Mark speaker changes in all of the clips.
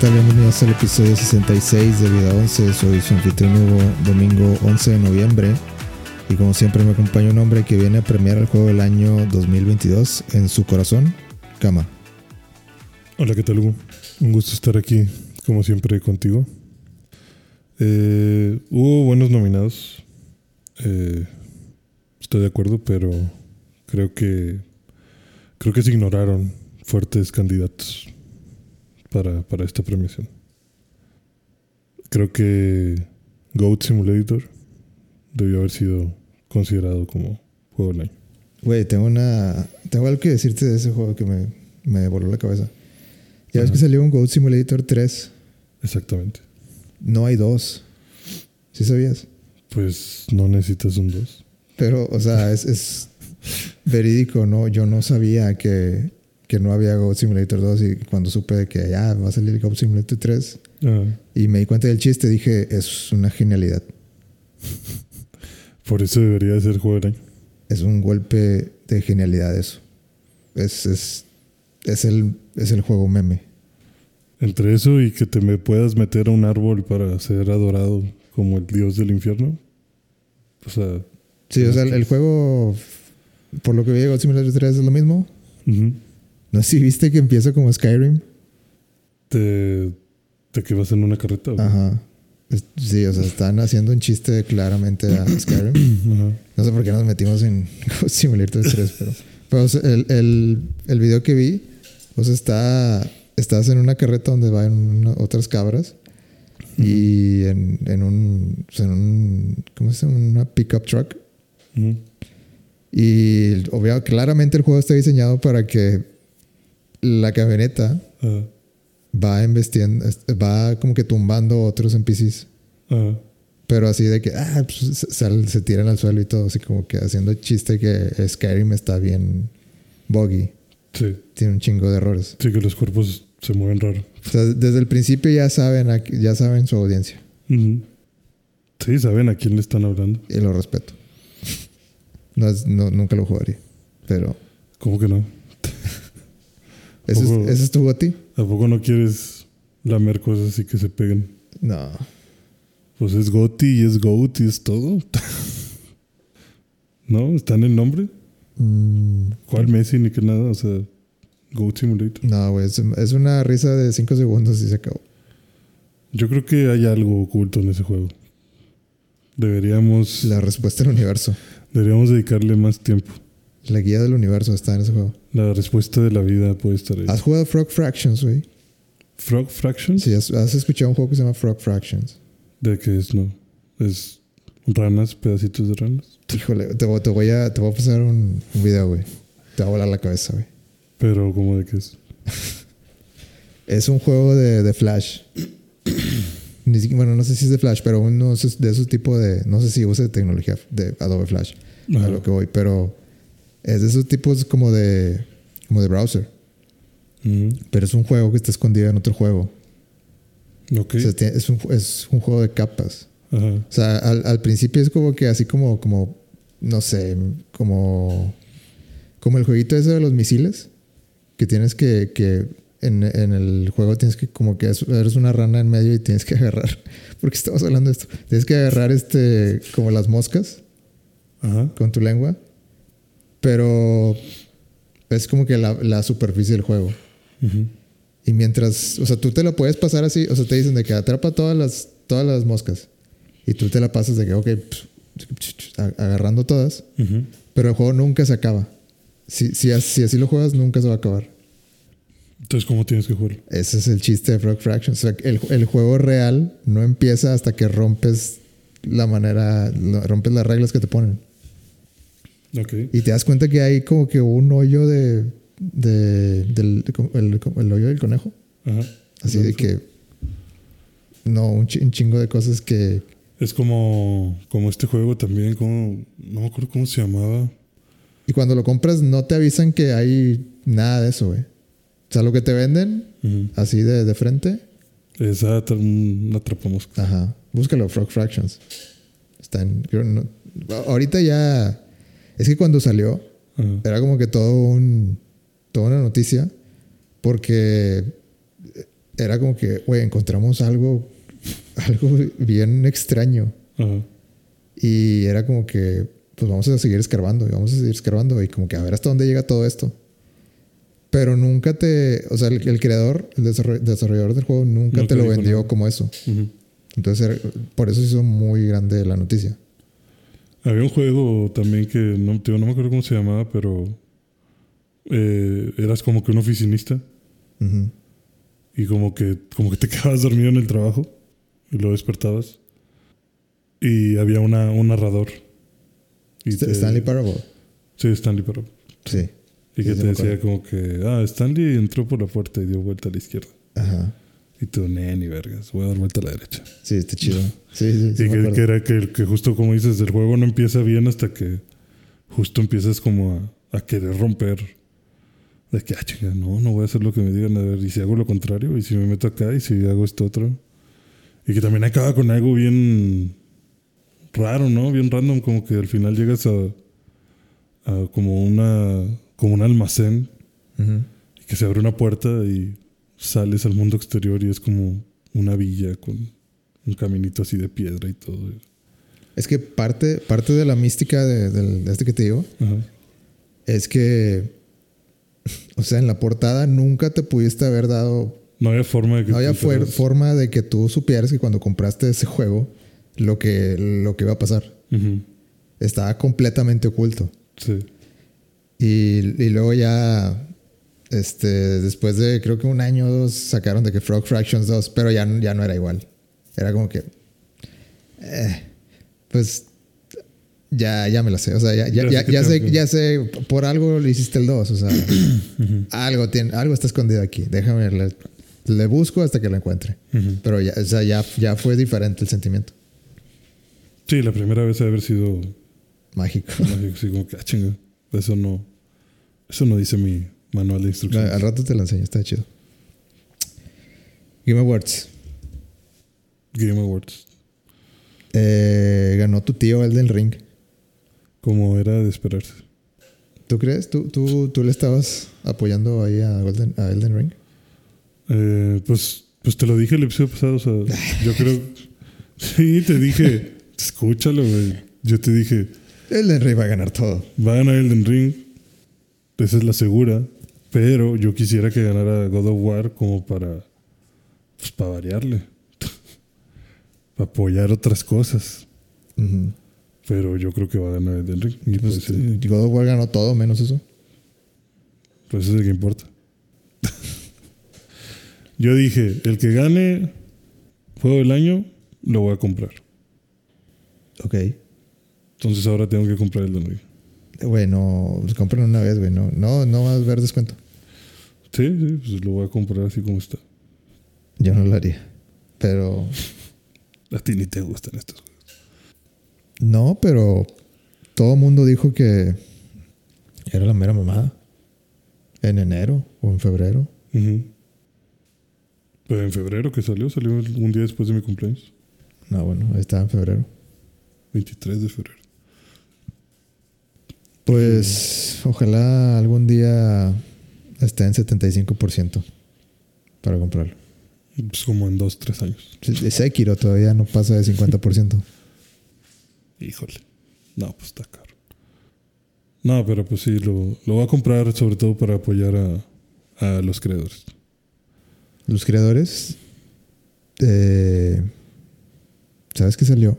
Speaker 1: tal? Bienvenidos al episodio 66 de Vida 11. Soy su anfitrión Hugo, domingo 11 de noviembre. Y como siempre me acompaña un hombre que viene a premiar el juego del año 2022 en su corazón, Cama.
Speaker 2: Hola, ¿qué tal Hugo? Un gusto estar aquí, como siempre, contigo. Eh, hubo buenos nominados. Eh, estoy de acuerdo, pero creo que creo que se ignoraron fuertes candidatos para, para esta premiación. Creo que Goat Simulator debió haber sido considerado como juego del año.
Speaker 1: Güey, tengo una. Tengo algo que decirte de ese juego que me, me voló la cabeza. Ya ves
Speaker 2: Ajá.
Speaker 1: que salió un Goat Simulator 3.
Speaker 2: Exactamente.
Speaker 1: No hay dos. ¿Sí sabías?
Speaker 2: Pues no necesitas un 2.
Speaker 1: Pero, o sea, es, es verídico, ¿no? Yo no sabía que, que no había Goat Simulator 2 y cuando supe de que ya va a salir Goat Simulator 3 y me di cuenta del chiste, dije, es una genialidad.
Speaker 2: por eso debería de ser juego del año.
Speaker 1: Es un golpe de genialidad eso. Es, es, es, el, es el juego meme.
Speaker 2: Entre eso y que te me puedas meter a un árbol para ser adorado como el dios del infierno. O sea,
Speaker 1: Sí, o sea, el, el juego, por lo que vi de Goat Simulator 3 es lo mismo.
Speaker 2: ujú,
Speaker 1: No sé si viste que empieza como Skyrim.
Speaker 2: te, te que vas en una carreta. güey.
Speaker 1: Ajá. Es- Sí, o sea, están haciendo un chiste claramente a Skyrim.
Speaker 2: Ajá.
Speaker 1: No sé por qué nos metimos en Goat Simulator 3, pero. pero, o sea, el, el- el video que vi, o sea, está, estás en una carreta donde van una- otras cabras y en, en un. o sea, en un- ¿Cómo se llama? Una pickup truck.
Speaker 2: Ujú.
Speaker 1: Y el- obvia- claramente el juego está diseñado para que la camioneta
Speaker 2: Ajá.
Speaker 1: va embestiendo, este, va como que tumbando otros NPCs.
Speaker 2: Ajá.
Speaker 1: Pero así de que ah, pues, se- sal- se tiran al suelo y todo, así como que haciendo chiste que Skyrim está bien buggy,
Speaker 2: Sí,
Speaker 1: tiene un chingo de errores.
Speaker 2: sí que los cuerpos se mueven raro.
Speaker 1: O sea, desde el principio ya saben, a- ya saben su audiencia
Speaker 2: Ujú. Sí, saben a quién le están hablando.
Speaker 1: y lo respeto. No es- no- nunca lo jugaría, pero
Speaker 2: ¿Cómo que no?
Speaker 1: ¿ese,
Speaker 2: Ojo.
Speaker 1: es, ese es tu goti?
Speaker 2: ¿A poco no quieres lamer cosas así que se peguen?
Speaker 1: No.
Speaker 2: Pues es Goti y es Goat y es todo. ¿No? ¿Está en el nombre?
Speaker 1: Mm,
Speaker 2: ¿Cuál Messi ni que nada? O sea, Goat Simulator.
Speaker 1: no, güey, es, es una risa de 5 segundos y se acabó.
Speaker 2: Yo creo que hay algo oculto en ese juego. Deberíamos,
Speaker 1: La respuesta del universo,
Speaker 2: deberíamos dedicarle más tiempo.
Speaker 1: la guía del universo está en ese juego.
Speaker 2: La respuesta de la vida puede estar ahí.
Speaker 1: ¿Has jugado Frog Fractions, güey?
Speaker 2: Frog Fractions.
Speaker 1: Ah. Sí, has- has escuchado un juego que se llama Frog Fractions.
Speaker 2: ¿De qué es? No. Es ranas, pedacitos de ranas.
Speaker 1: Híjole, te, voy- te voy a, te voy a pasar un, un video, güey. Te va a volar la cabeza, güey.
Speaker 2: Pero ¿cómo de qué es?
Speaker 1: Es un juego de, de Flash. Ni siquiera- bueno, no sé si es de Flash, pero uno es de esos tipos de. No sé si usa tecnología de Adobe Flash, a
Speaker 2: Ajá.
Speaker 1: lo que voy, pero es de esos tipos como de, como de browser.
Speaker 2: Ujú.
Speaker 1: Pero es un juego que está escondido en otro juego.
Speaker 2: Ok.
Speaker 1: O sea, tiene- es, un, es un juego de capas.
Speaker 2: Ajá.
Speaker 1: O sea, al, al principio es como que así como, como, no sé, como, como el jueguito ese de los misiles, que tienes que, que en, en el juego tienes que, como que es- eres una rana en medio y tienes que agarrar, porque estamos hablando de esto, tienes que agarrar este, como las moscas
Speaker 2: Ajá.
Speaker 1: con tu lengua, pero es como que la, la superficie del juego.
Speaker 2: Ujú.
Speaker 1: Y mientras, o sea, tú te la puedes pasar así, o sea, te dicen de que atrapa todas las, todas las moscas. Y tú te la pasas de que, ok, pues, agarrando todas.
Speaker 2: Ujú.
Speaker 1: Pero el juego nunca se acaba. Si, si, as- si así lo juegas, nunca se va a acabar.
Speaker 2: Entonces, ¿cómo tienes que jugarlo?
Speaker 1: Ese es el chiste de Frog Fractions. O sea, el, el juego real no empieza hasta que rompes la manera, lo- rompes las reglas que te ponen.
Speaker 2: Ok.
Speaker 1: Y te das cuenta que hay como que un hoyo de, de- del, el- el hoyo del conejo.
Speaker 2: Ajá.
Speaker 1: Así de que. No, un, chi- un chingo de cosas que.
Speaker 2: Es como, como este juego también, como, no me acuerdo cómo se llamaba.
Speaker 1: Y cuando lo compras, no te avisan que hay nada de eso, güey. O sea, lo que te venden,
Speaker 2: Ujú.
Speaker 1: así de, de frente.
Speaker 2: Es atra- un atrapamoscas.
Speaker 1: Ajá. Búscalo, Frog Fractions. Está en. creo no- a- ahorita ya. Es que cuando salió,
Speaker 2: Ajá.
Speaker 1: era como que todo un. Toda una noticia. Porque. era como que, güey, encontramos algo, algo bien extraño.
Speaker 2: Ajá.
Speaker 1: Y era como que, pues vamos a seguir escarbando y vamos a seguir escarbando y como que a ver hasta dónde llega todo esto. Pero nunca te, o sea, el, el creador, el desarroll- desarrollador del juego nunca
Speaker 2: No
Speaker 1: te
Speaker 2: te
Speaker 1: lo
Speaker 2: dijo
Speaker 1: vendió
Speaker 2: nada.
Speaker 1: como eso.
Speaker 2: Ujú.
Speaker 1: Entonces, era- por eso se hizo muy grande la noticia.
Speaker 2: Había un juego también que no, te digo, no me acuerdo cómo se llamaba, pero eh, eras como que un oficinista
Speaker 1: Ujú.
Speaker 2: y como que, como que te quedabas dormido en el trabajo y lo despertabas. Y había una, un narrador. Y
Speaker 1: St- Este,
Speaker 2: te-
Speaker 1: Stanley Parable.
Speaker 2: Sí, Stanley Parable.
Speaker 1: Sí.
Speaker 2: Y
Speaker 1: Sí,
Speaker 2: que
Speaker 1: sí
Speaker 2: te
Speaker 1: me
Speaker 2: decía como que, ah, Stanley entró por la puerta y dio vuelta a la izquierda.
Speaker 1: Ajá.
Speaker 2: Y tú, "Nee, ni vergas, voy a dar vuelta a la derecha.
Speaker 1: Sí, está chido. Sí, sí, sí.
Speaker 2: y
Speaker 1: me
Speaker 2: que,
Speaker 1: acuerdo.
Speaker 2: que era que, que justo como dices, el juego no empieza bien hasta que justo empiezas como a, a querer romper. De que, ah, chinga, no, no voy a hacer lo que me digan. A ver, y si hago lo contrario, y si me meto acá, y si hago esto otro. Y que también acaba con algo bien raro, ¿no? Bien random, como que al final llegas a, a como una como un almacén
Speaker 1: Ujú.
Speaker 2: y que se abre una puerta y sales al mundo exterior y es como una villa con un caminito así de piedra y todo.
Speaker 1: Es que parte, parte de la mística de, del- de este que te digo
Speaker 2: Ajá.
Speaker 1: es que, o sea, en la portada nunca te pudiste haber dado
Speaker 2: No había forma de que
Speaker 1: No había
Speaker 2: te
Speaker 1: fuer-
Speaker 2: enteras.
Speaker 1: forma de que tú supieras que cuando compraste ese juego lo que, lo que iba a pasar.
Speaker 2: Ujú,
Speaker 1: Estaba completamente oculto.
Speaker 2: Sí.
Speaker 1: Y, y luego ya, este, después de creo que un año o dos, sacaron de que Frog Fractions 2, pero ya, ya no era igual. Era como que, eh, pues ya, ya me la sé. O sea, ya, ya,
Speaker 2: Ya sé
Speaker 1: ya-
Speaker 2: que
Speaker 1: ya
Speaker 2: tengo
Speaker 1: sé,
Speaker 2: que-
Speaker 1: ya sé, por algo le hiciste el 2. O sea,
Speaker 2: Ujú,
Speaker 1: algo, tiene, algo está escondido aquí. Déjame, le, le busco hasta que lo encuentre.
Speaker 2: ujú.
Speaker 1: Pero ya, o sea, ya, ya fue diferente el sentimiento.
Speaker 2: Sí, la primera vez de haber sido
Speaker 1: Mágico.
Speaker 2: mágico, así como que, ah, chinga, eso no, eso no dice mi manual de
Speaker 1: No,
Speaker 2: instrucciones.
Speaker 1: al rato te lo enseño, está chido. Game Awards.
Speaker 2: Game Awards.
Speaker 1: Eh, ganó tu tío Elden Ring.
Speaker 2: Como era de esperarse.
Speaker 1: ¿Tú crees? ¿Tú, tú, tú le estabas apoyando ahí a, Golden- a Elden Ring?
Speaker 2: Eh, pues, pues te lo dije el episodio pasado, o sea, yo creo... Sí, te dije, escúchalo, güey. Yo te dije,
Speaker 1: Elden Ring va a ganar todo.
Speaker 2: Va a ganar Elden Ring. Esa es la segura. Pero yo quisiera que ganara God of War como para. Pues para variarle. para apoyar otras cosas.
Speaker 1: Ujú.
Speaker 2: Pero yo creo que va a ganar Elden Ring. Y pues,
Speaker 1: Pues,
Speaker 2: eh,
Speaker 1: eh, God of War ganó todo menos eso.
Speaker 2: pues eso es lo que importa. yo dije: el que gane juego del año, lo voy a comprar.
Speaker 1: Ok.
Speaker 2: Entonces ahora tengo que comprar Elden Ring.
Speaker 1: Güey, no, pues compren una vez, güey. No, no, no vas a ver descuento.
Speaker 2: Sí, sí, pues lo voy a comprar así como está.
Speaker 1: Yo no lo haría. Pero
Speaker 2: A ti ni te gustan estos juegos.
Speaker 1: No, pero todo el mundo dijo que era la mera mamada. En enero o en febrero.
Speaker 2: Ujú. Pero en febrero que salió, salió un día después de mi cumpleaños,
Speaker 1: No, bueno, estaba en febrero.
Speaker 2: 23 de febrero.
Speaker 1: Pues ojalá algún día esté en 75% para comprarlo.
Speaker 2: Pues como en 2, 3 años.
Speaker 1: Se- Sekiro todavía no pasa de 50%.
Speaker 2: Híjole. No, pues está caro. No, pero pues sí, lo, lo voy a comprar sobre todo para apoyar a, a los creadores.
Speaker 1: Los creadores. eh, ¿Sabes qué salió?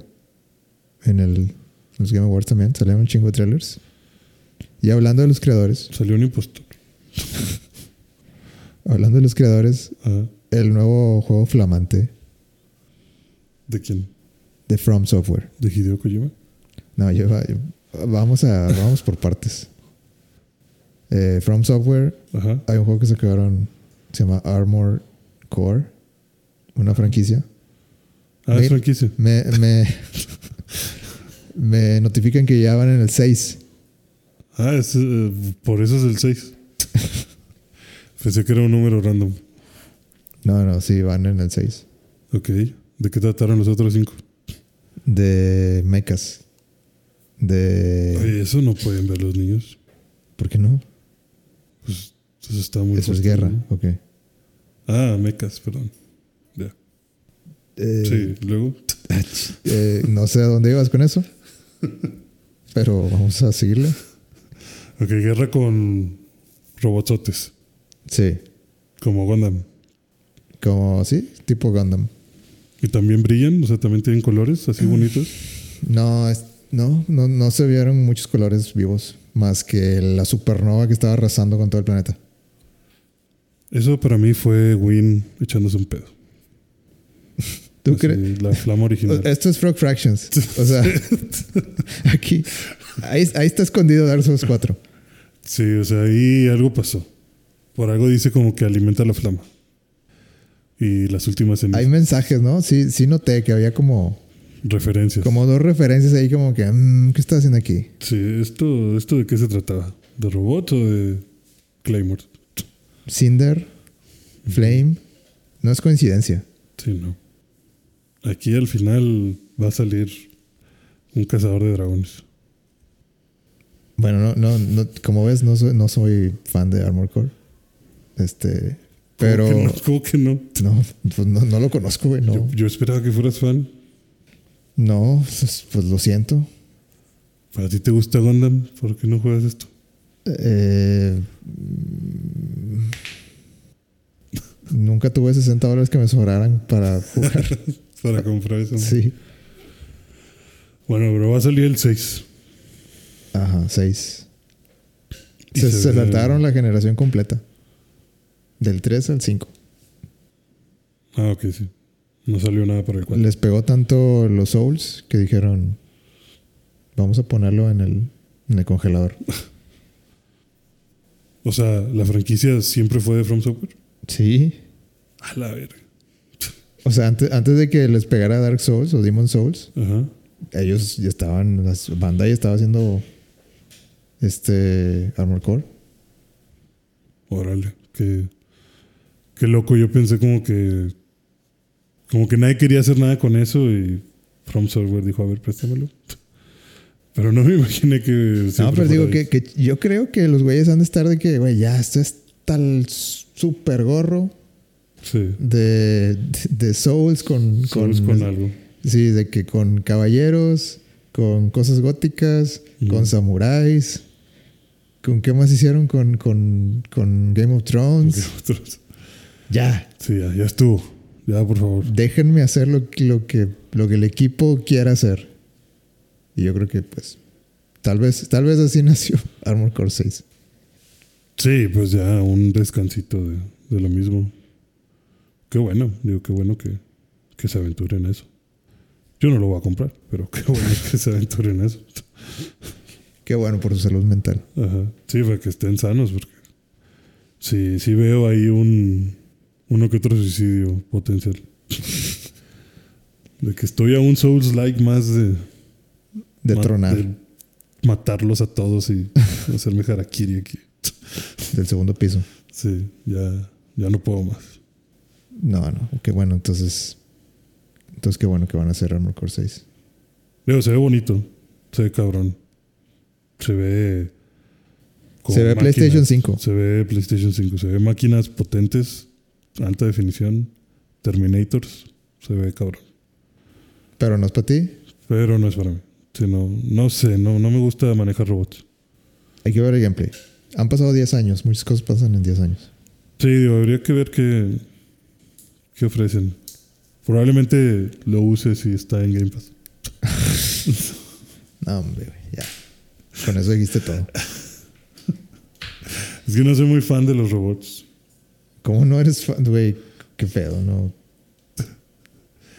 Speaker 1: En el, en los Game Awards también salieron un chingo de trailers. Y hablando de los creadores.
Speaker 2: Salió un impostor.
Speaker 1: Hablando de los creadores,
Speaker 2: Ajá.
Speaker 1: el nuevo juego flamante
Speaker 2: ¿De quién?
Speaker 1: de From Software.
Speaker 2: ¿De Hideo Kojima?
Speaker 1: No, yo, yo- vamos a vamos por partes. Eh, From Software,
Speaker 2: Ajá.
Speaker 1: hay un juego que sacaron, se llama Armor Core, una franquicia.
Speaker 2: Ah, es
Speaker 1: Me-
Speaker 2: franquicia.
Speaker 1: Me, me, me notifican que ya van en el 6.
Speaker 2: Ah, es, eh, por eso es el 6. Pensé que era un número random.
Speaker 1: No, no, sí, van en el 6.
Speaker 2: Ok. ¿De qué trataron los otros 5?
Speaker 1: De mechas. De...
Speaker 2: Oye, eso no pueden ver los niños.
Speaker 1: ¿Por qué no?
Speaker 2: Pues eso está muy
Speaker 1: Eso es
Speaker 2: fuerte,
Speaker 1: guerra,
Speaker 2: ¿no? Eh,
Speaker 1: ok.
Speaker 2: Ah, mecas, perdón. Ya.
Speaker 1: Eh,
Speaker 2: Sí, luego.
Speaker 1: eh, no sé a dónde ibas con eso. Pero vamos a seguirle.
Speaker 2: Ok, guerra con robotsotes,
Speaker 1: Sí.
Speaker 2: como Gundam.
Speaker 1: Como, sí, tipo Gundam.
Speaker 2: Y también brillan, o sea, también tienen colores así bonitos.
Speaker 1: No, es- no, no, no se vieron muchos colores vivos. Más que la supernova que estaba arrasando con todo el planeta.
Speaker 2: Eso para mí fue Win echándose un pedo.
Speaker 1: ¿Tú
Speaker 2: Así,
Speaker 1: crees? eh.
Speaker 2: La flama original.
Speaker 1: Esto es Frog Fractions. O sea, aquí. Ahí, ahí está escondido Dark Souls 4.
Speaker 2: Sí, o sea, ahí algo pasó. Por algo dice como que alimenta la flama. Y las últimas
Speaker 1: Hay
Speaker 2: cenizas.
Speaker 1: mensajes, ¿no? Sí, sí noté que había como,
Speaker 2: Referencias.
Speaker 1: como dos referencias ahí, como que, mm, ¿qué está haciendo aquí?
Speaker 2: Sí, esto, ¿esto de qué se trataba? ¿De robots o de Claymore?
Speaker 1: Cinder, Flame. No es coincidencia.
Speaker 2: Sí, no. Aquí al final va a salir un cazador de dragones.
Speaker 1: Bueno, no, no, no como ves, no soy, no soy fan de Armor Core. Este.
Speaker 2: ¿Cómo
Speaker 1: Pero.
Speaker 2: que no? ¿Cómo que no?
Speaker 1: No, pues no, no lo conozco, güey. No,
Speaker 2: Yo, yo esperaba que fueras fan.
Speaker 1: no pues, pues lo siento.
Speaker 2: ¿Para ti te gusta Gundam? ¿Por qué no juegas esto?
Speaker 1: Eh, mm, nunca tuve 60 dólares que me sobraran para jugar.
Speaker 2: Para comprar eso.
Speaker 1: sí.
Speaker 2: Bueno, pero va a salir el 6.
Speaker 1: Ajá, 6.
Speaker 2: Y
Speaker 1: Se,
Speaker 2: se
Speaker 1: se
Speaker 2: ve-
Speaker 1: saltaron la generación completa. Del 3 al 5.
Speaker 2: Ah, ok, sí. No salió nada para el 4.
Speaker 1: Les pegó tanto los Souls que dijeron, vamos a ponerlo en el, en el congelador.
Speaker 2: O sea, la franquicia siempre fue de From Software.
Speaker 1: Sí.
Speaker 2: A la verga.
Speaker 1: O sea, antes, antes de que les pegara Dark Souls o Demon Souls,
Speaker 2: Ajá.
Speaker 1: ellos ya estaban, las bandas ya estaba haciendo este Armor Core.
Speaker 2: Órale. Qué, qué loco. Yo pensé como que. Como que nadie quería hacer nada con eso y From Software dijo: A ver, préstamelo. Pero no me imaginé que.
Speaker 1: no,
Speaker 2: siempre
Speaker 1: Ah, pero
Speaker 2: fuera
Speaker 1: digo
Speaker 2: eso.
Speaker 1: que, que yo creo que los güeyes han de estar de que, güey, ya, esto es tal super gorro
Speaker 2: Sí.
Speaker 1: de, de Souls con...
Speaker 2: Solo es con algo.
Speaker 1: Sí, de que con caballeros, con cosas góticas,
Speaker 2: Ujú.
Speaker 1: con samuráis. ¿Con qué más hicieron? Con, con, con Game of Thrones.
Speaker 2: Porque otros-
Speaker 1: Ya,
Speaker 2: Sí, ya, ya estuvo. Ya, por favor.
Speaker 1: déjenme hacer lo, que- lo, que, lo que el equipo quiera hacer. Y yo creo que, pues, tal vez, tal vez así nació Armor Core 6.
Speaker 2: Sí, pues ya un descansito de, de lo mismo. Qué bueno, digo, qué bueno que, que se aventuren en eso. Yo no lo voy a comprar, pero qué bueno que se aventuren en eso.
Speaker 1: Qué bueno por su salud mental.
Speaker 2: Ajá. Sí, para que estén sanos, porque sí, sí veo ahí un uno que otro suicidio potencial. De que estoy a un Souls like más de,
Speaker 1: De
Speaker 2: ma-
Speaker 1: tronar
Speaker 2: de matarlos a todos y hacerme harakiri aquí.
Speaker 1: del segundo piso.
Speaker 2: Sí, ya, ya no puedo más.
Speaker 1: No, no. Qué bueno, entonces. Entonces, qué bueno que van a hacer Armor Core 6.
Speaker 2: Digo, se ve bonito. Se ve cabrón. Se ve. con
Speaker 1: Se ve
Speaker 2: máquinas.
Speaker 1: PlayStation 5.
Speaker 2: Se ve PlayStation 5. Se ve máquinas potentes, alta definición, Terminators. Se ve cabrón.
Speaker 1: Pero no es para ti.
Speaker 2: Pero no es para mí. Sí, no, no sé, no, no me gusta manejar robots.
Speaker 1: Hay que ver el gameplay. Han pasado 10 años, muchas cosas pasan en 10 años.
Speaker 2: Sí, digo, habría que ver qué, qué ofrecen. Probablemente lo use si está en Game Pass.
Speaker 1: No, hombre, güey, ya. Con eso dijiste todo.
Speaker 2: Es que no soy muy fan de los robots.
Speaker 1: ¿Cómo no eres fan, güey? Qué pedo, ¿no?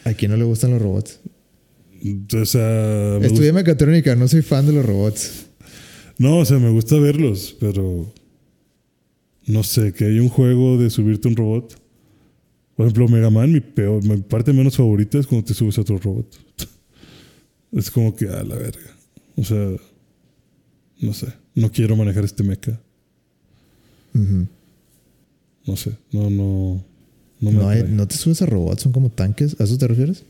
Speaker 1: ¿A quién no le gustan los robots?
Speaker 2: O sea, me
Speaker 1: Estudié mecatrónica, no soy fan de los robots.
Speaker 2: No, o sea, me gusta verlos, pero no sé, que hay un juego de subirte un robot. Por ejemplo, Mega Man, mi peor, mi parte menos favorita es cuando te subes a otro robot. Es como que a la verga. O sea, no sé, no quiero manejar este mecha,
Speaker 1: Ujú.
Speaker 2: no sé, no no no me
Speaker 1: no, hay-
Speaker 2: atrae.
Speaker 1: no te subes a robots, son como tanques. ¿A eso te refieres?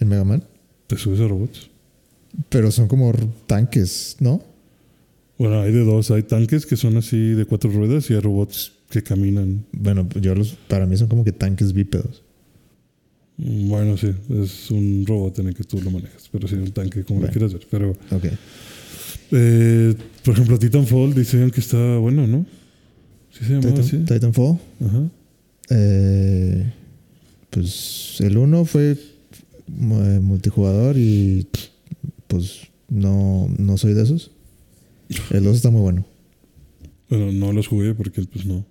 Speaker 1: ¿En Mega Man?
Speaker 2: te subes a robots.
Speaker 1: Pero son como r- tanques, ¿no?
Speaker 2: Bueno, hay de dos. Hay tanques que son así de cuatro ruedas y hay robots que caminan.
Speaker 1: Bueno, yo los, para mí son como que tanques bípedos.
Speaker 2: Mm, Bueno, sí, es un robot en el que tú lo manejas, pero sí, un tanque, como
Speaker 1: Bueno.
Speaker 2: lo quieras ver. Pero,
Speaker 1: Ok.
Speaker 2: eh, por ejemplo, Titanfall dicen que está bueno, ¿no? Sí, se llamaba
Speaker 1: Titan-
Speaker 2: así.
Speaker 1: Titanfall.
Speaker 2: Ajá.
Speaker 1: Eh, pues el uno fue mu- eh, multijugador y pues no, no soy de esos. El 2 está muy bueno.
Speaker 2: Bueno, no los jugué porque, pues no.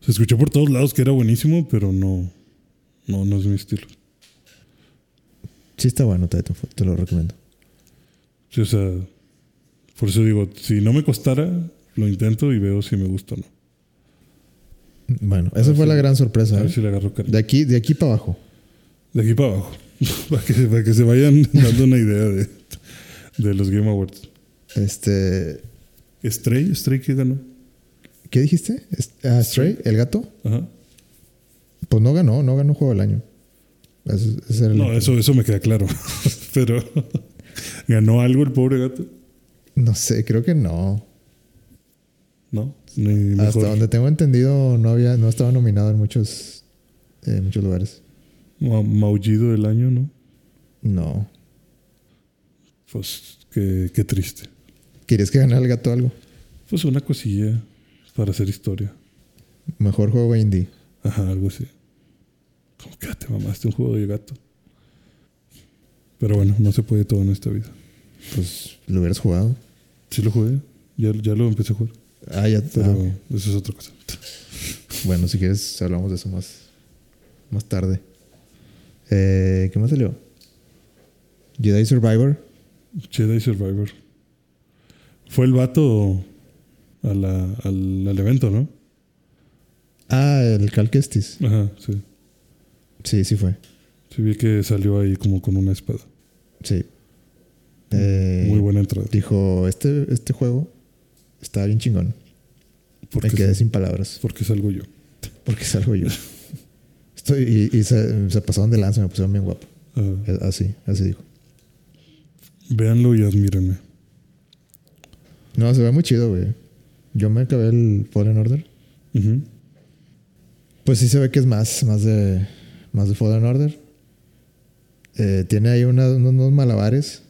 Speaker 2: Se escuchó por todos lados que era buenísimo, pero no. No, no es mi estilo.
Speaker 1: Sí está bueno Titanfall, te lo recomiendo.
Speaker 2: Sí, o sea, por eso digo, si no me costara, lo intento y veo si me gusta o no.
Speaker 1: Bueno,
Speaker 2: A
Speaker 1: esa
Speaker 2: ver
Speaker 1: fue
Speaker 2: si-
Speaker 1: la gran
Speaker 2: A
Speaker 1: sorpresa.
Speaker 2: ver
Speaker 1: ¿eh?
Speaker 2: si le agarro cariño.
Speaker 1: De aquí, de aquí para abajo.
Speaker 2: De aquí para abajo. para, que, para que se vayan dando una idea de, de los Game Awards.
Speaker 1: Este,
Speaker 2: Stray, Stray que ganó.
Speaker 1: ¿qué dijiste? Es- ah, Stray, el gato.
Speaker 2: Ajá.
Speaker 1: Pues no ganó, no ganó juego del año. Ese- ese era el-
Speaker 2: No, eh. eso, eso me queda claro. Pero ganó algo el pobre gato.
Speaker 1: no sé, creo que no.
Speaker 2: No, ni
Speaker 1: Hasta
Speaker 2: mejor.
Speaker 1: donde tengo entendido, no había, no estaba nominado en muchos, en muchos lugares.
Speaker 2: Ma- Maullido del año, ¿no?
Speaker 1: No.
Speaker 2: Pues qué, qué triste.
Speaker 1: ¿Querías que ganara el gato algo?
Speaker 2: Pues una cosilla para hacer historia.
Speaker 1: Mejor juego indie.
Speaker 2: Ajá, algo así. Como que ah, te mamaste un juego de gato. Pero bueno, no se puede todo en esta vida.
Speaker 1: Pues lo hubieras jugado.
Speaker 2: Sí lo jugué, ya, ya lo empecé a jugar.
Speaker 1: Ah, ya.
Speaker 2: Pero
Speaker 1: ah,
Speaker 2: eso es otra cosa.
Speaker 1: bueno, si quieres hablamos de eso más, más tarde. Eh, ¿Qué más salió? Jedi Survivor.
Speaker 2: Jedi Survivor. Fue el vato a la- al, al evento, ¿no?
Speaker 1: Ah, el Cal Kestis.
Speaker 2: Ajá, sí.
Speaker 1: Sí, sí fue.
Speaker 2: Sí vi que salió ahí como con una espada.
Speaker 1: Sí. Eh,
Speaker 2: Muy buena entrada.
Speaker 1: Dijo, este, este juego está bien chingón.
Speaker 2: Porque,
Speaker 1: Me quedé
Speaker 2: sí,
Speaker 1: sin palabras.
Speaker 2: porque salgo yo.
Speaker 1: Porque salgo yo. Estoy, y y se, se pasaron de lanza, me pusieron bien guapo.
Speaker 2: Ah,
Speaker 1: Eh, Así, así dijo.
Speaker 2: véanlo y admírenme.
Speaker 1: No, se ve muy chido, güey. Yo me acabé el Fallen Order.
Speaker 2: Ujú.
Speaker 1: Pues sí se ve que es más, más de, más de Fallen Order. Eh, tiene ahí una- unos, unos malabares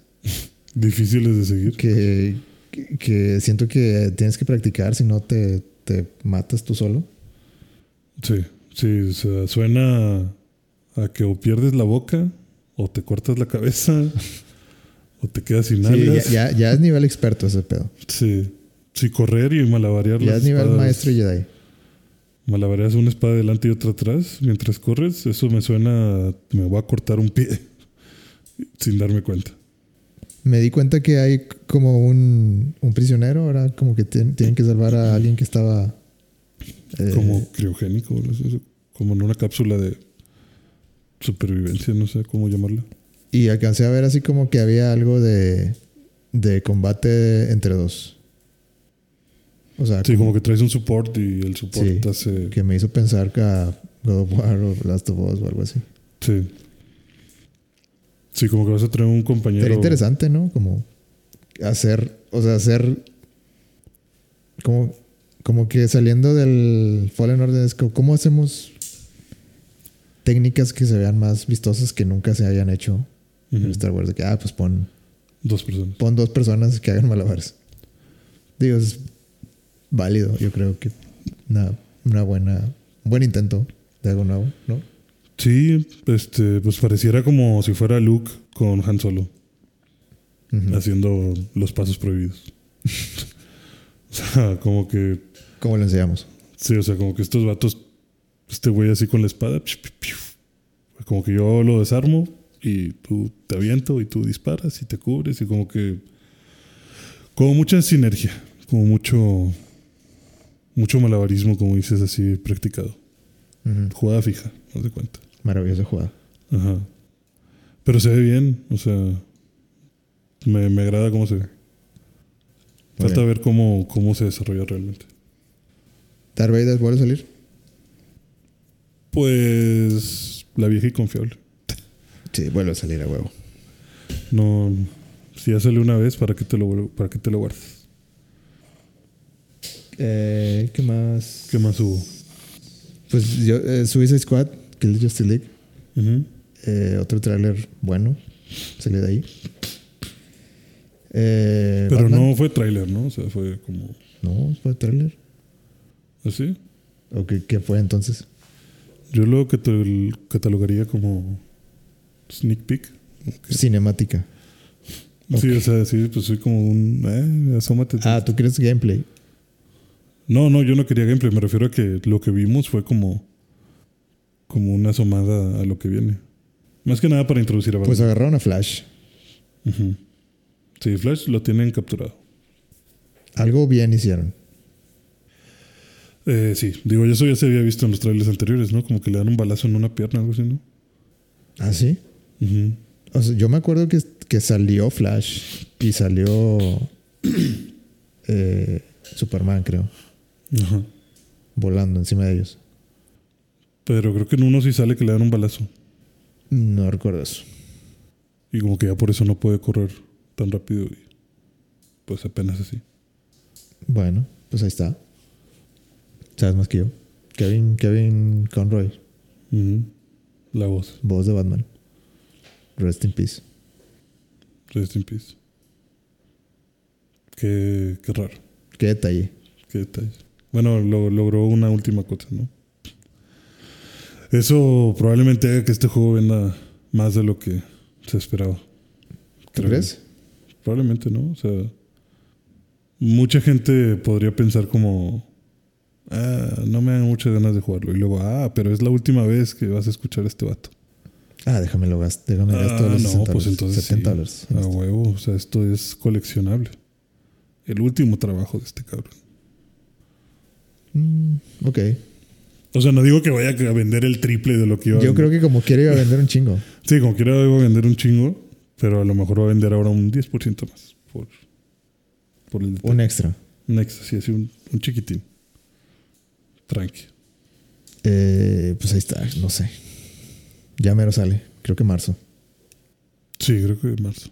Speaker 2: Difíciles de seguir.
Speaker 1: que, que- que siento que tienes que practicar, si no te, te matas tú solo.
Speaker 2: Sí, sí, o sea, suena a, a que o pierdes la boca, o te cortas la cabeza, o te quedas sin
Speaker 1: Sí,
Speaker 2: algas.
Speaker 1: ya, ya- ya es nivel experto ese pedo.
Speaker 2: Sí, sí, correr y malabarear
Speaker 1: Ya
Speaker 2: las
Speaker 1: es nivel
Speaker 2: espadas.
Speaker 1: maestro Jedi.
Speaker 2: Malabareas una espada delante y otra atrás mientras corres. Eso me suena. a- Me voy a cortar un pie sin darme cuenta.
Speaker 1: Me di cuenta que hay como un, un prisionero, ahora como que tien- tienen que salvar a alguien que estaba... eh,
Speaker 2: Como criogénico, no sé, como en una cápsula de supervivencia, no sé cómo llamarla.
Speaker 1: Y alcancé a ver así como que había algo de, de combate entre dos. O sea,
Speaker 2: Sí,
Speaker 1: Ah, como
Speaker 2: como que traes un support y el support
Speaker 1: Sí.
Speaker 2: hace.
Speaker 1: que me hizo pensar que a God of War o Last of Us o algo así.
Speaker 2: Sí. Sí, como que vas a traer un compañero.
Speaker 1: Sería interesante, ¿no? Como hacer, o sea, hacer como, como que saliendo del Fallen Order es como, ¿cómo hacemos técnicas que se vean más vistosas que nunca se hayan hecho
Speaker 2: Ujú.
Speaker 1: en Star Wars? De que, ah, pues pon
Speaker 2: Dos personas.
Speaker 1: pon dos personas que hagan malabares. Digo, es válido. Yo creo que una, una buena, un buen intento de algo nuevo, ¿no?
Speaker 2: Sí, este, pues pareciera como si fuera Luke con Han Solo.
Speaker 1: Ujú.
Speaker 2: haciendo los pasos prohibidos. o sea, como que.
Speaker 1: Como lo enseñamos.
Speaker 2: Sí, o sea, como que estos vatos. Este güey así con la espada. piu, piu, piu. Como que yo lo desarmo y tú te aviento y tú disparas y te cubres y como que. Como mucha sinergia. Como mucho. Mucho malabarismo, como dices, así practicado.
Speaker 1: Ujú.
Speaker 2: Jugada fija, no de cuenta.
Speaker 1: Maravillosa jugada.
Speaker 2: Ajá. Pero se ve bien, o sea. Me, me agrada cómo se ve.
Speaker 1: Muy
Speaker 2: Falta
Speaker 1: bien.
Speaker 2: ver cómo, cómo se desarrolla realmente.
Speaker 1: Darth Vader vuelve a salir.
Speaker 2: Pues la vieja y confiable.
Speaker 1: Sí, vuelve a salir a huevo.
Speaker 2: No, si ya salió una vez, ¿para qué te lo, vuelvo- para qué te lo guardas?
Speaker 1: Eh, ¿Qué más?
Speaker 2: ¿Qué más hubo?
Speaker 1: Pues yo, eh, Suicide Squad, Kill the Justice League.
Speaker 2: Ujú.
Speaker 1: Eh, otro tráiler bueno. Salió de ahí. Eh,
Speaker 2: Pero
Speaker 1: Batman.
Speaker 2: no fue tráiler, ¿no? O sea, fue como...
Speaker 1: No, fue tráiler.
Speaker 2: ¿Así?
Speaker 1: ¿O qué, qué fue entonces?
Speaker 2: Yo lo catal- catalogaría como sneak peek.
Speaker 1: Cinemática.
Speaker 2: Sí, o sea, sí, pues soy como un... Eh, asómate.
Speaker 1: Ah, ¿tú crees gameplay?
Speaker 2: No, no, yo no quería gameplay. Me refiero a que lo que vimos fue como... Como una asomada a lo que viene. Más que nada para introducir a Batman.
Speaker 1: Pues agarraron a Flash.
Speaker 2: Ujú. Sí, Flash lo tienen capturado.
Speaker 1: Algo bien hicieron.
Speaker 2: Eh, sí, digo, eso ya se había visto en los trailers anteriores, ¿no? Como que le dan un balazo en una pierna, algo así, ¿no?
Speaker 1: ¿Ah, sí?
Speaker 2: Ujú.
Speaker 1: O sea, yo me acuerdo que, que salió Flash y salió eh, Superman, creo,
Speaker 2: Ajá.
Speaker 1: volando encima de ellos.
Speaker 2: Pero creo que en uno sí sale que le dan un balazo.
Speaker 1: No recuerdo eso.
Speaker 2: Y como que ya por eso no puede correr tan rápido. Y pues apenas así.
Speaker 1: Bueno, pues ahí está. Sabes más que yo. Kevin, Kevin Conroy,
Speaker 2: Ujú. La voz.
Speaker 1: voz de Batman. Rest in peace.
Speaker 2: Rest in peace. Qué, qué raro.
Speaker 1: Qué detalle.
Speaker 2: Qué detalles. Bueno, lo, logró una última cosa, ¿no? Eso probablemente haga que este juego venda más de lo que se esperaba.
Speaker 1: ¿Tú
Speaker 2: Creo.
Speaker 1: crees?
Speaker 2: Probablemente, ¿no? O sea, mucha gente podría pensar como, ah, no me dan muchas ganas de jugarlo. Y luego, ah, pero es la última vez que vas a escuchar a este vato.
Speaker 1: Ah, déjame lo gasto. Déjame
Speaker 2: Ah,
Speaker 1: gasto los
Speaker 2: no,
Speaker 1: 60
Speaker 2: pues
Speaker 1: dólares,
Speaker 2: entonces
Speaker 1: 70
Speaker 2: sí.
Speaker 1: dólares.
Speaker 2: A huevo, o sea, esto es coleccionable. El último trabajo de este cabrón.
Speaker 1: Mm, ok.
Speaker 2: O sea, no digo que vaya a vender el triple de lo que iba a
Speaker 1: Yo
Speaker 2: vender.
Speaker 1: creo que como quiere iba a vender un chingo.
Speaker 2: Sí, como quiera iba a vender un chingo, pero a lo mejor va a vender ahora un 10% más por, por el detalle.
Speaker 1: Un extra.
Speaker 2: Un extra, sí, así un, un chiquitín. Tranqui.
Speaker 1: Eh, pues ahí está, no sé. Ya mero sale, creo que marzo.
Speaker 2: Sí, creo que en marzo.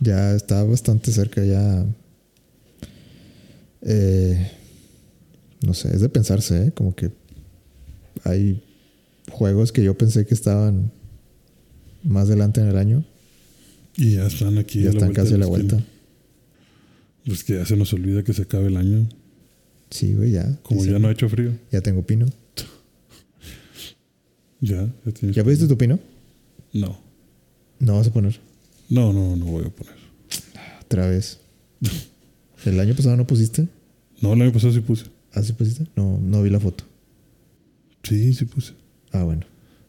Speaker 1: Ya está bastante cerca, ya. Eh, no sé, es de pensarse, ¿eh? Como que hay juegos que yo pensé que estaban más adelante en el año
Speaker 2: Y ya están aquí.
Speaker 1: y ya
Speaker 2: a la
Speaker 1: están
Speaker 2: vuelta
Speaker 1: casi a
Speaker 2: de
Speaker 1: la
Speaker 2: esquina.
Speaker 1: vuelta.
Speaker 2: Pues que ya se nos olvida que se acabe el año.
Speaker 1: Sí, güey, ya.
Speaker 2: Como
Speaker 1: Dice,
Speaker 2: ya no ha hecho frío.
Speaker 1: ya tengo pino.
Speaker 2: Ya, ya tienes.
Speaker 1: ¿Ya pusiste tu pino?
Speaker 2: No.
Speaker 1: No vas a poner.
Speaker 2: No, no, no voy a poner.
Speaker 1: Otra vez. ¿El año pasado no pusiste?
Speaker 2: No, el año pasado sí puse.
Speaker 1: ¿Ah, sí pusiste? No, no vi la foto.
Speaker 2: Sí, sí puse.
Speaker 1: Ah, bueno.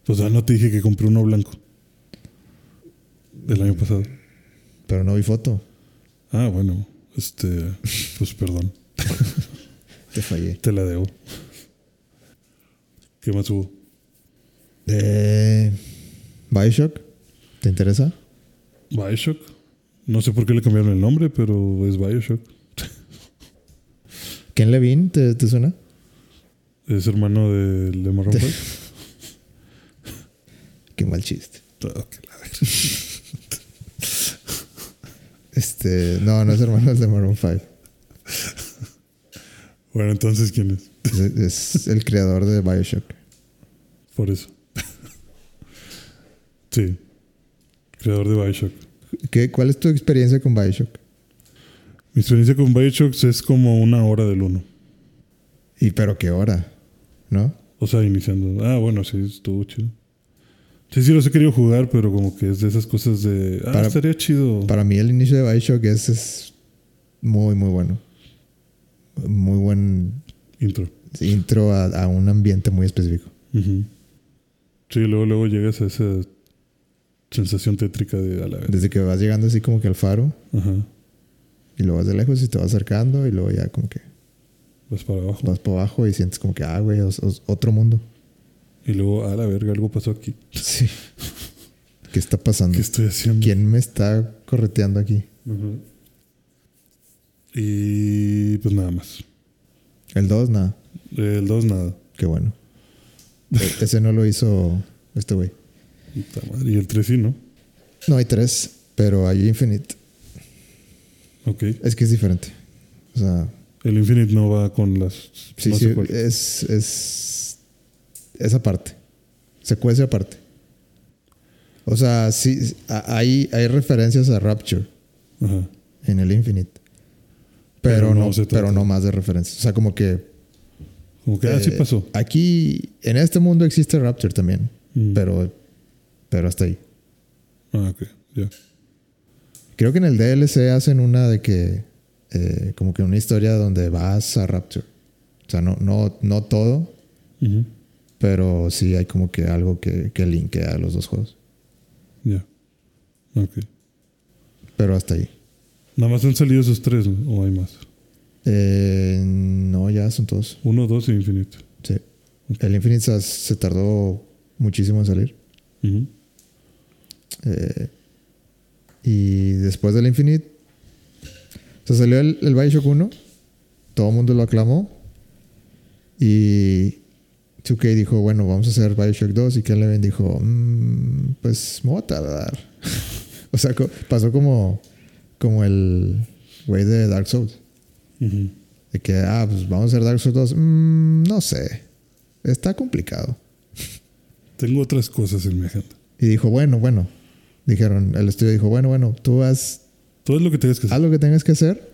Speaker 2: Pues ah, no te dije que compré uno blanco. Del año pasado.
Speaker 1: Pero no vi foto.
Speaker 2: Ah, bueno. Este. Pues perdón.
Speaker 1: Te fallé.
Speaker 2: Te la debo. ¿Qué más hubo?
Speaker 1: Eh, Bioshock, ¿te interesa?
Speaker 2: Bioshock. No sé por qué le cambiaron el nombre, pero es Bioshock.
Speaker 1: Ken Levine, ¿te, te suena?
Speaker 2: Es hermano del de Marrón
Speaker 1: Qué mal chiste.
Speaker 2: la
Speaker 1: Este, no, no es hermano del de Maroon 5.
Speaker 2: Bueno, entonces, ¿quién es?
Speaker 1: Es, es el creador de Bioshock.
Speaker 2: Por eso. sí. Creador de Bioshock.
Speaker 1: ¿Qué, ¿Cuál es tu experiencia con Bioshock?
Speaker 2: Mi experiencia con Bioshock es como una hora del uno.
Speaker 1: Y pero qué hora, ¿no?
Speaker 2: O sea, iniciando. Ah, bueno, sí, estuvo chido. Sí, sí, los he querido jugar, pero como que es de esas cosas de. Ah,
Speaker 1: Para-
Speaker 2: estaría chido.
Speaker 1: Para mí el inicio de Bioshock es, es muy, muy bueno. Muy buen
Speaker 2: Intro.
Speaker 1: intro a, a un ambiente muy específico.
Speaker 2: Ujú. Sí, luego, luego llegas a esa sensación tétrica de a la vez.
Speaker 1: Desde que vas llegando así como que al faro
Speaker 2: Ajá.
Speaker 1: y lo vas de lejos y te vas acercando y luego ya como que
Speaker 2: Vas para abajo.
Speaker 1: vas por abajo y sientes como que, ah, güey, os- os- otro mundo.
Speaker 2: Y luego, a la verga, algo pasó aquí.
Speaker 1: Sí. ¿Qué está pasando?
Speaker 2: ¿Qué estoy haciendo?
Speaker 1: ¿Quién me está correteando aquí?
Speaker 2: Ujú. Y pues nada más.
Speaker 1: El 2, nada.
Speaker 2: El 2 nada.
Speaker 1: Qué bueno. E- Ese no lo hizo este güey.
Speaker 2: Puta madre. Y el 3 sí, ¿no?
Speaker 1: No, hay 3, pero hay Infinite.
Speaker 2: Ok.
Speaker 1: Es que es diferente. O sea,
Speaker 2: El Infinite no va con las.
Speaker 1: Sí,
Speaker 2: más
Speaker 1: sí,
Speaker 2: secuelas.
Speaker 1: es, es. Esa parte. Secuencia aparte. O sea, sí, a- hay, hay referencias a Rapture
Speaker 2: Ajá.
Speaker 1: en el Infinite.
Speaker 2: Pero
Speaker 1: Pero,
Speaker 2: no
Speaker 1: no,
Speaker 2: se trata.
Speaker 1: pero no más de referencias. O sea, como que.
Speaker 2: Como que, ah, sí
Speaker 1: eh,
Speaker 2: pasó.
Speaker 1: Aquí, en este mundo existe Rapture también.
Speaker 2: Mm.
Speaker 1: Pero, pero hasta ahí.
Speaker 2: Ah, ok, ya.
Speaker 1: Creo que en el DLC hacen una de que. eh, como que una historia donde vas a Rapture. O sea, no, no, no todo,
Speaker 2: Ujú,
Speaker 1: Pero sí hay como que algo que, que linkea los dos juegos.
Speaker 2: Ya. Ok.
Speaker 1: Pero hasta ahí.
Speaker 2: Nada más han salido esos tres, ¿no? ¿O hay más?
Speaker 1: Eh, no, ya son todos.
Speaker 2: Uno, dos e infinito.
Speaker 1: Sí. El Infinite Sas se tardó muchísimo en salir.
Speaker 2: Ujú.
Speaker 1: Eh, y después del Infinite. Se salió el, el Bioshock 1. Todo el mundo lo aclamó. Y 2K dijo: Bueno, vamos a hacer Bioshock 2. Y Ken Levin dijo: "Mm, Pues me voy a tardar. o sea, co- pasó como, como el güey de Dark Souls.
Speaker 2: Ujú.
Speaker 1: De que, ah, pues vamos a hacer Dark Souls 2. Mm, no sé. Está complicado.
Speaker 2: Tengo otras cosas en mi agenda.
Speaker 1: Y dijo, bueno, bueno. Dijeron, el estudio dijo, bueno, bueno, tú haz,
Speaker 2: Todo es lo que tienes que hacer.
Speaker 1: haz lo que tengas que hacer.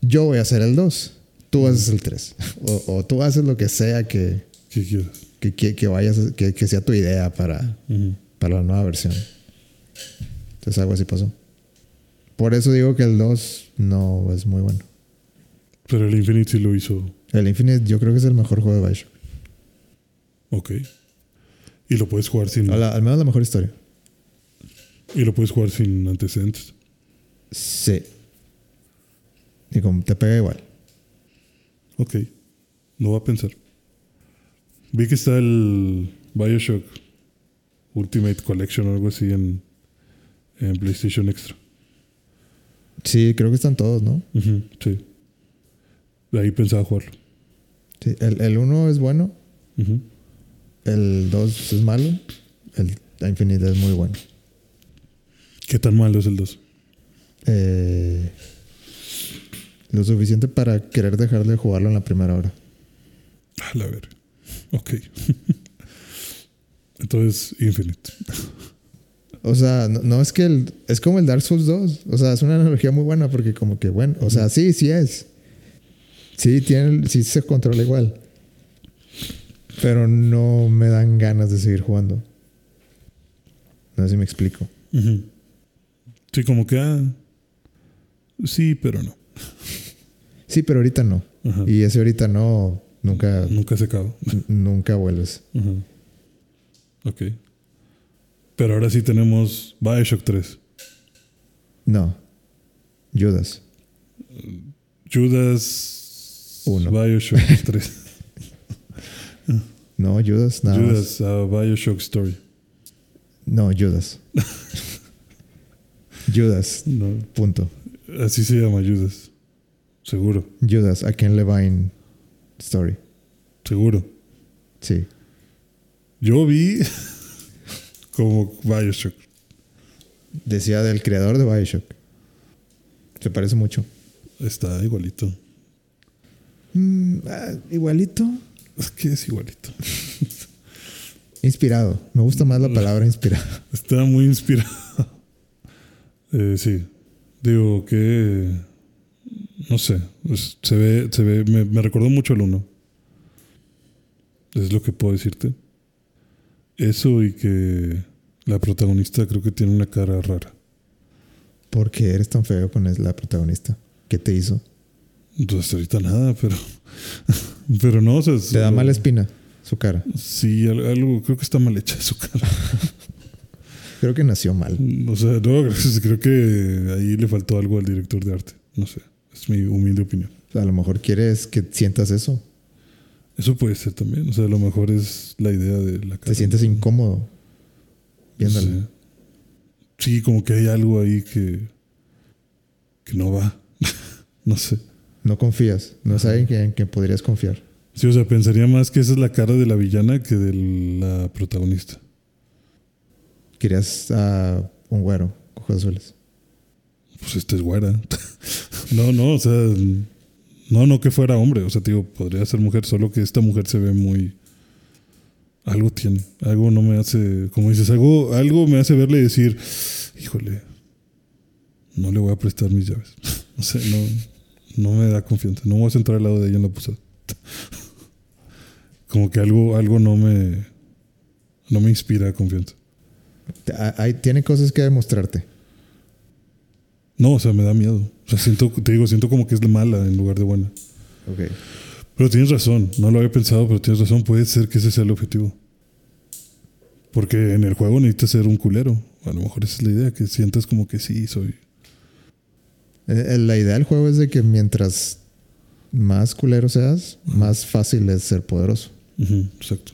Speaker 1: Yo voy a hacer el 2. Tú haces el 3. O, o tú haces lo que sea que,
Speaker 2: ¿Qué quieras?
Speaker 1: que, que- que vayas, a- que, que sea tu idea para,
Speaker 2: Ujú.
Speaker 1: para la nueva versión. Entonces algo así pasó. Por eso digo que el 2 no es muy bueno.
Speaker 2: Pero el Infinite sí lo hizo.
Speaker 1: El Infinite yo creo que es el mejor juego de Bioshock.
Speaker 2: Ok. Y lo puedes jugar sin.
Speaker 1: O la- al menos la mejor historia.
Speaker 2: Y lo puedes jugar sin antecedentes.
Speaker 1: Sí. Y como te pega igual.
Speaker 2: Ok. Lo voy a pensar. Vi que está el Bioshock Ultimate Collection o algo así en, en PlayStation Extra.
Speaker 1: Sí, creo que están todos, ¿no?
Speaker 2: Ujú, Sí. De ahí pensaba jugarlo.
Speaker 1: Sí, el, el 1 es bueno,
Speaker 2: Ujú.
Speaker 1: el 2 es malo, el Infinite es muy bueno.
Speaker 2: ¿Qué tan malo es el 2?
Speaker 1: Eh, lo suficiente para querer dejar de jugarlo en la primera hora.
Speaker 2: A la verga. Ok. Entonces, Infinite.
Speaker 1: O sea, no, no es que el, es como el Dark Souls 2. O sea, es una analogía muy buena porque como que bueno, o sea, sí, sí es. Sí, tiene, sí se controla igual. Pero no me dan ganas de seguir jugando. No sé si me explico.
Speaker 2: Ujú. Sí, como que. ah, sí, pero no.
Speaker 1: Sí, pero ahorita no.
Speaker 2: Ajá.
Speaker 1: Y ese ahorita no, nunca,
Speaker 2: Nunca se acaba.
Speaker 1: n- nunca vuelves.
Speaker 2: Ajá. Ok. Pero ahora sí tenemos Bioshock 3.
Speaker 1: No. Judas.
Speaker 2: Judas.
Speaker 1: Uno.
Speaker 2: Bioshock 3.
Speaker 1: No, Judas, nada más.
Speaker 2: Judas, a Bioshock Story.
Speaker 1: No, Judas. Judas,
Speaker 2: No,
Speaker 1: punto.
Speaker 2: así se llama Judas. Seguro,
Speaker 1: Judas, a Ken Levine Story.
Speaker 2: seguro.
Speaker 1: Sí.
Speaker 2: Yo vi como Bioshock.
Speaker 1: Decía del creador de Bioshock. Se parece mucho.
Speaker 2: Está igualito.
Speaker 1: igualito.
Speaker 2: Es que es igualito.
Speaker 1: Inspirado. Me gusta más la palabra inspirado.
Speaker 2: Está muy inspirado. Eh, sí. Digo que. No sé. es- se ve. Se ve me, me recordó mucho al uno. Es lo que puedo decirte. Eso y que la protagonista creo que tiene una cara rara.
Speaker 1: Porque eres tan feo con la protagonista. ¿Qué te hizo?
Speaker 2: Entonces ahorita nada, pero. pero no, o sea. es-
Speaker 1: Te da mala espina su cara.
Speaker 2: Sí, al- algo. Creo que está mal hecha su cara.
Speaker 1: Creo que nació mal.
Speaker 2: O sea, no, creo que ahí le faltó algo al director de arte. No sé. Es mi humilde opinión.
Speaker 1: A lo mejor quieres que sientas eso.
Speaker 2: Eso puede ser también. O sea, a lo mejor es la idea de la cara.
Speaker 1: Te sientes incómodo viéndola.
Speaker 2: Sí. Sí, como que hay algo ahí que. que no va. no sé.
Speaker 1: No confías. No es alguien que- en quien podrías confiar.
Speaker 2: Sí, o sea, pensaría más que esa es la cara de la villana que de la protagonista.
Speaker 1: Querías a un güero, ojos azules.
Speaker 2: este Pues esta es güera. no, no, o sea. No, no que fuera hombre, o sea, te digo, podría ser mujer, solo que esta mujer se ve muy. Algo tiene, algo no me hace. Como dices, algo, algo me hace verle y decir, híjole, no le voy a prestar mis llaves. o sea, no, no me da confianza, no me voy a sentar al lado de ella en la posada. como que algo, algo no me. No me inspira confianza.
Speaker 1: A- ahí tiene cosas que demostrarte.
Speaker 2: No, o sea, me da miedo. O sea, siento, te digo, siento como que es mala en lugar de buena.
Speaker 1: Ok.
Speaker 2: Pero tienes razón, no lo había pensado, pero tienes razón, puede ser que ese sea el objetivo. Porque en el juego necesitas ser un culero. A lo mejor esa es la idea, que sientas como que sí, soy.
Speaker 1: Eh, eh, La idea del juego es de que mientras más culero seas, más fácil es ser poderoso.
Speaker 2: Ujú, exacto.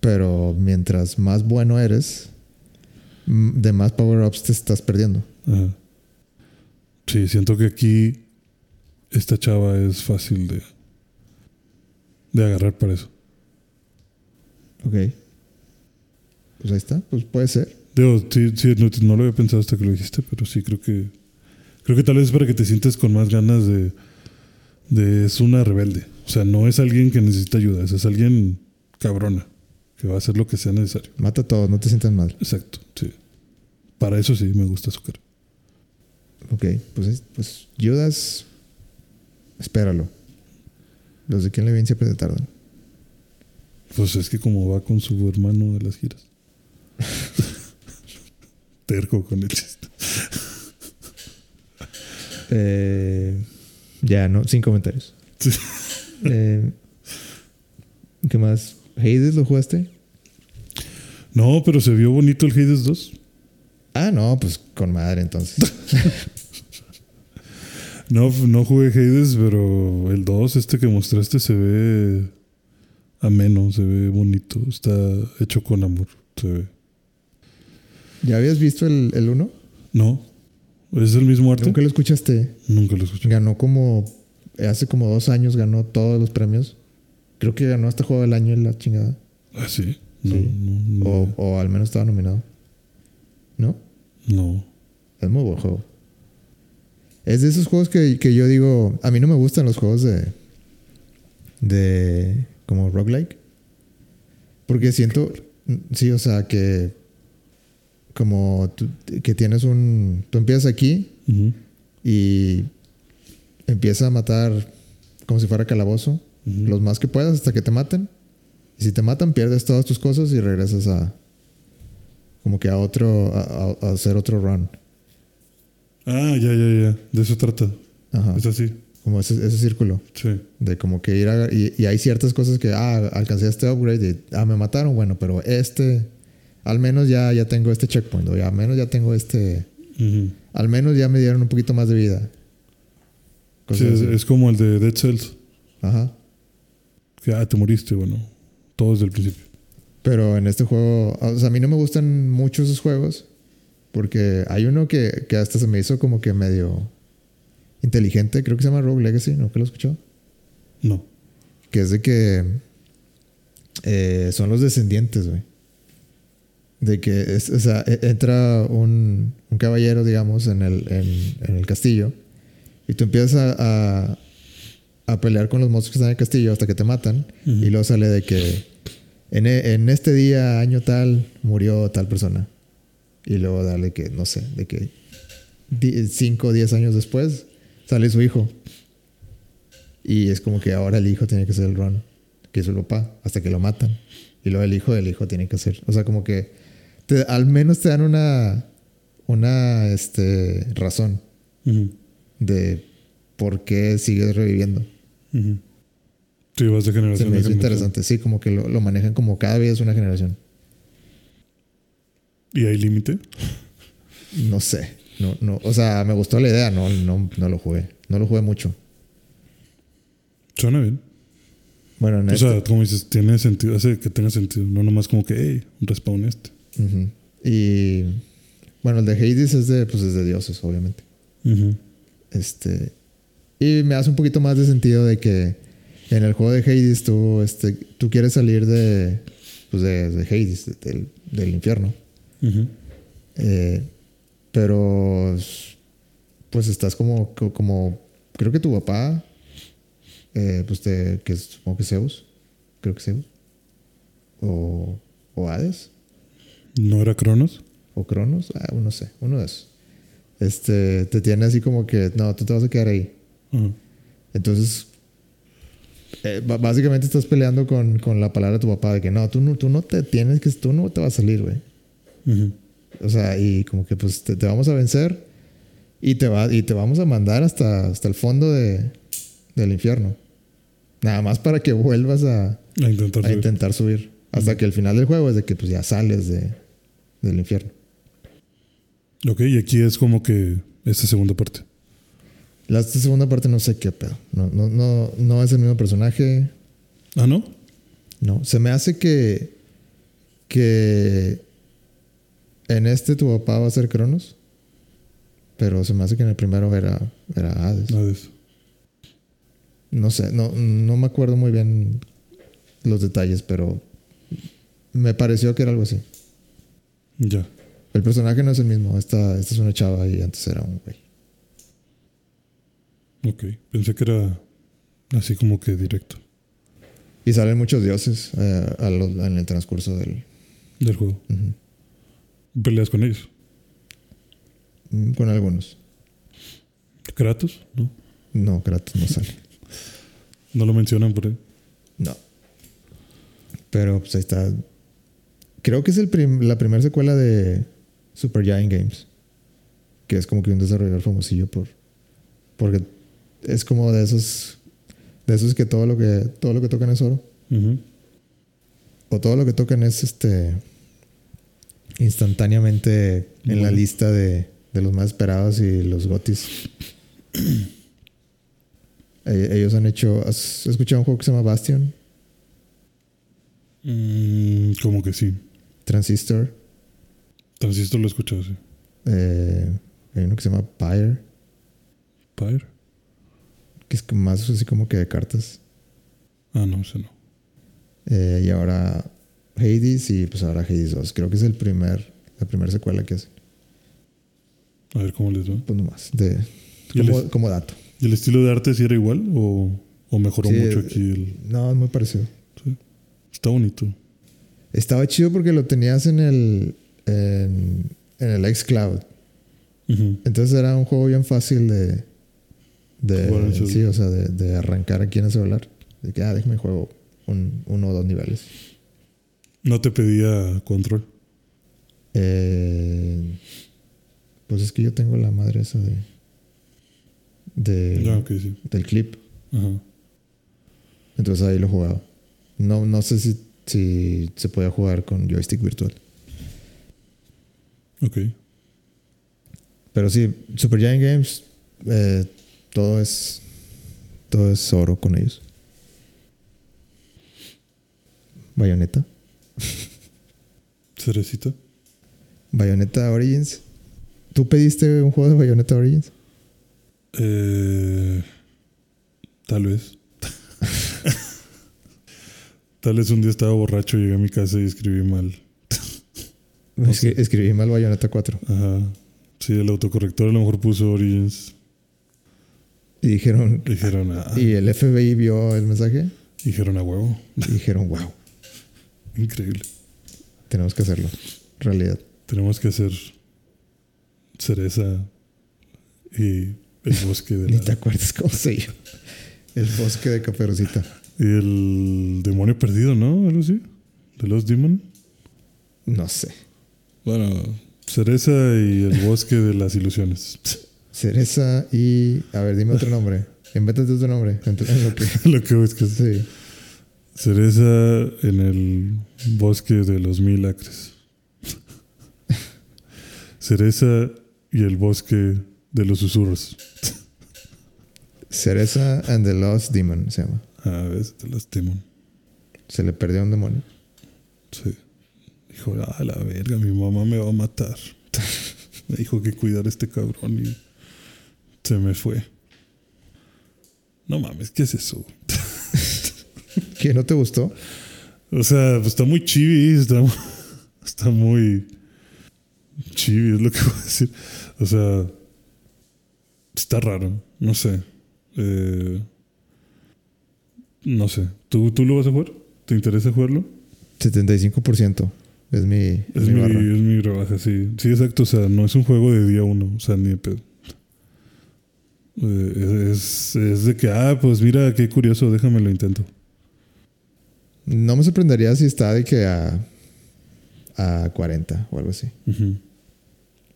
Speaker 1: Pero mientras más bueno eres, mm, de más power-ups te estás perdiendo.
Speaker 2: Ajá. Sí, siento que aquí esta chava es fácil de, de agarrar para eso.
Speaker 1: Ok. Pues ahí está, pues puede ser.
Speaker 2: Digo, sí, sí, no, no lo había pensado hasta que lo dijiste, pero sí creo que. Creo que tal vez es para que te sientes con más ganas de. de es una rebelde. O sea, no es alguien que necesita ayuda, es, es alguien cabrona, que va a hacer lo que sea necesario.
Speaker 1: Mata a todos, no te sientas mal.
Speaker 2: Exacto, sí. Para eso sí me gusta azúcar.
Speaker 1: Ok, pues, es- pues Judas, espéralo. Los de quien le viene siempre se tardan.
Speaker 2: Pues es que como va con su hermano a las giras. Terco con el chiste.
Speaker 1: Eh, ya, no, sin comentarios.
Speaker 2: Sí.
Speaker 1: Eh, ¿Qué más? ¿Hades lo jugaste?
Speaker 2: No, pero se vio bonito el Hades 2.
Speaker 1: Ah, no, pues con madre entonces.
Speaker 2: No, no jugué Hades, pero el 2, este que mostraste, se ve ameno, se ve bonito, está hecho con amor, se ve.
Speaker 1: ¿Ya habías visto el, el uno?
Speaker 2: ¿No? ¿Es el mismo arte?
Speaker 1: Nunca lo escuchaste.
Speaker 2: Nunca lo escuché.
Speaker 1: Ganó como. Hace como dos años ganó todos los premios. Creo que ganó hasta juego del año en la chingada.
Speaker 2: ¿Ah, sí? No,
Speaker 1: Sí. Oh.
Speaker 2: no,
Speaker 1: O,
Speaker 2: no.
Speaker 1: o al menos estaba nominado. ¿No?
Speaker 2: no.
Speaker 1: Es muy buen juego. Es de esos juegos que, que yo digo. A mí no me gustan los juegos de. de. como roguelike. Porque siento. Sí, o sea, que. como. tú- que tienes un. tú empiezas aquí
Speaker 2: Ujú,
Speaker 1: y. empieza a matar. como si fuera calabozo.
Speaker 2: ujú.
Speaker 1: Los más que puedas hasta que te maten. Y si te matan, pierdes todas tus cosas y regresas a. como que a otro. a, a- a hacer otro run.
Speaker 2: Ah, ya, ya, ya. De eso trata.
Speaker 1: Ajá.
Speaker 2: Es así.
Speaker 1: Como ese, ese círculo.
Speaker 2: Sí.
Speaker 1: De como que ir a. Y, y hay ciertas cosas que. Ah, alcancé este upgrade. Y, ah, me mataron. Bueno, pero este. Al menos ya, ya tengo este checkpoint. O ya, al menos ya tengo este.
Speaker 2: Ujú.
Speaker 1: Al menos ya me dieron un poquito más de vida.
Speaker 2: Sí,
Speaker 1: Cosas
Speaker 2: es,
Speaker 1: así.
Speaker 2: es como el de Dead Cells.
Speaker 1: Ajá.
Speaker 2: Que, ah, te moriste, bueno. Todo desde el principio.
Speaker 1: Pero en este juego, o sea, a mí no me gustan mucho esos juegos. Porque hay uno que, que hasta se me hizo como que medio inteligente. Creo que se llama Rogue Legacy, ¿no? que lo escuchó?
Speaker 2: No.
Speaker 1: Que es de que eh, son los descendientes, güey. De que, es- o sea, e- entra un, un caballero, digamos, en el, en- en el castillo. Y tú empiezas a, a- a pelear con los monstruos que están en el castillo hasta que te matan.
Speaker 2: Ujú.
Speaker 1: Y luego sale de que en, e- en este día, año tal, murió tal persona. Y luego dale que, no sé, de que 5 o 10 años después sale su hijo. Y es como que ahora el hijo tiene que ser el Ron, que es el papá, hasta que lo matan. Y luego el hijo del hijo tiene que ser. O sea, como que te- al menos te dan una, una este, razón
Speaker 2: Ujú,
Speaker 1: de por qué sigues reviviendo.
Speaker 2: ujú. Sí, vas de
Speaker 1: Se
Speaker 2: generación
Speaker 1: me
Speaker 2: en
Speaker 1: hizo
Speaker 2: generación.
Speaker 1: interesante, sí, como que lo, lo manejan como cada vida es una generación.
Speaker 2: ¿Y hay límite?
Speaker 1: No sé, no, no, o sea, me gustó la idea, no, no, no lo jugué, no lo jugué mucho.
Speaker 2: Suena bien.
Speaker 1: Bueno, en
Speaker 2: O
Speaker 1: este-
Speaker 2: sea, como dices, tiene sentido, hace que tenga sentido, no nomás como que, hey, respawn este.
Speaker 1: Ujú. Y bueno, el de Hades es de, pues, es de dioses, obviamente. Este. Y me hace un poquito más de sentido de que en el juego de Hades tú, este, tú quieres salir de. Pues de, de Hades, de- del, del infierno.
Speaker 2: Ujú.
Speaker 1: Eh, pero. Pues estás como, co- como. Creo que tu papá eh, pues te, que supongo que Zeus, creo que Zeus, o, o Hades,
Speaker 2: ¿No era Cronos?
Speaker 1: o Cronos, ah, no sé, uno de esos. Este, te tiene así como que, no, tú te vas a quedar ahí.
Speaker 2: Ajá.
Speaker 1: Entonces, eh, ba- básicamente estás peleando con, con la palabra de tu papá de que no, tú no, tú no te tienes que, tú no te vas a salir, güey.
Speaker 2: Ujú.
Speaker 1: O sea, y como que pues te, te vamos a vencer y te, va, y te vamos a mandar hasta, hasta el fondo de, del infierno. Nada más para que vuelvas a,
Speaker 2: A intentar
Speaker 1: a
Speaker 2: subir.
Speaker 1: intentar subir. Hasta que el final del juego es de que pues ya sales de, del infierno.
Speaker 2: Ok, y aquí es como que esta segunda parte.
Speaker 1: La esta segunda parte no sé qué pedo. No, no, no, no es el mismo personaje.
Speaker 2: Ah, ¿no?
Speaker 1: No, se me hace que. que. En este tu papá va a ser Cronos. Pero se me hace que en el primero era, era Hades.
Speaker 2: Nada Ah, de eso.
Speaker 1: No sé, no, no me acuerdo muy bien los detalles, pero. Me pareció que era algo así.
Speaker 2: Ya.
Speaker 1: El personaje no es el mismo. Esta, esta es una chava y antes era un güey.
Speaker 2: Ok. Pensé que era así como que directo
Speaker 1: Y salen muchos dioses eh, a lo- en el transcurso del.
Speaker 2: del juego.
Speaker 1: Ujú.
Speaker 2: Peleas con ellos.
Speaker 1: Mm, Con algunos.
Speaker 2: Kratos, ¿no?
Speaker 1: No, Kratos no sale.
Speaker 2: No lo mencionan por ahí.
Speaker 1: No. Pero pues ahí está. Creo que es el prim- la primera secuela de Super Giant Games. Que es como que un desarrollador famosillo por. Porque es como de esos. De esos que todo lo que. Todo lo que tocan es oro.
Speaker 2: Ujú.
Speaker 1: O todo lo que tocan es este. instantáneamente en la
Speaker 2: Bueno.
Speaker 1: lista de, de los más esperados y los gotis. Eh, Ellos han hecho. ¿Has escuchado un juego que se llama Bastion?
Speaker 2: Mm, como que sí.
Speaker 1: Transistor.
Speaker 2: Transistor lo he escuchado, sí.
Speaker 1: Eh, hay uno que se llama Pyre,
Speaker 2: Pyre.
Speaker 1: que es más así como que de cartas.
Speaker 2: Ah, no, ese no.
Speaker 1: Eh, y ahora Hades y pues ahora Hades 2. Creo que es el primer, la primera secuela que hacen.
Speaker 2: A ver cómo les va.
Speaker 1: Pues nomás, de,
Speaker 2: ¿Y el,
Speaker 1: como,
Speaker 2: es-
Speaker 1: como dato.
Speaker 2: y el estilo de arte sí era igual o, o mejoró
Speaker 1: Sí,
Speaker 2: mucho
Speaker 1: eh,
Speaker 2: aquí? el-
Speaker 1: No, es muy parecido.
Speaker 2: Está bonito.
Speaker 1: Estaba chido porque lo tenías en el, en, en el xCloud.
Speaker 2: Ujú.
Speaker 1: Entonces era un juego bien fácil de... de
Speaker 2: Jugar en el
Speaker 1: sí,
Speaker 2: celular.
Speaker 1: o sea, de, de arrancar aquí en el celular. De que, ah, déjame juego un, uno o dos niveles.
Speaker 2: No te pedía control.
Speaker 1: Eh, pues es que yo tengo la madre esa de. de-
Speaker 2: Ya, Ah, ok, sí.
Speaker 1: del clip.
Speaker 2: Ajá.
Speaker 1: Entonces ahí lo jugaba. No, no sé si, si se podía jugar con joystick virtual.
Speaker 2: Ok.
Speaker 1: Pero sí, Supergiant Games, eh, todo es. Todo es oro con ellos. Bayonetta.
Speaker 2: Cerecita.
Speaker 1: Bayonetta Origins. ¿Tú pediste un juego de Bayonetta Origins?
Speaker 2: Eh, tal vez. tal vez un día estaba borracho, llegué a mi casa y escribí mal.
Speaker 1: Escri- escribí mal Bayonetta 4.
Speaker 2: Ajá. Sí, el autocorrector a lo mejor puso Origins.
Speaker 1: Y dijeron,
Speaker 2: Dijeron a,
Speaker 1: Y el FBI vio el mensaje
Speaker 2: dijeron a huevo.
Speaker 1: y dijeron, wow,
Speaker 2: Increíble.
Speaker 1: tenemos que hacerlo. Realidad.
Speaker 2: Tenemos que hacer cereza y el bosque de
Speaker 1: Ni te
Speaker 2: la,
Speaker 1: acuerdas cómo se llama. El bosque de Caperucita.
Speaker 2: y el demonio perdido, ¿no? Algo así. De los Demon.
Speaker 1: No sé.
Speaker 2: Bueno, cereza y el bosque de las ilusiones.
Speaker 1: Cereza y... A ver, dime otro nombre. Invéntate otro nombre. Ent- en lo que-
Speaker 2: lo que buscas.
Speaker 1: Sí.
Speaker 2: Cereza en el bosque de los mil acres. Cereza y el bosque de los susurros.
Speaker 1: Cereza and the Lost Demon se llama.
Speaker 2: A veces te lastiman.
Speaker 1: Se le perdió un demonio.
Speaker 2: Sí. Dijo, a la verga, mi mamá me va a matar. me dijo que cuidar a este cabrón y se me fue. No mames, ¿qué es eso?
Speaker 1: ¿Qué? ¿No te gustó?
Speaker 2: O sea, pues, está muy chibi, está, mu- está muy chibi, es lo que voy a decir. O sea, está raro, no sé. Eh, No sé. ¿Tú, ¿Tú lo vas a jugar? ¿Te interesa jugarlo?
Speaker 1: 75% es mi, es
Speaker 2: Es
Speaker 1: mi
Speaker 2: mi,
Speaker 1: barra.
Speaker 2: es mi rebaja, sí. Sí, exacto. O sea, no es un juego de día uno. O sea, ni de pedo. Eh, es, es de que, ah, pues mira, qué curioso, déjame lo intento.
Speaker 1: No me sorprendería si está de que a, a 40 o algo así.
Speaker 2: Ujú.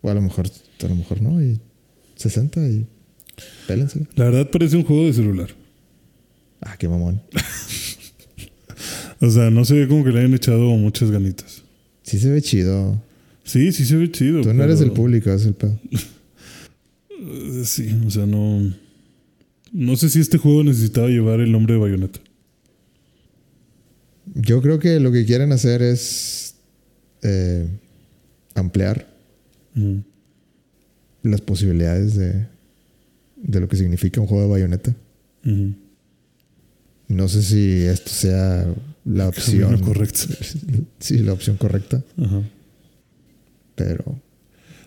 Speaker 1: O a lo mejor, a lo mejor no, y 60 y pélense.
Speaker 2: La verdad parece un juego de celular.
Speaker 1: Ah, qué mamón.
Speaker 2: O sea, no se ve como que le hayan echado muchas ganitas.
Speaker 1: Sí se ve chido.
Speaker 2: Sí, sí se ve chido.
Speaker 1: Tú no eres
Speaker 2: pero-
Speaker 1: el público, es el pedo.
Speaker 2: Eh, Sí, o sea, no. No sé si este juego necesitaba llevar el nombre de Bayonetta.
Speaker 1: Yo creo que lo que quieren hacer es eh, ampliar
Speaker 2: Ujú.
Speaker 1: las posibilidades de, de lo que significa un juego de bayoneta.
Speaker 2: Ujú.
Speaker 1: No sé si esto sea la
Speaker 2: Camino
Speaker 1: opción.
Speaker 2: correcto.
Speaker 1: sí, la opción correcta,
Speaker 2: Ajá.
Speaker 1: pero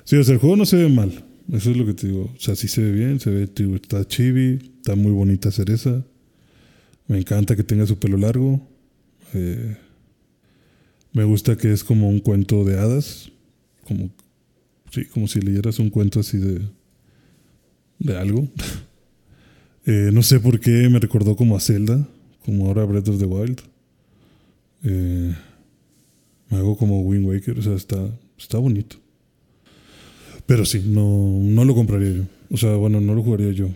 Speaker 2: Sí, o sea, el juego no se ve mal. Eso es lo que te digo. O sea, sí se ve bien, se ve, te digo, está chibi, está muy bonita cereza. Me encanta que tenga su pelo largo. Eh, me gusta que es como un cuento de hadas. Como, sí, como si leyeras un cuento así de, de algo. Eh, no sé por qué me recordó como a Zelda, como ahora Breath of the Wild. Eh, me hago como Wind Waker, o sea, está, está bonito. Pero sí, no, no lo compraría yo. O sea, bueno, no lo jugaría yo.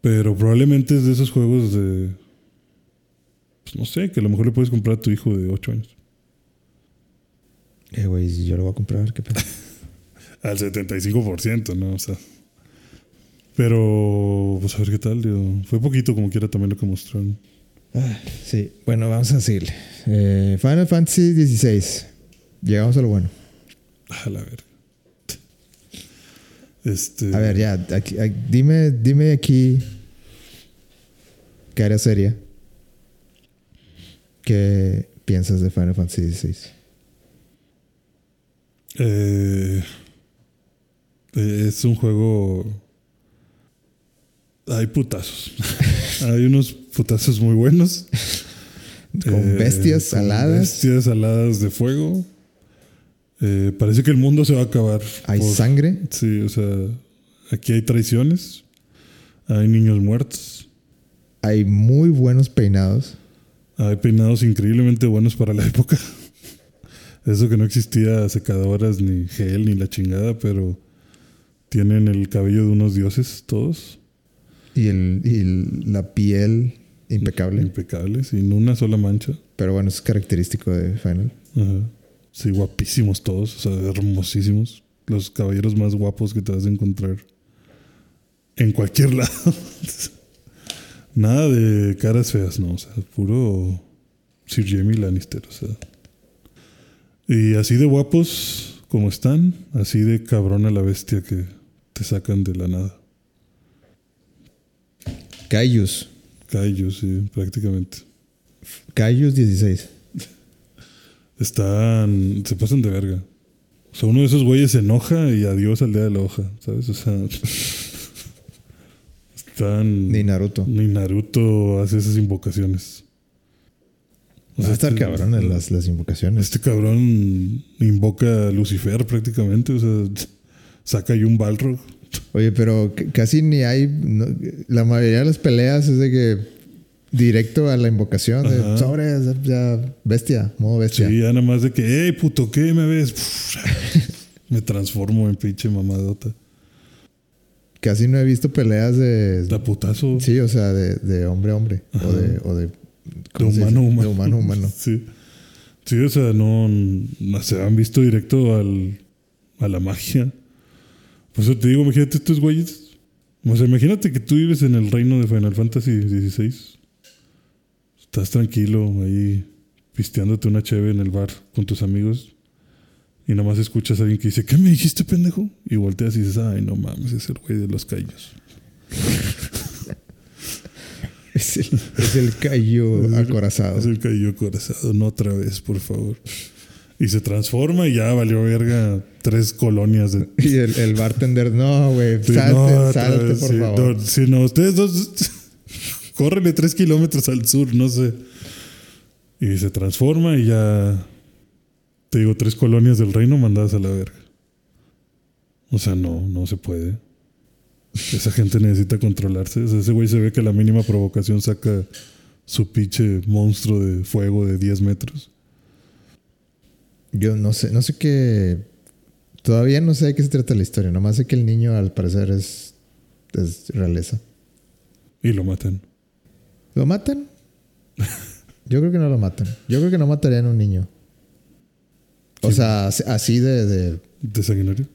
Speaker 2: Pero probablemente es de esos juegos de. Pues no sé, que a lo mejor le puedes comprar a tu hijo de 8 años.
Speaker 1: eh, güey, si yo lo voy a comprar, qué pedo.
Speaker 2: Al 75%, ¿no? O sea. Pero, pues a ver qué tal, digo. Fue poquito como quiera también lo que mostraron.
Speaker 1: Ah, sí, bueno, vamos a seguirle. Eh, Final Fantasy 16. Llegamos a lo bueno.
Speaker 2: A la verga. Este.
Speaker 1: A ver, ya, aquí- aquí- dime, dime aquí qué área seria. ¿Qué piensas de Final Fantasy XVI?
Speaker 2: Eh, eh, es un juego. Hay putazos. Hay unos putazos muy buenos.
Speaker 1: Con
Speaker 2: Eh,
Speaker 1: bestias
Speaker 2: con
Speaker 1: aladas,
Speaker 2: Bestias aladas de fuego. Eh, parece que el mundo se va a acabar.
Speaker 1: hay
Speaker 2: por-
Speaker 1: sangre,
Speaker 2: Sí, o sea, aquí hay traiciones. Hay niños muertos.
Speaker 1: hay muy buenos peinados.
Speaker 2: Hay peinados increíblemente buenos para la época. Eso que no existía secadoras ni gel ni la chingada, pero tienen el cabello de unos dioses todos.
Speaker 1: Y, el, y el- la piel impecable.
Speaker 2: Impecables, sin una sola mancha.
Speaker 1: Pero bueno, eso es característico de Final.
Speaker 2: Ajá. Sí, guapísimos todos, o sea, hermosísimos. Los caballeros más guapos que te vas a encontrar en cualquier lado. Nada de caras feas, no, o sea, puro Sir Jamie Lannister, o sea. Y así de guapos como están, así de cabrón a la bestia que te sacan de la nada.
Speaker 1: Cayus.
Speaker 2: Kaiju, sí, prácticamente.
Speaker 1: Cayus 16.
Speaker 2: Están. Se pasan de verga. O sea, uno de esos güeyes se enoja y adiós al día de la hoja, ¿sabes? O sea. están.
Speaker 1: Ni Naruto.
Speaker 2: ni Naruto hace esas invocaciones. O
Speaker 1: Pues Va a estar
Speaker 2: este-
Speaker 1: cabrón en las, las invocaciones.
Speaker 2: Este cabrón invoca a Lucifer prácticamente. O sea, saca ahí un Balrog.
Speaker 1: Oye, pero c- casi ni hay. no- la mayoría de las peleas es de que. Directo a la invocación de
Speaker 2: Ajá.
Speaker 1: sobres, ya bestia, modo
Speaker 2: Sí,
Speaker 1: bestia.
Speaker 2: ya nada más de que, hey, puto, ¿qué me ves? me transformo en pinche mamadota.
Speaker 1: Casi no he visto peleas de.
Speaker 2: Da putazo.
Speaker 1: Sí, o sea, de, de hombre a hombre. O de. O de,
Speaker 2: De
Speaker 1: ¿cómo se
Speaker 2: humano a
Speaker 1: dice? De
Speaker 2: humano.
Speaker 1: humano a humano.
Speaker 2: Sí. Sí, o sea, no, no se han visto directo al, a la magia. Por eso te digo, imagínate estos güeyes. O sea, imagínate que tú vives en el reino de Final Fantasy XVI. Estás tranquilo ahí pisteándote una cheve en el bar con tus amigos. Y nada más escuchas a alguien que dice, ¿qué me dijiste, pendejo? Y volteas y dices, ay, no mames, es el güey de los callos.
Speaker 1: Es el, es el callo acorazado.
Speaker 2: Es el cayó corazado, no otra vez, por favor. Y se transforma y ya valió verga tres colonias de.
Speaker 1: Y el, el bartender, no, güey,
Speaker 2: Sí,
Speaker 1: salte,
Speaker 2: no, otra
Speaker 1: salte,
Speaker 2: vez,
Speaker 1: por
Speaker 2: sí,
Speaker 1: favor.
Speaker 2: no, sí, no, ustedes dos. córrele tres kilómetros al sur, no sé. Y se transforma y ya. Te digo, tres colonias del reino mandadas a la verga. O sea, no, no se puede. Esa gente necesita controlarse. O sea, ese güey se ve que la mínima provocación saca su pinche monstruo de fuego de 10 metros.
Speaker 1: Yo no sé, no sé qué. Todavía no sé de qué se trata la historia. Nomás sé que el niño, al parecer, es, es realeza.
Speaker 2: Y lo matan.
Speaker 1: ¿Lo matan? Yo creo que no lo matan. Yo creo que no matarían a un niño. O
Speaker 2: Sí.
Speaker 1: sea, as- así de. de-
Speaker 2: ¿De sanguinario?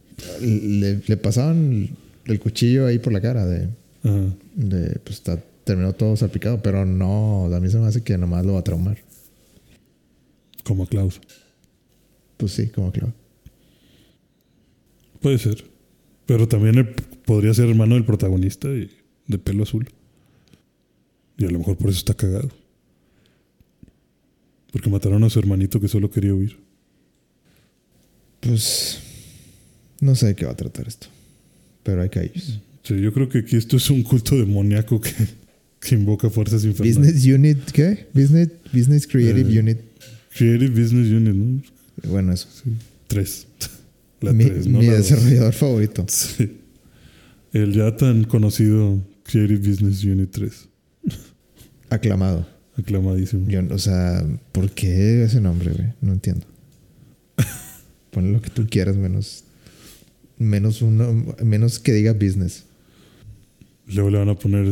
Speaker 1: le, le pasaban el cuchillo ahí por la cara. De,
Speaker 2: Ajá.
Speaker 1: de, pues está- terminó todo salpicado. Pero no, a mí se me hace que nomás lo va a traumar.
Speaker 2: Como a Klaus.
Speaker 1: Pues sí, como claro.
Speaker 2: Puede ser. Pero también el- podría ser hermano del protagonista y de pelo azul. Y a lo mejor por eso está cagado. Porque mataron a su hermanito que solo quería huir.
Speaker 1: Pues. No sé de qué va a tratar esto. Pero hay callos.
Speaker 2: Sí, yo creo que aquí esto es un culto demoníaco que, que invoca fuerzas infernales.
Speaker 1: Business Unit, ¿qué? Business, business Creative
Speaker 2: Eh,
Speaker 1: Unit.
Speaker 2: Creative Business Unit, ¿no?
Speaker 1: Bueno, eso.
Speaker 2: Tres. La
Speaker 1: mi
Speaker 2: tres, ¿no?
Speaker 1: mi
Speaker 2: La dos.
Speaker 1: desarrollador favorito.
Speaker 2: Sí. El ya tan conocido Creative Business Unit 3.
Speaker 1: Aclamado.
Speaker 2: Aclamadísimo.
Speaker 1: Yo, o sea, ¿por qué ese nombre, güey? No entiendo. Ponle lo que tú quieras, menos. Menos uno. Menos que diga business.
Speaker 2: Luego le van a poner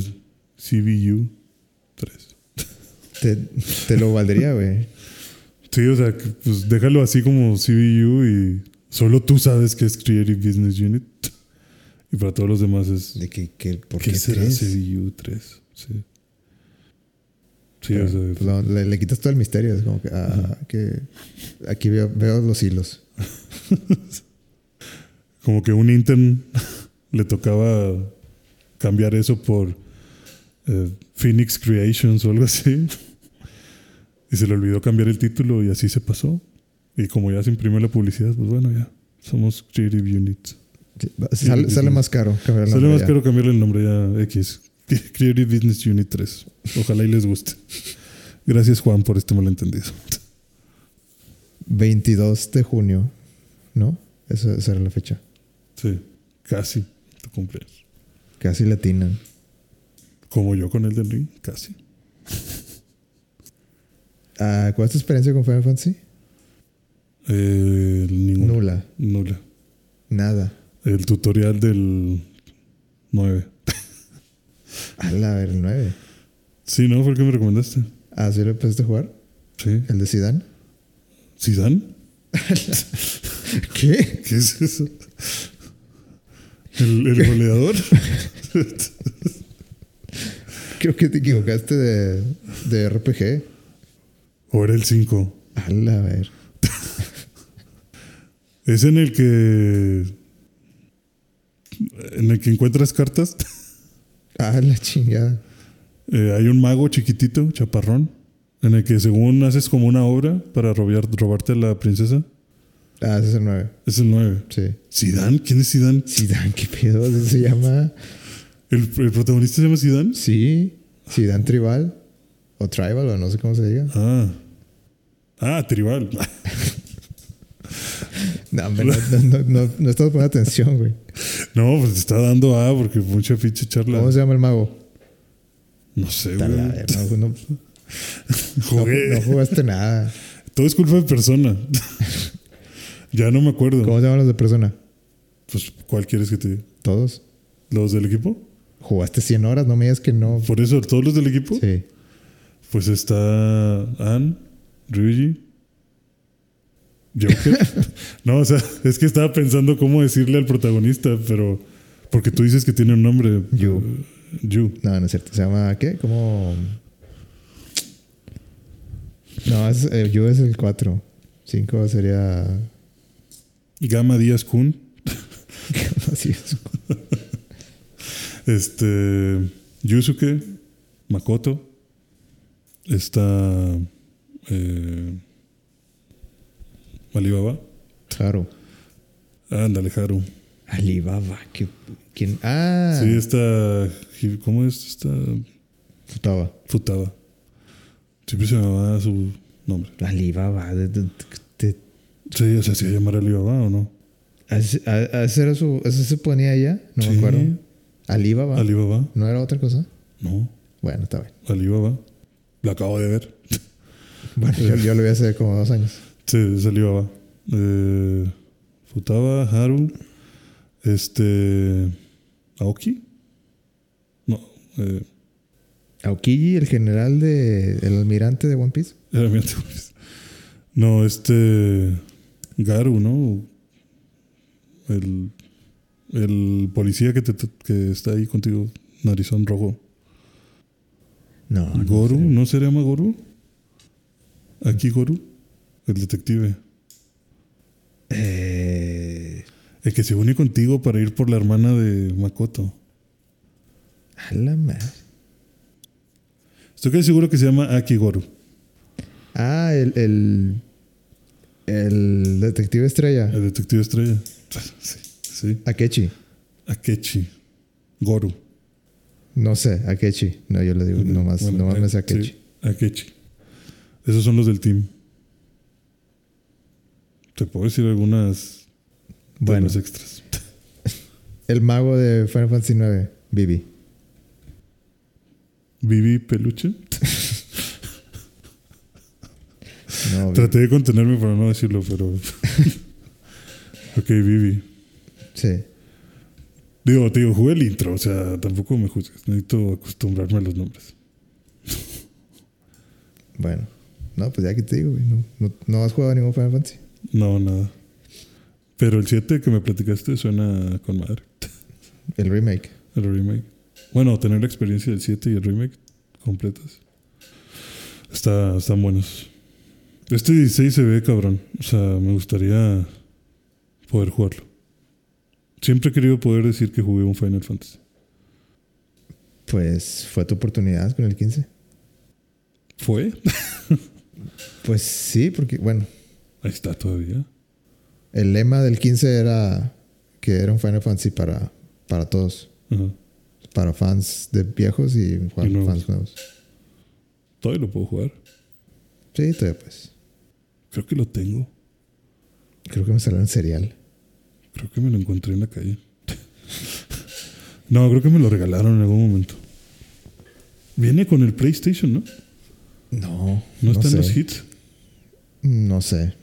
Speaker 2: CBU 3.
Speaker 1: Te, te lo valdría, güey.
Speaker 2: Sí, o sea, que, pues déjalo así como CBU y solo tú sabes que es Creative Business Unit. Y para todos los demás es.
Speaker 1: De que, que, ¿Por
Speaker 2: ¿Qué,
Speaker 1: qué,
Speaker 2: será
Speaker 1: tres?
Speaker 2: CBU 3? Sí. Sí,
Speaker 1: Pero,
Speaker 2: o sea,
Speaker 1: pues, no, le, le quitas todo el misterio. Es como que. ah, que aquí veo, veo los hilos.
Speaker 2: como que un intern le tocaba cambiar eso por eh, Phoenix Creations o algo así. Y se le olvidó cambiar el título y así se pasó. Y como ya se imprimió la publicidad, pues bueno, ya. Somos Creative Unit.
Speaker 1: Sí, va- Sale,
Speaker 2: sí,
Speaker 1: sale
Speaker 2: sí.
Speaker 1: más caro. cambiar el
Speaker 2: Solo
Speaker 1: nombre
Speaker 2: más
Speaker 1: ya.
Speaker 2: quiero cambiarle el nombre ya X. Creative Business Unit 3. Ojalá y les guste. Gracias, Juan, por este malentendido.
Speaker 1: 22 de junio, ¿no? Esa, esa era la fecha.
Speaker 2: Sí, casi tu cumpleaños.
Speaker 1: Casi latinan.
Speaker 2: Como yo con el del ring, casi.
Speaker 1: Ah, ¿Cuál es tu experiencia con Final Fantasy?
Speaker 2: Eh, ninguna.
Speaker 1: Nula.
Speaker 2: Nula.
Speaker 1: Nada.
Speaker 2: El tutorial del 9.
Speaker 1: A la ver, el 9.
Speaker 2: Sí, ¿no? ¿Por qué me recomendaste?
Speaker 1: Ah, ¿sí lo empezaste a jugar?
Speaker 2: Sí.
Speaker 1: ¿El de Zidane?
Speaker 2: ¿Sidán?
Speaker 1: ¿Qué?
Speaker 2: ¿Qué es eso? ¿El, el goleador?
Speaker 1: Creo que te equivocaste de, de RPG.
Speaker 2: ¿O era el 5?
Speaker 1: A la ver.
Speaker 2: Es en el que. En el que encuentras cartas.
Speaker 1: A la chingada.
Speaker 2: Eh, hay un mago chiquitito, chaparrón. En el que, según haces como una obra para robar, robarte a la princesa.
Speaker 1: Ah, ese es el 9.
Speaker 2: Es el 9.
Speaker 1: Sí.
Speaker 2: ¿Sidán? ¿Quién es Sidán?
Speaker 1: Zidane, ¿qué pedo? ¿Así se llama?
Speaker 2: ¿El, el protagonista se llama Sidán?
Speaker 1: Sí. Zidane Tribal. O Tribal, o no sé cómo se diga.
Speaker 2: Ah. Ah, tribal.
Speaker 1: No, hombre, no, no, no, no, no estás poniendo atención, güey.
Speaker 2: No, pues te está dando A porque mucha pinche charla.
Speaker 1: ¿Cómo se llama el mago?
Speaker 2: No sé,
Speaker 1: A
Speaker 2: güey.
Speaker 1: la ver, eh, no, no, no,
Speaker 2: Mm. Jugué.
Speaker 1: no jugaste nada.
Speaker 2: Todo es culpa de persona. ya no me acuerdo.
Speaker 1: ¿Cómo se llaman los de persona?
Speaker 2: Pues, ¿cuál quieres que te diga?
Speaker 1: Todos.
Speaker 2: ¿Los del equipo?
Speaker 1: Jugaste 100 horas, no me digas que no.
Speaker 2: Por eso, todos los del equipo.
Speaker 1: Sí.
Speaker 2: Pues está Ann, Ryuji, Joker. no, o sea, es que estaba pensando cómo decirle al protagonista, pero. Porque tú dices que tiene un nombre.
Speaker 1: Yu.
Speaker 2: Yu.
Speaker 1: No, no es cierto. Se llama, ¿qué? Como... No, es, eh, yo es el 4. 5 sería...
Speaker 2: Gama Díaz Kun.
Speaker 1: Así es.
Speaker 2: Este. Yusuke. Makoto. Está. Eh, Alibaba.
Speaker 1: Claro.
Speaker 2: Ándale, Haru.
Speaker 1: Alibaba. ¿qué- ¿Quién? Ah.
Speaker 2: Sí, está. ¿Cómo es? Está.
Speaker 1: Futaba.
Speaker 2: Futaba. Siempre se llamaba su nombre.
Speaker 1: Alibaba. de- de- de- de-
Speaker 2: Sí, o sea, se hacía llamar Alibaba o no.
Speaker 1: ¿as- a- a- ¿Ese era su. ¿Ese se ponía allá? No
Speaker 2: Sí.
Speaker 1: me acuerdo. Alibaba.
Speaker 2: Alibaba.
Speaker 1: ¿No era otra cosa?
Speaker 2: No,
Speaker 1: Bueno, está bien.
Speaker 2: Alibaba. La acabo de ver.
Speaker 1: Bueno, yo, yo lo vi hace como dos años.
Speaker 2: Sí, es Alibaba. Eh, Futaba, Haru. Este. Aoki. No, eh,
Speaker 1: Aokiji, el general de. El almirante de One Piece.
Speaker 2: Era mi antagonista. No, este. Garu, ¿no? El. El policía que, te, que está ahí contigo, narizón rojo.
Speaker 1: Ah, No. no
Speaker 2: ¿Goru?
Speaker 1: sé.
Speaker 2: ¿No se llama Goru? ¿Aquí Goru? El detective.
Speaker 1: Eh,
Speaker 2: El que se une contigo para ir por la hermana de Makoto.
Speaker 1: a la madre.
Speaker 2: Estoy casi seguro que se llama Aki Goru.
Speaker 1: Ah, el. El, el detective estrella.
Speaker 2: El detective estrella. Sí, sí.
Speaker 1: Akechi.
Speaker 2: Akechi. Goru.
Speaker 1: No sé, Akechi. No, yo le digo, nomás,
Speaker 2: Bueno,
Speaker 1: nomás me sé
Speaker 2: eh,
Speaker 1: Akechi.
Speaker 2: sí, Akechi. Esos son los del team. Te puedo decir algunas de
Speaker 1: Bueno.
Speaker 2: los extras.
Speaker 1: El mago de Final Fantasy IX, Bibi.
Speaker 2: Vivi Peluche.
Speaker 1: No, Bibi.
Speaker 2: Traté de contenerme para no decirlo, pero. ok, Vivi.
Speaker 1: Sí.
Speaker 2: Digo, te digo, jugué el intro, o sea, tampoco me juzgues. Necesito acostumbrarme a los nombres.
Speaker 1: Bueno. No, pues ya que te digo, güey, no, no, no has jugado a ningún Final Fantasy.
Speaker 2: No, nada. Pero el 7 que me platicaste suena con madre.
Speaker 1: El remake.
Speaker 2: El remake. Bueno, tener la experiencia del 7 y el remake completas. Está, están buenos. Este 16 se ve cabrón. O sea, me gustaría poder jugarlo. Siempre he querido poder decir que jugué un Final Fantasy.
Speaker 1: Pues fue tu oportunidad con el 15.
Speaker 2: ¿Fue?
Speaker 1: Pues sí, porque, bueno,
Speaker 2: Ahí está todavía.
Speaker 1: el lema del 15 era que era un Final Fantasy para, para todos.
Speaker 2: Ajá.
Speaker 1: Para fans de viejos y,
Speaker 2: Y nuevos.
Speaker 1: fans nuevos.
Speaker 2: Todavía lo puedo jugar.
Speaker 1: Sí, todavía pues.
Speaker 2: Creo que lo tengo.
Speaker 1: Creo que me salió en serial.
Speaker 2: Creo que me lo encontré en la calle. no, creo que me lo regalaron en algún momento. Viene con el PlayStation, ¿no?
Speaker 1: No,
Speaker 2: No, están
Speaker 1: sé.
Speaker 2: los hits.
Speaker 1: No sé.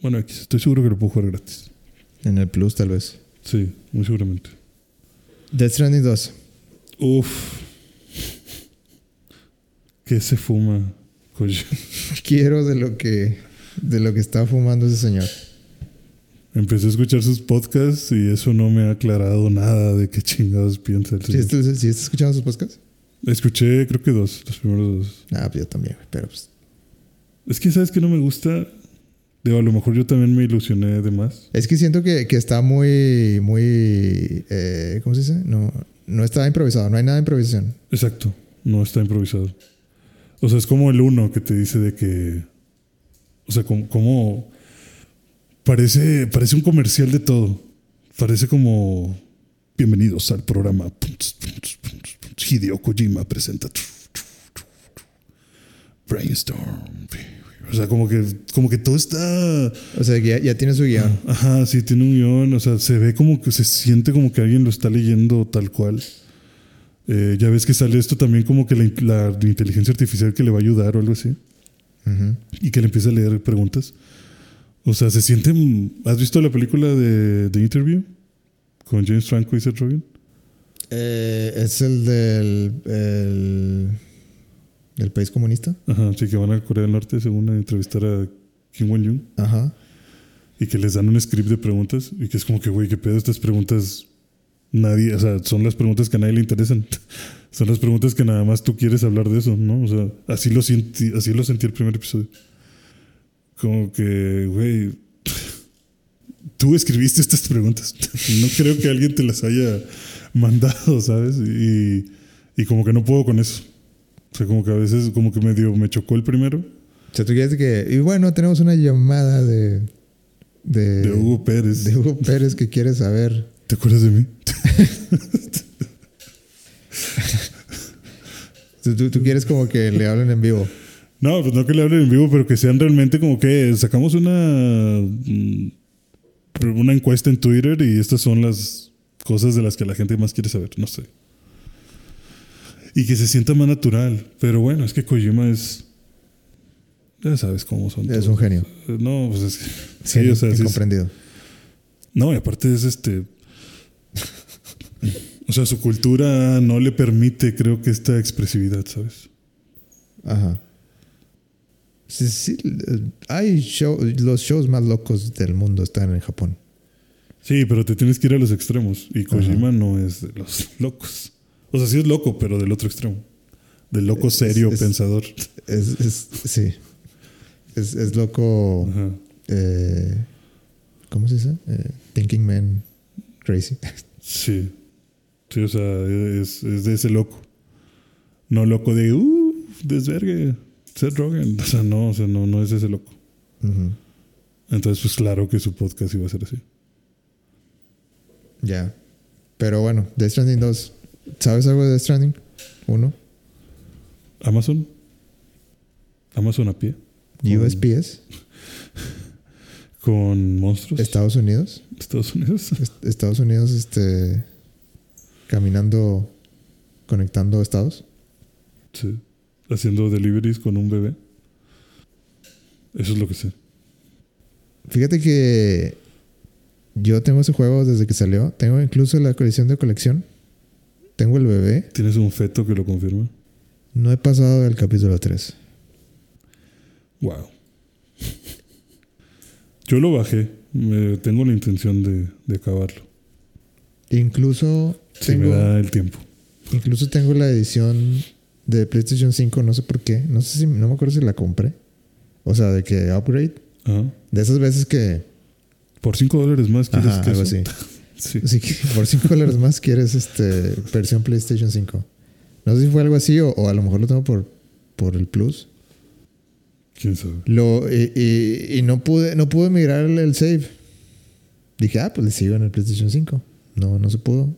Speaker 2: Bueno, X, estoy seguro que lo puedo jugar gratis.
Speaker 1: En el Plus, tal vez.
Speaker 2: Sí, muy seguramente.
Speaker 1: Death Stranding 2.
Speaker 2: Uf. ¿Qué se fuma? Koji?
Speaker 1: Quiero de lo que de lo que está fumando ese señor.
Speaker 2: Empecé a escuchar sus podcasts y eso no me ha aclarado nada de qué chingados piensa el
Speaker 1: Si
Speaker 2: señor.
Speaker 1: estás, sí estás escuchando sus podcasts?
Speaker 2: Escuché, creo que dos, los primeros dos.
Speaker 1: Ah, pues yo también, güey, pero pues.
Speaker 2: Es que, ¿sabes que no me gusta? Digo, a lo mejor yo también me ilusioné de más.
Speaker 1: Es que siento que, que está muy, muy. eh, ¿Cómo se dice? No, no está improvisado, no hay nada de improvisación.
Speaker 2: Exacto, no está improvisado. O sea, es como el uno que te dice de que. O sea, como. como- parece, parece un comercial de todo. Parece como. Bienvenidos al programa. Hideo Kojima presenta. Brainstorm. O sea, como que, como que todo está.
Speaker 1: O sea, que ya, ya tiene su guión.
Speaker 2: Ajá, sí, tiene un guión. O sea, se ve como que se siente como que alguien lo está leyendo tal cual. Eh, ya ves que sale esto también como que la, in- la inteligencia artificial que le va a ayudar o algo así.
Speaker 1: Ujú.
Speaker 2: Y que le empieza a leer preguntas. O sea, se siente... mm, ¿Has visto la película de The Interview? Con James Franco y Seth Rogen.
Speaker 1: Eh, es el del. El, del país comunista.
Speaker 2: Ajá, sí, que van a Corea del Norte según a entrevistar a Kim Won-jung.
Speaker 1: Ajá.
Speaker 2: y que les dan un script de preguntas y que es como que, güey, qué pedo estas preguntas. Nadie, o sea, son las preguntas que a nadie le interesan. son las preguntas que nada más tú quieres hablar de eso, ¿no? O sea, así lo sentí, así lo sentí el primer episodio. Como que, güey, tú escribiste estas preguntas. no creo que alguien te las haya mandado, ¿sabes? Y, y como que no puedo con eso. O sea, como que a veces, como que me dio, me chocó el primero.
Speaker 1: O sea, tú quieres que. Y bueno, tenemos una llamada de. De,
Speaker 2: De Hugo Pérez.
Speaker 1: Eh, de Hugo Pérez que quiere saber.
Speaker 2: ¿Te acuerdas de mí?
Speaker 1: Tú, tú- tú quieres como que le hablen en vivo.
Speaker 2: No, pues no que le hablen en vivo, pero que sean realmente como que sacamos una mm, una encuesta en Twitter y estas son las cosas de las que la gente más quiere saber, no sé. Y que se sienta más natural, pero bueno, es que Kojima es ya sabes cómo son.
Speaker 1: Es
Speaker 2: todos.
Speaker 1: un genio.
Speaker 2: Eh, No, pues es que sí,
Speaker 1: Genio
Speaker 2: o sea, sí es-
Speaker 1: incomprendido.
Speaker 2: no, y aparte es este. o sea, su cultura no le permite, creo que, esta expresividad, ¿sabes?
Speaker 1: Ajá. Sí, sí, eh, hay show- los shows más locos del mundo están en Japón.
Speaker 2: Sí, pero te tienes que ir a los extremos. Y Kojima no es de los locos. O sea, sí es loco, pero del otro extremo. Del loco
Speaker 1: Es-
Speaker 2: serio,
Speaker 1: es-
Speaker 2: pensador.
Speaker 1: Es, es- sí. Es, es loco.
Speaker 2: Ajá.
Speaker 1: eh, ¿Cómo se dice? Eh, thinking man crazy.
Speaker 2: Sí. Sí, o sea, es, es de ese loco. No loco de, uh, desvergue, Seth Rogen. O sea, no, o sea, no, no es ese loco.
Speaker 1: Ujú.
Speaker 2: Entonces, pues claro que su podcast iba a ser así.
Speaker 1: Ya. Pero bueno, Death Stranding 2. ¿Sabes algo de Death Stranding? Uno.
Speaker 2: Amazon. Amazon a pie. Con-
Speaker 1: USPS.
Speaker 2: Con monstruos.
Speaker 1: Estados Unidos.
Speaker 2: Estados Unidos.
Speaker 1: Est- Estados Unidos, este. Caminando. Conectando estados.
Speaker 2: Sí. Haciendo deliveries con un bebé. Eso es lo que sé.
Speaker 1: Fíjate que yo tengo ese juego desde que salió. Tengo incluso la colección de colección. Tengo el bebé.
Speaker 2: Tienes un feto que lo confirma.
Speaker 1: No he pasado del capítulo 3.
Speaker 2: Wow. Yo lo bajé. Me- tengo la intención de, de acabarlo.
Speaker 1: Incluso
Speaker 2: Si me
Speaker 1: tengo,
Speaker 2: da el tiempo.
Speaker 1: incluso tengo la edición de PlayStation 5, no sé por qué. No sé si, no me acuerdo si la compré. O sea, de que upgrade.
Speaker 2: Ajá.
Speaker 1: De esas veces que,
Speaker 2: Por 5 dólares más quieres
Speaker 1: ajá,
Speaker 2: que
Speaker 1: algo
Speaker 2: eso?
Speaker 1: así.
Speaker 2: Sí.
Speaker 1: Así que por 5 dólares más quieres este versión PlayStation 5. No sé si fue algo así o, o a lo mejor lo tengo por, por el Plus.
Speaker 2: ¿Quién sabe?
Speaker 1: Lo, y, y- y no pude, no pude migrar el, el save. Dije, ah, pues le sigo en el PlayStation 5. No, no se pudo.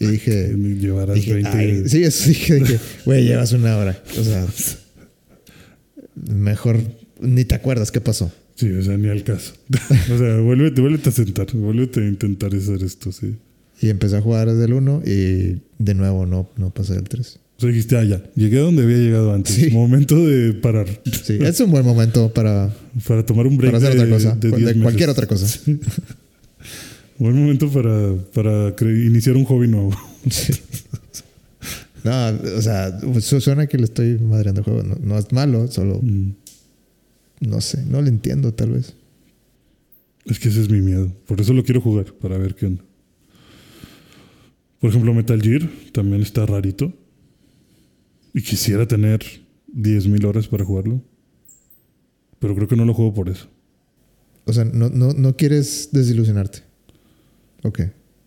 Speaker 1: Y dije,
Speaker 2: Llevarás
Speaker 1: dije,
Speaker 2: 20.
Speaker 1: "Ay", sí, eso dije, de que, güey, llevas una hora. O sea, mejor ni te acuerdas qué pasó.
Speaker 2: Sí, o sea, ni al caso. o sea, vuélvete, vuélvete a sentar. Vuélvete a intentar hacer esto, sí.
Speaker 1: Y empecé a jugar desde el 1 y de nuevo no, no pasé del 3.
Speaker 2: O sea, dijiste, ah, ya, llegué a donde había llegado antes.
Speaker 1: Sí.
Speaker 2: Momento de parar.
Speaker 1: Sí, es un buen momento para,
Speaker 2: Para tomar un break.
Speaker 1: para hacer
Speaker 2: de,
Speaker 1: otra cosa.
Speaker 2: de
Speaker 1: De
Speaker 2: 10
Speaker 1: cualquier
Speaker 2: meses.
Speaker 1: otra cosa.
Speaker 2: Buen momento para, para cre- iniciar un hobby nuevo.
Speaker 1: No, o sea, su- suena que le estoy madreando el juego. No, no es malo, solo
Speaker 2: Mm.
Speaker 1: no sé, no lo entiendo tal vez.
Speaker 2: Es que ese es mi miedo. Por eso lo quiero jugar, para ver qué onda. Por ejemplo, Metal Gear también está rarito. Y quisiera tener 10.000 horas para jugarlo. Pero creo que no lo juego por eso.
Speaker 1: O sea, no, no, no quieres desilusionarte. Ok.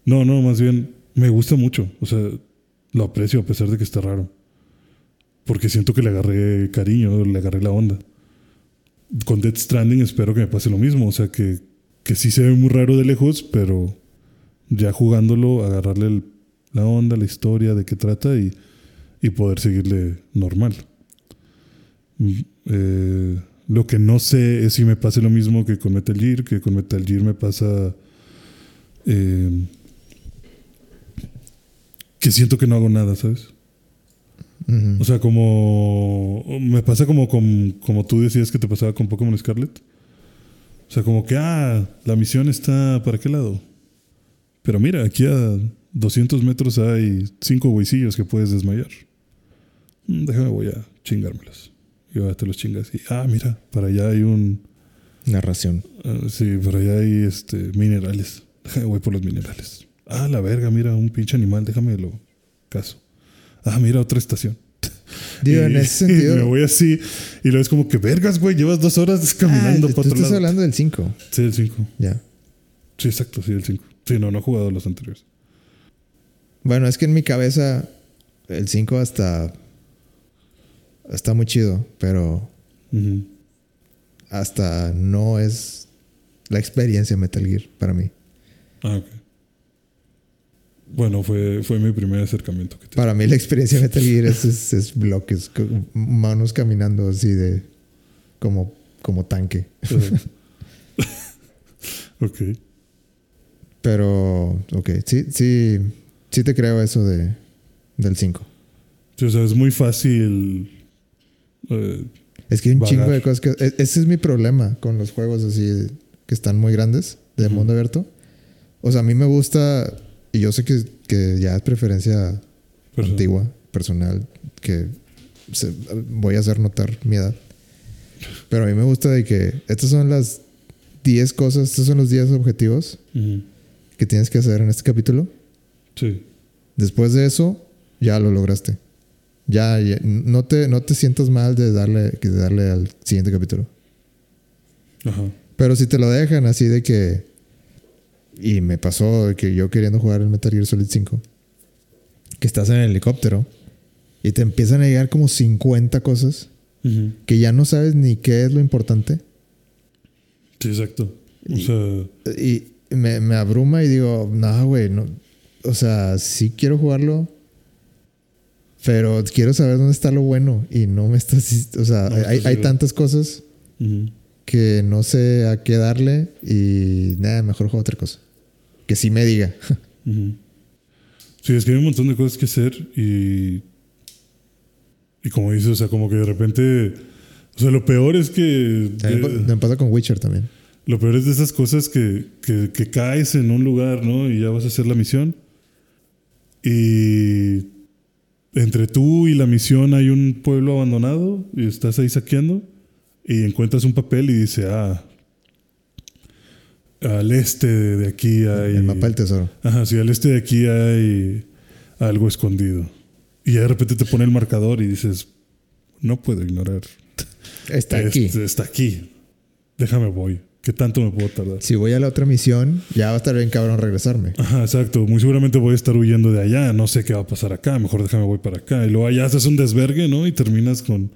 Speaker 2: No, no, más bien me gusta mucho. O sea, lo aprecio a pesar de que está raro. Porque siento que le agarré cariño, le agarré la onda. Con Death Stranding espero que me pase lo mismo. O sea, que, que sí se ve muy raro de lejos, pero ya jugándolo, agarrarle el- la onda, la historia, de qué trata y, y poder seguirle normal. Mm, eh, lo que no sé es si me pase lo mismo que con Metal Gear, que con Metal Gear me pasa eh, que siento que no hago nada, ¿sabes?
Speaker 1: Ujú.
Speaker 2: O sea, como. Me pasa como, con- como tú decías que te pasaba con Pokémon Scarlet. O sea, como que, ah, la misión está para qué lado. Pero mira, aquí a 200 metros hay cinco huesillos que puedes desmayar. Mm, Déjame, voy a chingármelos. Y ahora te los chingas. Y, ah, mira, para allá hay un.
Speaker 1: Narración.
Speaker 2: Ah, Sí, por allá hay este, minerales. Déjame, voy por los minerales. Ah, la verga, mira, un pinche animal, déjame lo caso. Ah, mira, otra estación.
Speaker 1: Digo,
Speaker 2: Y-
Speaker 1: en ese
Speaker 2: y me
Speaker 1: sentido.
Speaker 2: voy así y luego es como que, vergas, güey, llevas dos horas
Speaker 1: Ah,
Speaker 2: caminando
Speaker 1: tú
Speaker 2: para otro
Speaker 1: estás
Speaker 2: lado.
Speaker 1: hablando del 5.
Speaker 2: Sí, el 5.
Speaker 1: Ya.
Speaker 2: Sí, exacto, sí, el 5. Sí, no, no he jugado los anteriores.
Speaker 1: Bueno, es que en mi cabeza el 5 hasta. Está muy chido, pero
Speaker 2: Ujú.
Speaker 1: hasta no es la experiencia Metal Gear para mí.
Speaker 2: Ah, ok. Ah, Bueno, fue, fue mi primer acercamiento que tuve.
Speaker 1: Para mí la experiencia de Metal Gear es, es- es bloques, co- manos caminando así de como, como tanque.
Speaker 2: ok.
Speaker 1: Pero, ok, sí, sí, sí te creo eso de, del 5.
Speaker 2: Sí, o sea, es muy fácil. eh,
Speaker 1: Es que hay un
Speaker 2: Vagar.
Speaker 1: chingo de cosas que... e- Ese es mi problema con los juegos así que están muy grandes de
Speaker 2: Ujú.
Speaker 1: mundo abierto. O sea, a mí me gusta, y yo sé que, que ya es preferencia
Speaker 2: pero-
Speaker 1: antigua, personal, que se- voy a hacer notar mi edad. Pero a mí me gusta de que estas son las 10 cosas, estos son los 10 objetivos
Speaker 2: Ujú.
Speaker 1: que tienes que hacer en este capítulo.
Speaker 2: Sí.
Speaker 1: Después de eso, ya lo lograste. Ya, ya- no, te, no te sientas mal de darle, que de darle al siguiente capítulo.
Speaker 2: Ajá.
Speaker 1: Pero si te lo dejan así de que... Y me pasó de que yo queriendo jugar el Metal Gear Solid 5. Que estás en el helicóptero. Y te empiezan a llegar como 50 cosas.
Speaker 2: Ujú.
Speaker 1: Que ya no sabes ni qué es lo importante.
Speaker 2: Sí, exacto. O
Speaker 1: Y-
Speaker 2: sea,
Speaker 1: Y me, me abruma y digo, no, güey, no. O sea, sí quiero jugarlo. Pero quiero saber dónde está lo bueno. Y no me estás... O sea,
Speaker 2: No me
Speaker 1: hay,
Speaker 2: estás
Speaker 1: hay
Speaker 2: ayudando.
Speaker 1: tantas cosas
Speaker 2: ujú.
Speaker 1: que no sé a qué darle. Y nada, mejor juego otra cosa. Que sí me diga.
Speaker 2: Ujú. Sí, es que hay un montón de cosas que hacer y. Y como dices, o sea, como que de repente. O sea, lo peor es que.
Speaker 1: También
Speaker 2: de-
Speaker 1: pa- me pasa con Witcher también.
Speaker 2: lo peor es de esas cosas que, que, que caes en un lugar, ¿no? Y ya vas a hacer la misión. Y. Entre tú y la misión hay un pueblo abandonado y estás ahí saqueando. Y encuentras un papel y dice, ah. Al este de de aquí hay.
Speaker 1: El mapa del tesoro.
Speaker 2: Ajá, sí, al este de aquí hay algo escondido. Y ya de repente te pone el marcador y dices, no puedo ignorar.
Speaker 1: Está
Speaker 2: Es-
Speaker 1: aquí.
Speaker 2: Está aquí. Déjame voy. ¿Qué tanto me puedo tardar?
Speaker 1: Si voy a la otra misión, ya va a estar bien cabrón regresarme.
Speaker 2: Ajá, exacto. Muy seguramente voy a estar huyendo de allá. No sé qué va a pasar acá. Mejor déjame voy para acá. Y luego allá haces un desvergue, ¿no? Y terminas con...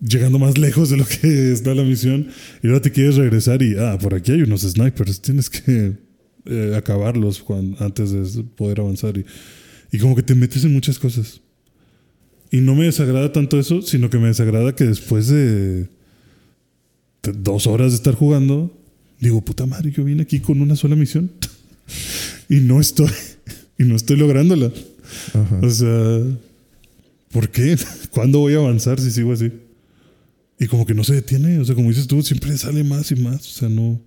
Speaker 2: Llegando más lejos de lo que está la misión. Y ahora te quieres regresar y... Ah, por aquí hay unos snipers. Tienes que eh, acabarlos cuan- antes de poder avanzar. Y, y como que te metes en muchas cosas. Y no me desagrada tanto eso, sino que me desagrada que después de... de Dos horas de estar jugando, digo, puta madre, yo vine aquí con una sola misión y no estoy y no estoy lográndola.
Speaker 1: Ajá.
Speaker 2: O sea, ¿por qué? ¿Cuándo voy a avanzar si sigo así? Y como que no se detiene, o sea, como dices tú, siempre sale más y más, o sea, no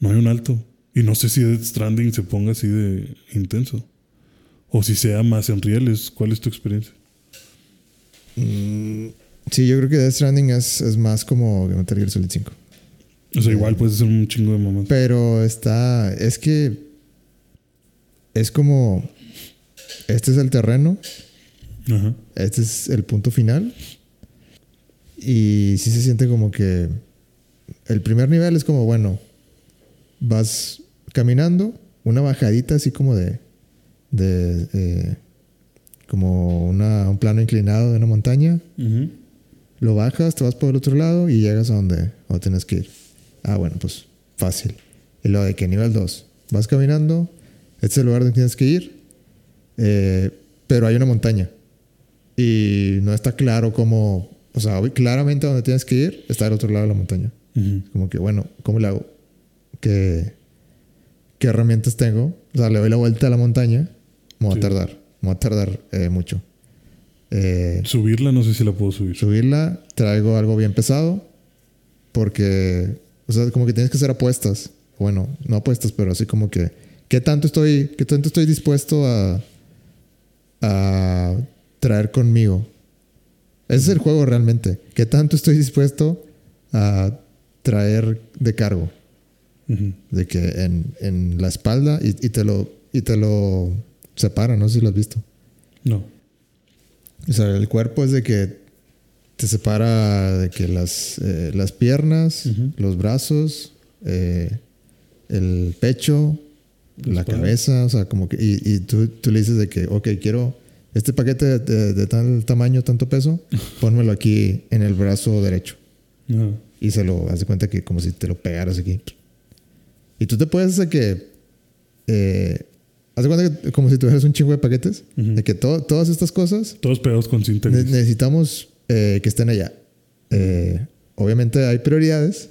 Speaker 2: no hay un alto y no sé si Death Stranding se ponga así de intenso o si sea más en rieles, ¿cuál es tu experiencia?
Speaker 1: Mm, sí, yo creo que Death Stranding es, es más como que Metal Gear Solid 5.
Speaker 2: O sea, igual puedes hacer un chingo de mamás.
Speaker 1: Pero está. Es que. Es como. Este es el terreno.
Speaker 2: Ajá.
Speaker 1: Este es el punto final. Y sí se siente como que. El primer nivel es como, bueno. Vas caminando. Una bajadita así como de. De. eh, como una- un plano inclinado de una montaña.
Speaker 2: Ujú.
Speaker 1: Lo bajas, te vas por el otro lado y llegas a donde, o tienes que ir. Ah, bueno, pues fácil. Y lo de que nivel 2. Vas caminando, este es el lugar donde tienes que ir, eh, pero hay una montaña. Y no está claro cómo, o sea, hoy claramente donde tienes que ir está al otro lado de la montaña.
Speaker 2: Ujú.
Speaker 1: Como que, bueno, ¿cómo le hago? ¿Qué, qué herramientas tengo? O sea, le doy la vuelta a la montaña, me voy
Speaker 2: Sí.
Speaker 1: a tardar, me voy a tardar eh, mucho. Eh,
Speaker 2: Subirla no sé si la puedo subir.
Speaker 1: subirla, traigo algo bien pesado, porque, o sea, como que tienes que hacer apuestas. Bueno, no apuestas, pero así como que, ¿qué tanto estoy, qué tanto estoy dispuesto a, a traer conmigo? Ese es el juego realmente. ¿Qué tanto estoy dispuesto a traer de cargo?
Speaker 2: Ujú.
Speaker 1: De que en, en la espalda y, y te lo, y te lo separa, no sé si lo has visto.
Speaker 2: No.
Speaker 1: O sea, el cuerpo es de que te separa de que las, eh, las piernas,
Speaker 2: Ujú.
Speaker 1: los brazos, eh, el pecho, la
Speaker 2: espalda.
Speaker 1: cabeza, o sea, como que... Y, y tú, tú le dices de que, ok, quiero este paquete de, de- de tal tamaño, tanto peso, pónmelo aquí en el brazo derecho.
Speaker 2: Ajá.
Speaker 1: Y se lo hace cuenta que como si te lo pegaras aquí. Y tú te puedes hacer que eh, Haz de cuenta que como si tuvieras un chingo de paquetes. De que to- todas estas cosas
Speaker 2: Todos pegados con cinta
Speaker 1: ne-
Speaker 2: gris.
Speaker 1: necesitamos eh, que estén allá. Eh, obviamente hay prioridades.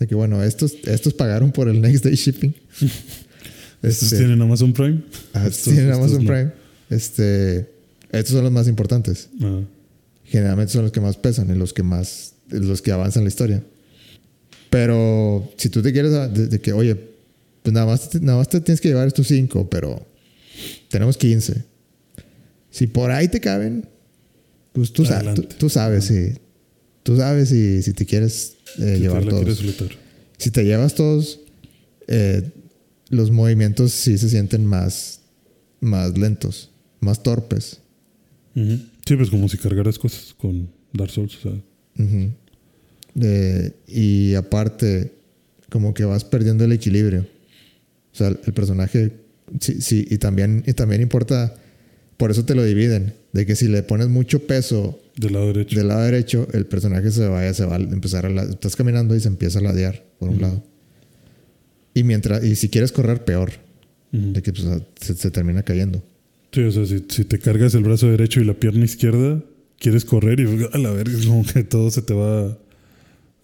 Speaker 1: De que, bueno, estos, estos pagaron por el Next Day Shipping.
Speaker 2: Estos
Speaker 1: Este,
Speaker 2: tienen Amazon Prime.
Speaker 1: ah,
Speaker 2: estos-
Speaker 1: tienen
Speaker 2: estos
Speaker 1: Amazon
Speaker 2: no.
Speaker 1: Prime. Este, estos son los más importantes.
Speaker 2: Ah,
Speaker 1: generalmente son los que más pesan y los que más los que avanzan la historia pero si tú te quieres a- de, de que oye pues nada más te, nada más te tienes que llevar estos cinco pero tenemos 15 si por ahí te caben pues tú, sa-
Speaker 2: Adelante.
Speaker 1: tú- tú sabes si tú sabes si, si te quieres eh,
Speaker 2: si te
Speaker 1: llevar
Speaker 2: la
Speaker 1: todos
Speaker 2: quieres soltar.
Speaker 1: si te llevas todos eh, los movimientos sí se sienten más más lentos más torpes
Speaker 2: Ujú. Sí, pues como si cargaras cosas con Dark Souls. O sea,
Speaker 1: Ujú. Eh, y aparte, como que vas perdiendo el equilibrio. O sea, el, el personaje. Sí, sí, y también, y también importa. Por eso te lo dividen. De que si le pones mucho peso
Speaker 2: del lado derecho.
Speaker 1: del lado derecho, el personaje se vaya, se va a empezar a la- Estás caminando y se empieza a ladear por un lado. Y mientras, y si quieres correr, peor.
Speaker 2: Ujú.
Speaker 1: De que pues, se, se termina cayendo.
Speaker 2: Sí, o sea, si, si te cargas el brazo derecho y la pierna izquierda, quieres correr y a la verga, como que todo se te va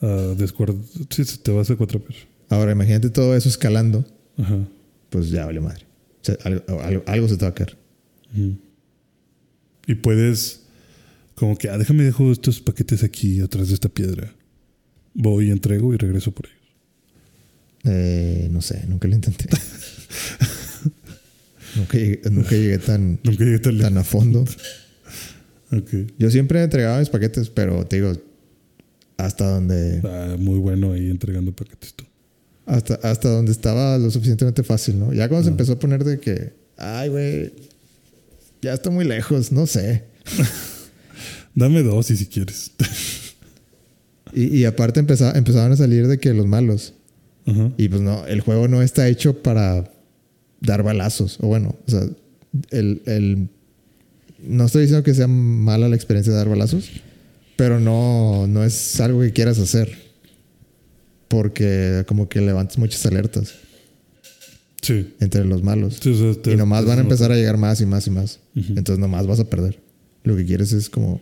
Speaker 2: a descuadrar. Sí, se te va a hacer cuatro
Speaker 1: Ahora, imagínate todo eso escalando,
Speaker 2: Ajá.
Speaker 1: pues ya vale madre. O sea, algo, algo- algo se te va a caer.
Speaker 2: Ujú. Y puedes, como que, ah, déjame dejo estos paquetes aquí atrás de esta piedra. Voy, entrego y regreso por ellos.
Speaker 1: Eh, no sé, nunca lo intenté. nunca, llegué, nunca llegué tan,
Speaker 2: Nunca llegué tan lejos.
Speaker 1: tan a fondo.
Speaker 2: Ok.
Speaker 1: Yo siempre entregaba mis paquetes, pero te digo, hasta donde,
Speaker 2: Ah, muy bueno ahí entregando paquetes tú.
Speaker 1: hasta, hasta donde estaba lo suficientemente fácil, ¿no? Ya cuando se empezó a poner de que, ay, güey, ya está muy lejos, no sé.
Speaker 2: Dame dos y si quieres.
Speaker 1: Y, y aparte empeza- empezaban a salir de que los malos.
Speaker 2: Ajá.
Speaker 1: Y pues no, el juego no está hecho para dar balazos. O bueno, o sea, el, el- no estoy diciendo que sea mala la experiencia de dar balazos, pero no, no es algo que quieras hacer. Porque como que levantas muchas alertas
Speaker 2: Sí.
Speaker 1: entre los malos.
Speaker 2: Sí, o sea, te-
Speaker 1: Y nomás
Speaker 2: te-
Speaker 1: van a empezar a llegar más y más y más.
Speaker 2: Ujú.
Speaker 1: Entonces nomás vas a perder. Lo que quieres es como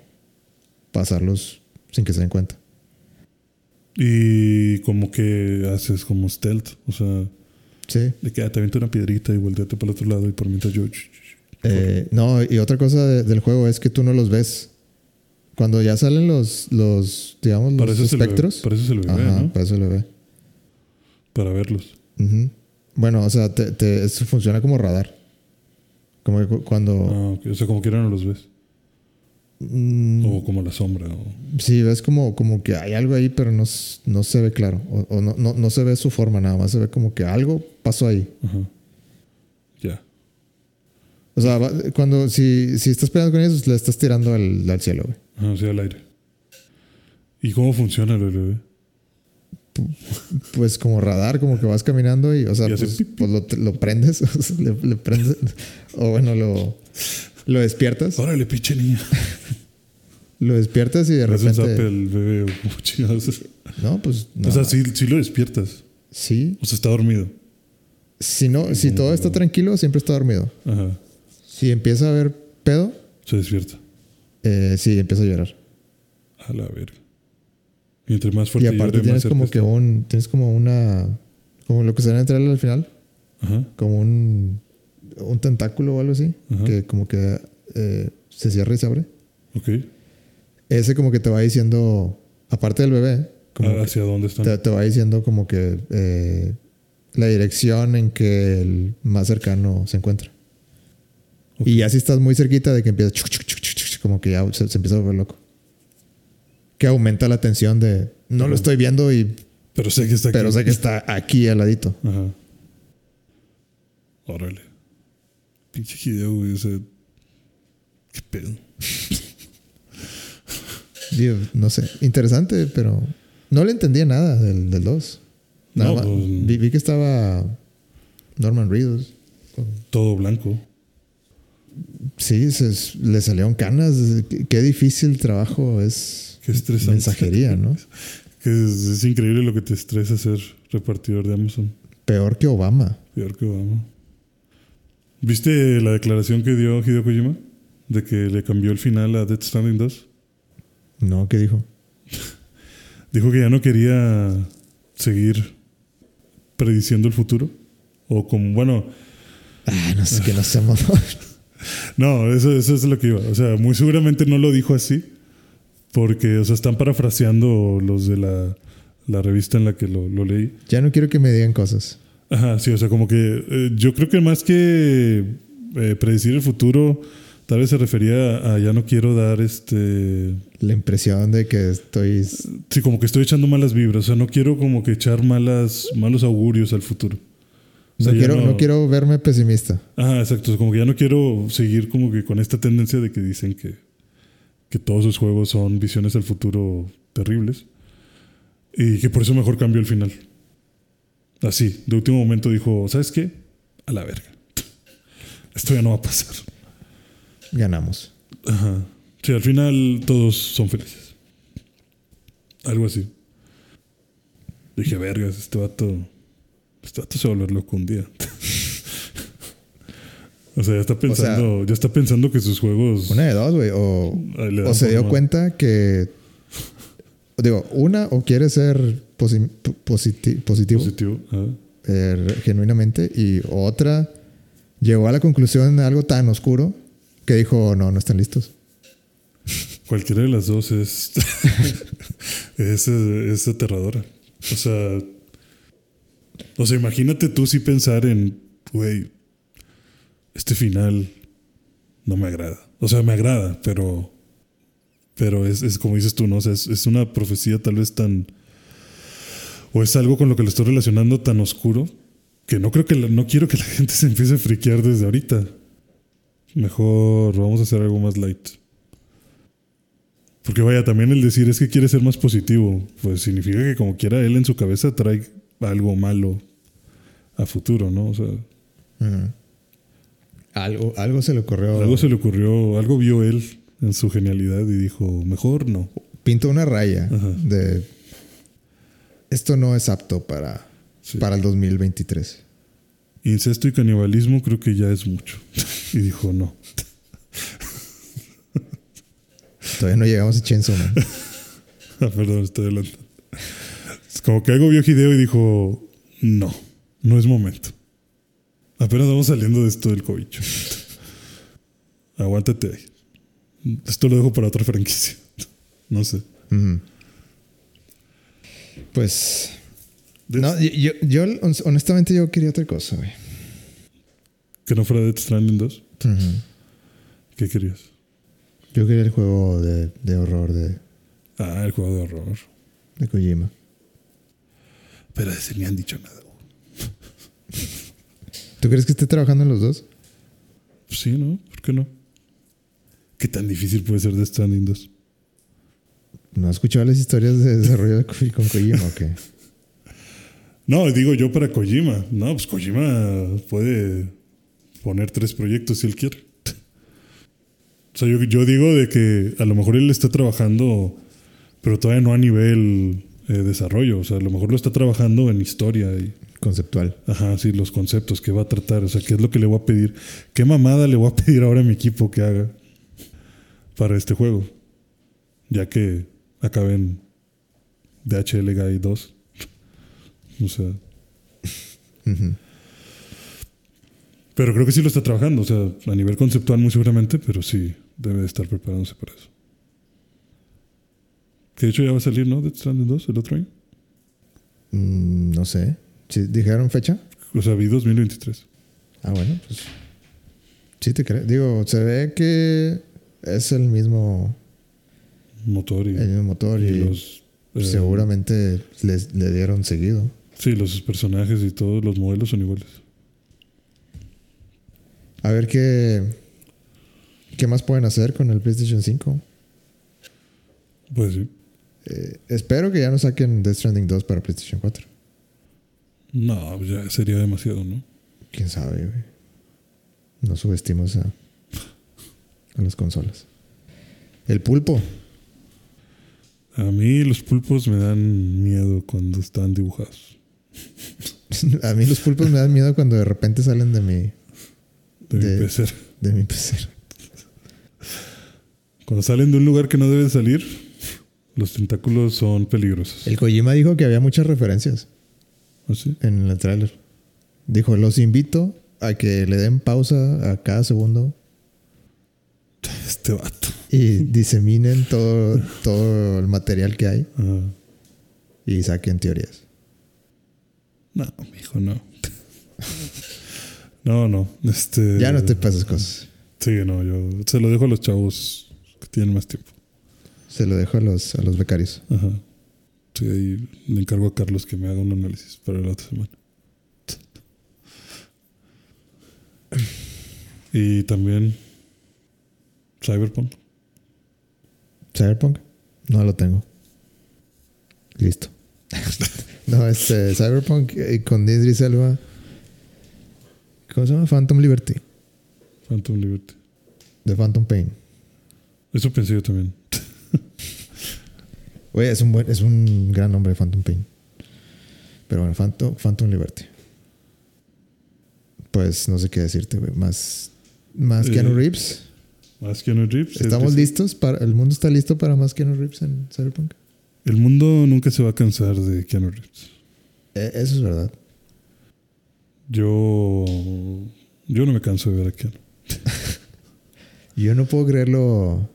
Speaker 1: pasarlos sin que se den cuenta.
Speaker 2: Y como que haces como stealth. O sea,
Speaker 1: Sí.
Speaker 2: de que ah, te aviento una piedrita y volteate para el otro lado y por mientras yo. ch- ch-
Speaker 1: Eh, no, y otra cosa de- del juego es que tú no los ves. Cuando ya salen los, los digamos,
Speaker 2: Para
Speaker 1: los
Speaker 2: eso, es el bebé,
Speaker 1: espectros.
Speaker 2: para eso es el bebé,
Speaker 1: Ajá,
Speaker 2: ¿no?
Speaker 1: para eso lo ve.
Speaker 2: Para verlos.
Speaker 1: Ujú. Bueno, o sea, te, te- eso funciona como radar. Como que cu- cuando...
Speaker 2: Ah, ok. O sea, como quiera no los ves. Ah,
Speaker 1: mm,
Speaker 2: O como la sombra. o-
Speaker 1: sí, ves como, como que hay algo ahí, pero no, s- no se ve claro. O, o no, no, no se ve su forma nada más. Se ve como que algo pasó ahí.
Speaker 2: Ajá. Ya.
Speaker 1: O sea, va- cuando... Si, si estás peleando con ellos, le estás tirando al, al cielo, güey.
Speaker 2: Ajá, o sea, al aire. ¿Y cómo funciona el bebé?
Speaker 1: pues como radar, como que vas caminando y, o sea,
Speaker 2: Y hace
Speaker 1: pues,
Speaker 2: pip, pip.
Speaker 1: pues lo, lo prendes, o sea, le, le prendes, o bueno, lo, lo despiertas,
Speaker 2: Órale, pinche niña.
Speaker 1: lo despiertas y de
Speaker 2: Le hace un zape
Speaker 1: repente,
Speaker 2: al bebé o como chingados.
Speaker 1: no, pues, no,
Speaker 2: O sea, sí, sí lo despiertas.
Speaker 1: sí,
Speaker 2: O sea, está dormido.
Speaker 1: si no, si todo
Speaker 2: Mm.
Speaker 1: está tranquilo, siempre está dormido.
Speaker 2: Ajá.
Speaker 1: Si empieza a haber pedo,
Speaker 2: Se despierta.
Speaker 1: eh, sí, empieza a llorar.
Speaker 2: A la verga. Y entre más
Speaker 1: Y
Speaker 2: fuerte
Speaker 1: aparte
Speaker 2: llore, más
Speaker 1: tienes como
Speaker 2: cerca
Speaker 1: que un, tienes como una, como lo que se ve en el trailer al final,
Speaker 2: está. Ajá.
Speaker 1: como un, un tentáculo o algo así,
Speaker 2: Ajá.
Speaker 1: que como que eh, se cierra y se abre.
Speaker 2: Ok.
Speaker 1: ese como que te va diciendo, aparte del bebé, como
Speaker 2: Ah, ¿Hacia dónde
Speaker 1: que
Speaker 2: están?
Speaker 1: te, te va diciendo como que eh, la dirección en que el más cercano se encuentra.
Speaker 2: Ok.
Speaker 1: Y ya si estás muy cerquita de que empieza, chuc, chuc, chuc, chuc, chuc, como que ya se, se empieza a volver loco. Que aumenta la tensión de, no lo estoy viendo, y,
Speaker 2: Pero sé que está aquí.
Speaker 1: pero sé que está aquí al ladito.
Speaker 2: Ajá. Órale. Pinche Hideo, güey. O sea. Qué pedo.
Speaker 1: Digo, no sé, interesante, pero no le entendía nada del, del 2. Nada
Speaker 2: No,
Speaker 1: más.
Speaker 2: pues-
Speaker 1: Vi, vi que estaba Norman Reedus.
Speaker 2: Todo blanco.
Speaker 1: Sí, se- le salieron canas. Qué, qué difícil trabajo es
Speaker 2: Qué estresante.
Speaker 1: mensajería, ¿no?
Speaker 2: Que es, es increíble lo que te estresa ser repartidor de Amazon.
Speaker 1: Peor que Obama.
Speaker 2: Peor que Obama. ¿Viste la declaración que dio Hideo Kojima? De que le cambió el final a Death Stranding 2.
Speaker 1: No, ¿qué dijo?
Speaker 2: Dijo que ya no quería seguir prediciendo el futuro. O como, bueno,
Speaker 1: Ah, no sé, que no sea mamón.
Speaker 2: no, eso, eso es lo que iba. O sea, muy seguramente no lo dijo así. Porque, o sea, están parafraseando los de la, la revista en la que lo, lo leí.
Speaker 1: Ya no quiero que me digan cosas.
Speaker 2: Ajá, sí, o sea, como que eh, yo creo que más que eh, predecir el futuro, tal vez se refería a, a ya no quiero dar este.
Speaker 1: La impresión de que estoy...
Speaker 2: Sí, como que estoy echando malas vibras, o sea, no quiero como que echar malas, malos augurios al futuro. O sea,
Speaker 1: no,
Speaker 2: ya
Speaker 1: quiero, no quiero verme pesimista.
Speaker 2: Ajá, exacto, como que ya no quiero seguir como que con esta tendencia de que dicen que, que todos sus juegos son visiones al futuro terribles. Y que por eso mejor cambió el final. Así, de último momento dijo, ¿sabes qué? A la verga. Esto ya no va a pasar.
Speaker 1: Ganamos.
Speaker 2: Ajá. Sí, al final todos son felices. Algo así. Dije, vergas, este vato. Este vato se va a volver loco un día. o sea, ya está pensando. ya está pensando que sus juegos.
Speaker 1: Una de dos, güey. O,
Speaker 2: Ahí le
Speaker 1: o
Speaker 2: dan
Speaker 1: se dio
Speaker 2: forma.
Speaker 1: cuenta que... Digo, una o quiere ser posi- positi- positivo,
Speaker 2: Positivo. ajá.
Speaker 1: eh, re- genuinamente. Y otra llegó a la conclusión de algo tan oscuro que dijo, no, no están listos.
Speaker 2: Cualquiera de las dos es. es, es aterradora. O sea. O sea, imagínate tú sí pensar en. Güey. Este final. No me agrada. O sea, me agrada, pero. Pero es, es como dices tú, ¿no? O sea, es, es una profecía tal vez tan. O es algo con lo que lo estoy relacionando tan oscuro. Que no creo que. la- no quiero que la gente se empiece a friquear desde ahorita. Mejor vamos a hacer algo más light. Porque vaya, también el decir es que quiere ser más positivo, pues significa que como quiera él en su cabeza trae algo malo a futuro, ¿no? O sea,
Speaker 1: Ujú. Algo, algo se le ocurrió.
Speaker 2: algo se le ocurrió, algo vio él en su genialidad y dijo, mejor no.
Speaker 1: Pintó una raya
Speaker 2: Ajá.
Speaker 1: de... Esto no es apto para,
Speaker 2: Sí.
Speaker 1: para el 2023.
Speaker 2: Incesto y canibalismo creo que ya es mucho. y dijo, no.
Speaker 1: Todavía no llegamos a Chainsaw Man.
Speaker 2: Ah, Perdón, estoy adelantando. Es como que algo vio Hideo y dijo, no, no es momento. Apenas vamos saliendo de esto del cobicho. Aguántate ahí. Esto lo dejo para otra franquicia. No sé.
Speaker 1: Ujú. Pues.
Speaker 2: Death-
Speaker 1: No, yo, yo- yo, hon- honestamente yo quería otra cosa, güey.
Speaker 2: Que no fuera Death Stranding 2.
Speaker 1: Ujú.
Speaker 2: ¿Qué querías?
Speaker 1: Yo quería el juego de, de horror de,
Speaker 2: Ah, el juego de horror.
Speaker 1: de Kojima.
Speaker 2: Pero de ese ni han dicho nada.
Speaker 1: ¿Tú crees que esté trabajando en los dos?
Speaker 2: Pues Sí, ¿no? ¿Por qué no? ¿Qué tan difícil puede ser Death Stranding 2?
Speaker 1: ¿No has escuchado las historias de desarrollo de Ko- con Kojima o qué?
Speaker 2: No, digo yo para Kojima. No, pues Kojima puede poner tres proyectos si él quiere. O sea, yo, yo digo de que a lo mejor él está trabajando, pero todavía no a nivel eh, desarrollo. O sea, a lo mejor lo está trabajando en historia y,
Speaker 1: Conceptual.
Speaker 2: ajá, sí, los conceptos que va a tratar. O sea, qué es lo que le voy a pedir. ¿Qué mamada le voy a pedir ahora a mi equipo que haga para este juego? Ya que acaben DHL Guy 2. O sea.
Speaker 1: Ujú.
Speaker 2: Pero creo que sí lo está trabajando, o sea, a nivel conceptual muy seguramente, pero sí debe de estar preparándose para eso. Que de hecho ya va a salir, ¿no? Death Stranding 2 el otro año.
Speaker 1: Mm, no sé. ¿Sí, ¿Dijeron fecha?
Speaker 2: O sea, vi 2023.
Speaker 1: Ah, bueno, pues. Sí, te creo. Digo, se ve que es el mismo,
Speaker 2: Motor y,
Speaker 1: el mismo Eh, motor
Speaker 2: y
Speaker 1: y,
Speaker 2: los... eh,
Speaker 1: seguramente les- le dieron seguido.
Speaker 2: Sí, los personajes y todos los modelos son iguales.
Speaker 1: A ver qué. ¿Qué más pueden hacer con el PlayStation 5?
Speaker 2: Pues sí.
Speaker 1: Eh, espero que ya no saquen Death Stranding 2 para PlayStation 4.
Speaker 2: No, ya sería demasiado, ¿no?
Speaker 1: Quién sabe, güey. No subestimos a, a las consolas. El pulpo.
Speaker 2: A mí los pulpos me dan miedo cuando están dibujados.
Speaker 1: A mí los pulpos me dan miedo cuando de repente salen de mi,
Speaker 2: de,
Speaker 1: De-
Speaker 2: mi parecer.
Speaker 1: de mi parecer.
Speaker 2: Cuando salen de un lugar que no deben salir, los tentáculos son peligrosos. ¿Ah,
Speaker 1: El Kojima dijo que había muchas referencias
Speaker 2: ¿Así?
Speaker 1: en el tráiler. Dijo, los invito a que le den pausa a cada segundo
Speaker 2: Este vato.
Speaker 1: y diseminen todo, todo el material que hay
Speaker 2: Ah,
Speaker 1: y saquen teorías.
Speaker 2: no, mijo, no. no, no. Este,
Speaker 1: Ya no te pases cosas.
Speaker 2: Sí, no, yo se lo dejo a los chavos que tienen más tiempo.
Speaker 1: Se lo dejo a los, a los becarios.
Speaker 2: Ajá. Sí, ahí le encargo a Carlos que me haga un análisis para la otra semana. Y también Cyberpunk.
Speaker 1: ¿Cyberpunk? No lo tengo. Listo. no, este, Cyberpunk eh, con Idris Elba. ¿Cómo se llama? Phantom Liberty.
Speaker 2: Phantom Liberty.
Speaker 1: De Phantom Pain.
Speaker 2: Eso pensé yo también.
Speaker 1: Oye, es un, buen, es un gran nombre Phantom Pain. Pero bueno, Phantom, Phantom Liberty. Pues no sé qué decirte, güey. Más, más
Speaker 2: Eh,
Speaker 1: Keanu Reeves.
Speaker 2: Más que no Ah, Reeves.
Speaker 1: ¿Estamos
Speaker 2: el, que-
Speaker 1: listos? Para, ¿El mundo está listo para más Keanu Reeves en Cyberpunk?
Speaker 2: el mundo nunca se va a cansar de Keanu Reeves.
Speaker 1: Eh, eso es verdad.
Speaker 2: Yo. Yo no me canso de ver a Keanu.
Speaker 1: Yo no puedo creer lo,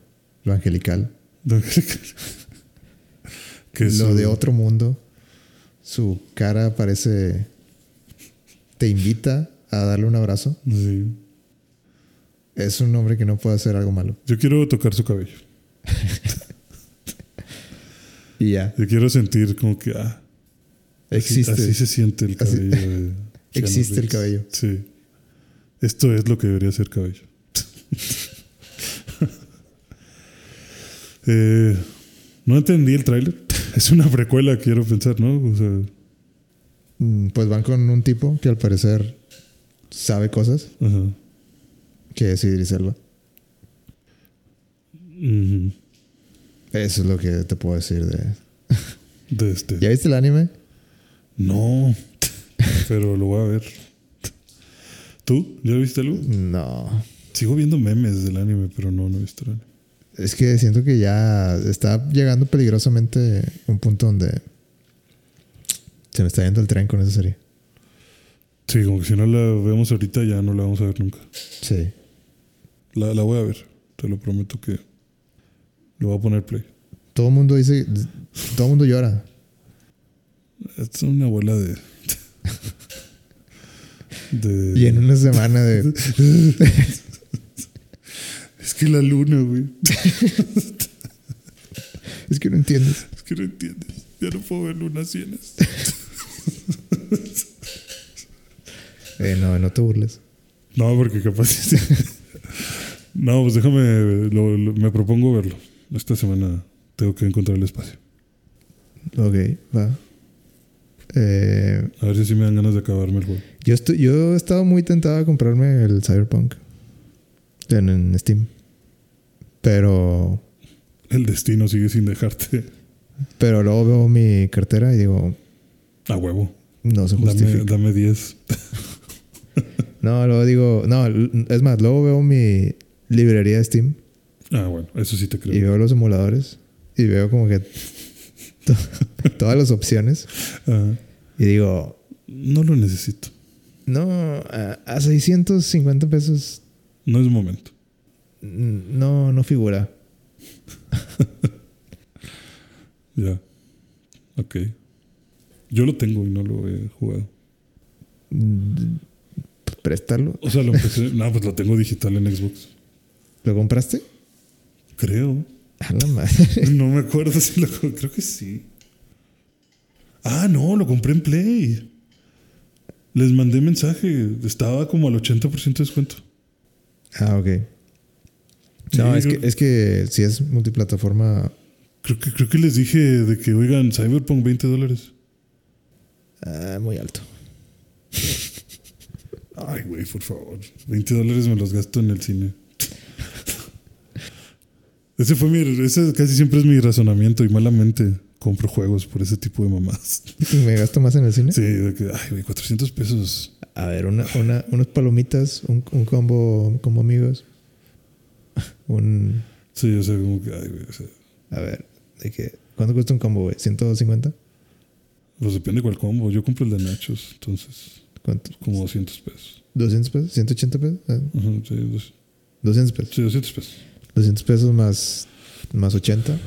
Speaker 1: lo angelical.
Speaker 2: que es
Speaker 1: lo
Speaker 2: su-
Speaker 1: de otro mundo. Su cara parece. Te invita a darle un abrazo.
Speaker 2: sí.
Speaker 1: Es un hombre que no puede hacer algo malo.
Speaker 2: Yo quiero tocar su cabello.
Speaker 1: Y ya.
Speaker 2: Yo quiero sentir como que. Ah, Así-
Speaker 1: Existe.
Speaker 2: Así, se siente el
Speaker 1: Así-
Speaker 2: cabello. de Keanu
Speaker 1: Existe el
Speaker 2: Reeves.
Speaker 1: cabello.
Speaker 2: Sí. Esto es lo que debería ser cabello. Eh, no entendí el tráiler. Es una precuela, quiero pensar, ¿no? O sea,
Speaker 1: Mm, Pues van con un tipo que al parecer sabe cosas,
Speaker 2: ajá.
Speaker 1: que es Idris Elba.
Speaker 2: Ujú.
Speaker 1: Eso es lo que te puedo decir de.
Speaker 2: De este.
Speaker 1: ¿Ya viste el anime?
Speaker 2: No. Pero lo voy a ver. ¿Tú? ¿Ya viste algo?
Speaker 1: No.
Speaker 2: Sigo viendo memes del anime, pero no, no he visto el anime.
Speaker 1: Es que siento que ya está llegando peligrosamente a un punto donde se me está yendo el tren con esa serie.
Speaker 2: Sí, como que si no la vemos ahorita, ya no la vamos a ver nunca.
Speaker 1: Sí.
Speaker 2: La, la voy a ver. Te lo prometo que le voy a poner play.
Speaker 1: Todo el mundo dice, todo el mundo llora.
Speaker 2: Es una bola de. de-
Speaker 1: Y en una semana de,
Speaker 2: Es que la luna, güey.
Speaker 1: es que no entiendes.
Speaker 2: Es que no entiendes. Ya no puedo ver lunas llenas.
Speaker 1: Eh, no, no te burles.
Speaker 2: No, porque capaz. sí. no, pues déjame. lo- lo- me propongo verlo. Esta semana tengo que encontrar el espacio.
Speaker 1: Ok, va. Eh,
Speaker 2: A ver si sí me dan ganas de acabarme el juego.
Speaker 1: yo, estu- yo he estado muy tentado a comprarme el Cyberpunk en, en Steam. Pero,
Speaker 2: El destino sigue sin dejarte
Speaker 1: pero luego veo mi cartera y digo,
Speaker 2: a huevo.
Speaker 1: no se
Speaker 2: Dame,
Speaker 1: justifica.
Speaker 2: dame 10.
Speaker 1: No, luego digo, no, l- es más, luego veo mi librería de Steam
Speaker 2: Ah, bueno, eso sí te creo.
Speaker 1: y veo los emuladores y veo como que to- todas las opciones
Speaker 2: Ah,
Speaker 1: y digo,
Speaker 2: no lo necesito.
Speaker 1: No, a, a 650 pesos
Speaker 2: No es momento.
Speaker 1: n- no, no figura.
Speaker 2: Ya. Ok. Yo lo tengo y no lo he jugado.
Speaker 1: Mm, ¿Prestarlo?
Speaker 2: O sea, lo empecé. no, pues lo tengo digital en Xbox.
Speaker 1: ¿Lo compraste?
Speaker 2: Creo.
Speaker 1: A la madre.
Speaker 2: No me acuerdo si lo. co- Creo que sí. Ah, no, lo compré en Play. Les mandé mensaje. Estaba como al 80% de descuento.
Speaker 1: Ah, ok. No,
Speaker 2: Sí,
Speaker 1: es,
Speaker 2: yo-
Speaker 1: que, es que si es multiplataforma.
Speaker 2: Creo que, creo que les dije de que, oigan, Cyberpunk 20 dólares.
Speaker 1: ah, muy alto.
Speaker 2: Ay, güey, por favor. 20 dólares me los gasto en el cine. Ese fue mi. Ese casi siempre es mi razonamiento y malamente. compro juegos por ese tipo de mamás.
Speaker 1: Y me gasto más en el cine.
Speaker 2: Sí, de que, ay, güey, 400 pesos.
Speaker 1: A ver, una, una, unas palomitas, un, un combo, un combo amigos. Un.
Speaker 2: Sí, o sea, como que, ay, güey, o sea,
Speaker 1: A ver, de que. ¿Cuánto cuesta un combo, güey? ¿150?
Speaker 2: pues depende cuál combo. Yo compro el de Nachos, entonces,
Speaker 1: ¿Cuánto?
Speaker 2: como 200 pesos.
Speaker 1: ¿200 pesos? ¿180 pesos? Ah,
Speaker 2: Ajá, sí, dos-
Speaker 1: 200 pesos.
Speaker 2: sí, 200 pesos.
Speaker 1: 200 pesos más, más 80.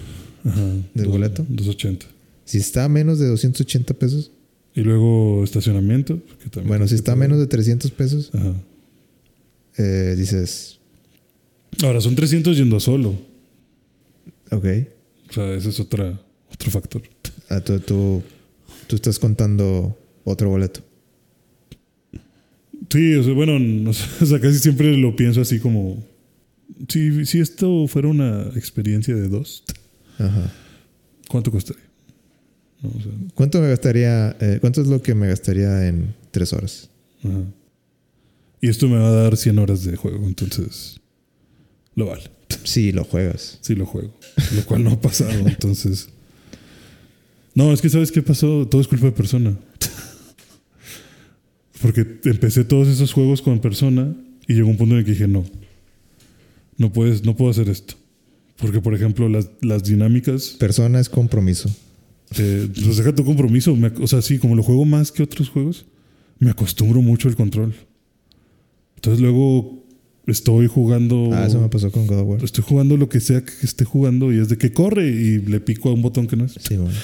Speaker 2: Ajá.
Speaker 1: ¿Del
Speaker 2: dos-
Speaker 1: boleto?
Speaker 2: 280.
Speaker 1: Si está a menos de 280 pesos.
Speaker 2: Y luego estacionamiento. Que también
Speaker 1: Bueno,
Speaker 2: tienes
Speaker 1: si
Speaker 2: que
Speaker 1: está a
Speaker 2: pagar.
Speaker 1: menos de 300 pesos,
Speaker 2: Ajá.
Speaker 1: eh, dices,
Speaker 2: Ahora, son 300 yendo solo.
Speaker 1: ok,
Speaker 2: O sea, ese es otra, otro factor.
Speaker 1: ah, tú, tú, tú estás contando otro boleto.
Speaker 2: Sí, o sea, bueno, no sé, o sea, casi siempre lo pienso así como... Si, si esto fuera una experiencia de dos,
Speaker 1: Ajá.
Speaker 2: ¿cuánto costaría? No, o sea,
Speaker 1: ¿Cuánto me gastaría? eh, ¿Cuánto es lo que me gastaría en tres horas?
Speaker 2: ajá. Y esto me va a dar 100 horas de juego, entonces lo vale.
Speaker 1: Si lo juegas.
Speaker 2: Sí lo juego, lo cual no ha pasado, entonces... No, es que sabes qué pasó, todo es culpa de persona. Porque empecé todos esos juegos con persona y llegó un punto en el que dije, no, no, puedes, no puedo hacer esto. Porque, por ejemplo, las, las dinámicas,
Speaker 1: Persona es compromiso.
Speaker 2: eh, pues deja tu compromiso. me ac- o sea, sí, como lo juego más que otros juegos, me acostumbro mucho al control. Entonces luego estoy jugando...
Speaker 1: Ah, eso me pasó con God of War.
Speaker 2: Estoy jugando lo que sea que esté jugando y es de que corre y le pico a un botón que no es.
Speaker 1: Sí, bueno.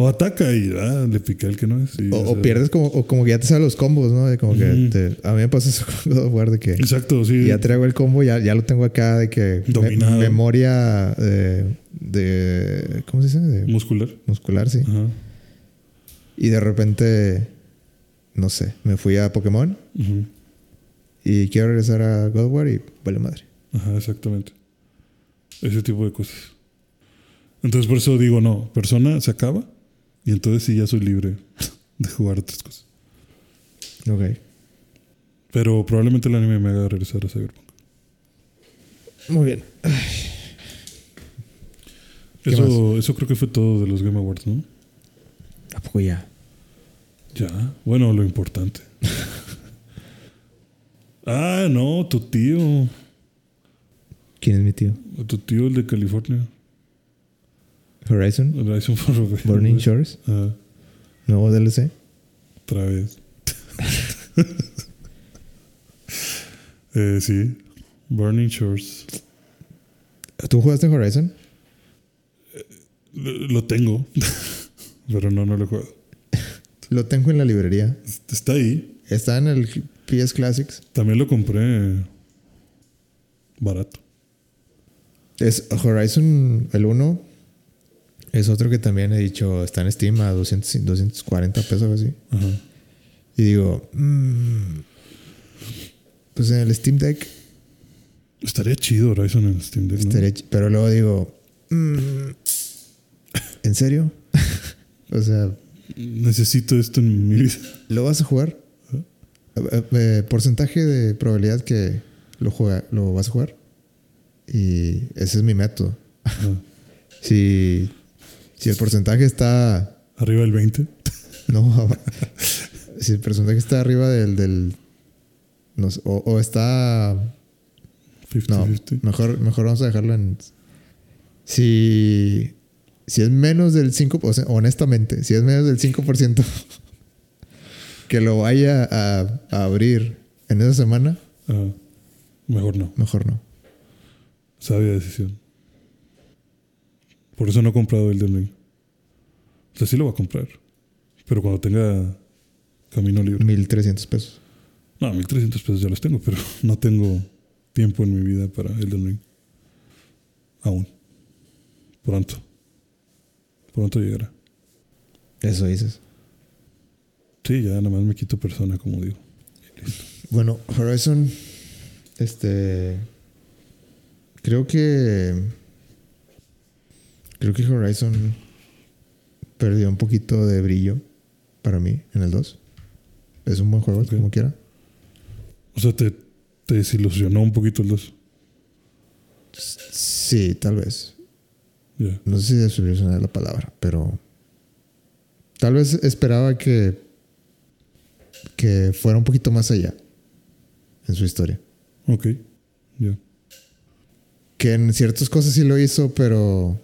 Speaker 2: O ataca y ah, le pica al que no es. y,
Speaker 1: O, o
Speaker 2: sea,
Speaker 1: pierdes como, o como que ya te sabes los combos, ¿no? De como que
Speaker 2: Ujú.
Speaker 1: te- a mí me pasa eso con God of War de que
Speaker 2: Exacto, sí.
Speaker 1: ya traigo el combo, ya, ya lo tengo acá de que me-
Speaker 2: Dominado.
Speaker 1: memoria eh, de ¿cómo se dice? De
Speaker 2: Muscular.
Speaker 1: muscular, sí.
Speaker 2: Ajá.
Speaker 1: Y de repente no sé, me fui a Pokémon
Speaker 2: Ujú.
Speaker 1: y quiero regresar a God of War y vale madre.
Speaker 2: Ajá, exactamente. Ese tipo de cosas. Entonces por eso digo, no, persona se acaba y entonces sí ya soy libre de jugar otras cosas.
Speaker 1: Ok.
Speaker 2: Pero probablemente el anime me haga regresar a Cyberpunk.
Speaker 1: Muy bien. ¿Qué
Speaker 2: Eso, eso creo que fue todo de los Game Awards, ¿no?
Speaker 1: ¿A poco ya?
Speaker 2: Ya, bueno, lo importante. ah, no, tu tío.
Speaker 1: ¿Quién es mi tío?
Speaker 2: Tu tío, el de California.
Speaker 1: Horizon,
Speaker 2: Horizon Forbidden
Speaker 1: Burning
Speaker 2: West.
Speaker 1: Shores,
Speaker 2: Ah,
Speaker 1: nuevo DLC.
Speaker 2: otra vez. eh, sí, Burning Shores.
Speaker 1: ¿Tú jugaste Horizon?
Speaker 2: Lo lo tengo, pero no, no lo he jugado.
Speaker 1: Lo tengo en la librería.
Speaker 2: Está ahí.
Speaker 1: Está en el PS Classics.
Speaker 2: También lo compré barato.
Speaker 1: Es Horizon, el 1. Es otro que también he dicho, está en Steam a 200, 240 pesos o así.
Speaker 2: Ajá.
Speaker 1: Y digo, mm, pues en el Steam Deck
Speaker 2: Estaría chido Horizon en Steam Deck. ¿no?
Speaker 1: estaría ch- Pero luego digo, mm, ¿en serio? o sea,
Speaker 2: Necesito esto en mi vida.
Speaker 1: ¿lo vas a jugar? Eh, eh, porcentaje de probabilidad que lo, juega, lo vas a jugar. Y ese es mi método.
Speaker 2: Ajá.
Speaker 1: Si, si el porcentaje está
Speaker 2: Arriba del 20.
Speaker 1: No, si el personaje está arriba del. del no sé, o, o está.
Speaker 2: 50,
Speaker 1: No,
Speaker 2: 50.
Speaker 1: mejor, mejor vamos a dejarlo en. Si. Si es menos del 5%, o sea, honestamente, si es menos del 5% que lo vaya a, a abrir en esa semana,
Speaker 2: Ajá. Ah, Mejor no.
Speaker 1: mejor no.
Speaker 2: Sabia decisión. Por eso no he comprado el Ring. O sea, sí lo voy a comprar. Pero cuando tenga camino libre.
Speaker 1: 1300 pesos.
Speaker 2: No, 1300 pesos ya los tengo, pero no tengo tiempo en mi vida para Elden Ring. Aún. Pronto. Pronto llegará.
Speaker 1: Eso dices.
Speaker 2: Sí, ya nada más me quito persona, como digo.
Speaker 1: Bueno, Horizon, este, creo que, creo que Horizon perdió un poquito de brillo para mí en el 2. Es un buen juego,
Speaker 2: Ok.
Speaker 1: como quiera.
Speaker 2: O sea, te, te desilusionó un poquito el 2.
Speaker 1: Sí, tal vez.
Speaker 2: Ya.
Speaker 1: No sé si de solucionar la palabra, pero tal vez esperaba que, que fuera un poquito más allá en su historia.
Speaker 2: Ok. Ya.
Speaker 1: Que en ciertas cosas sí lo hizo, pero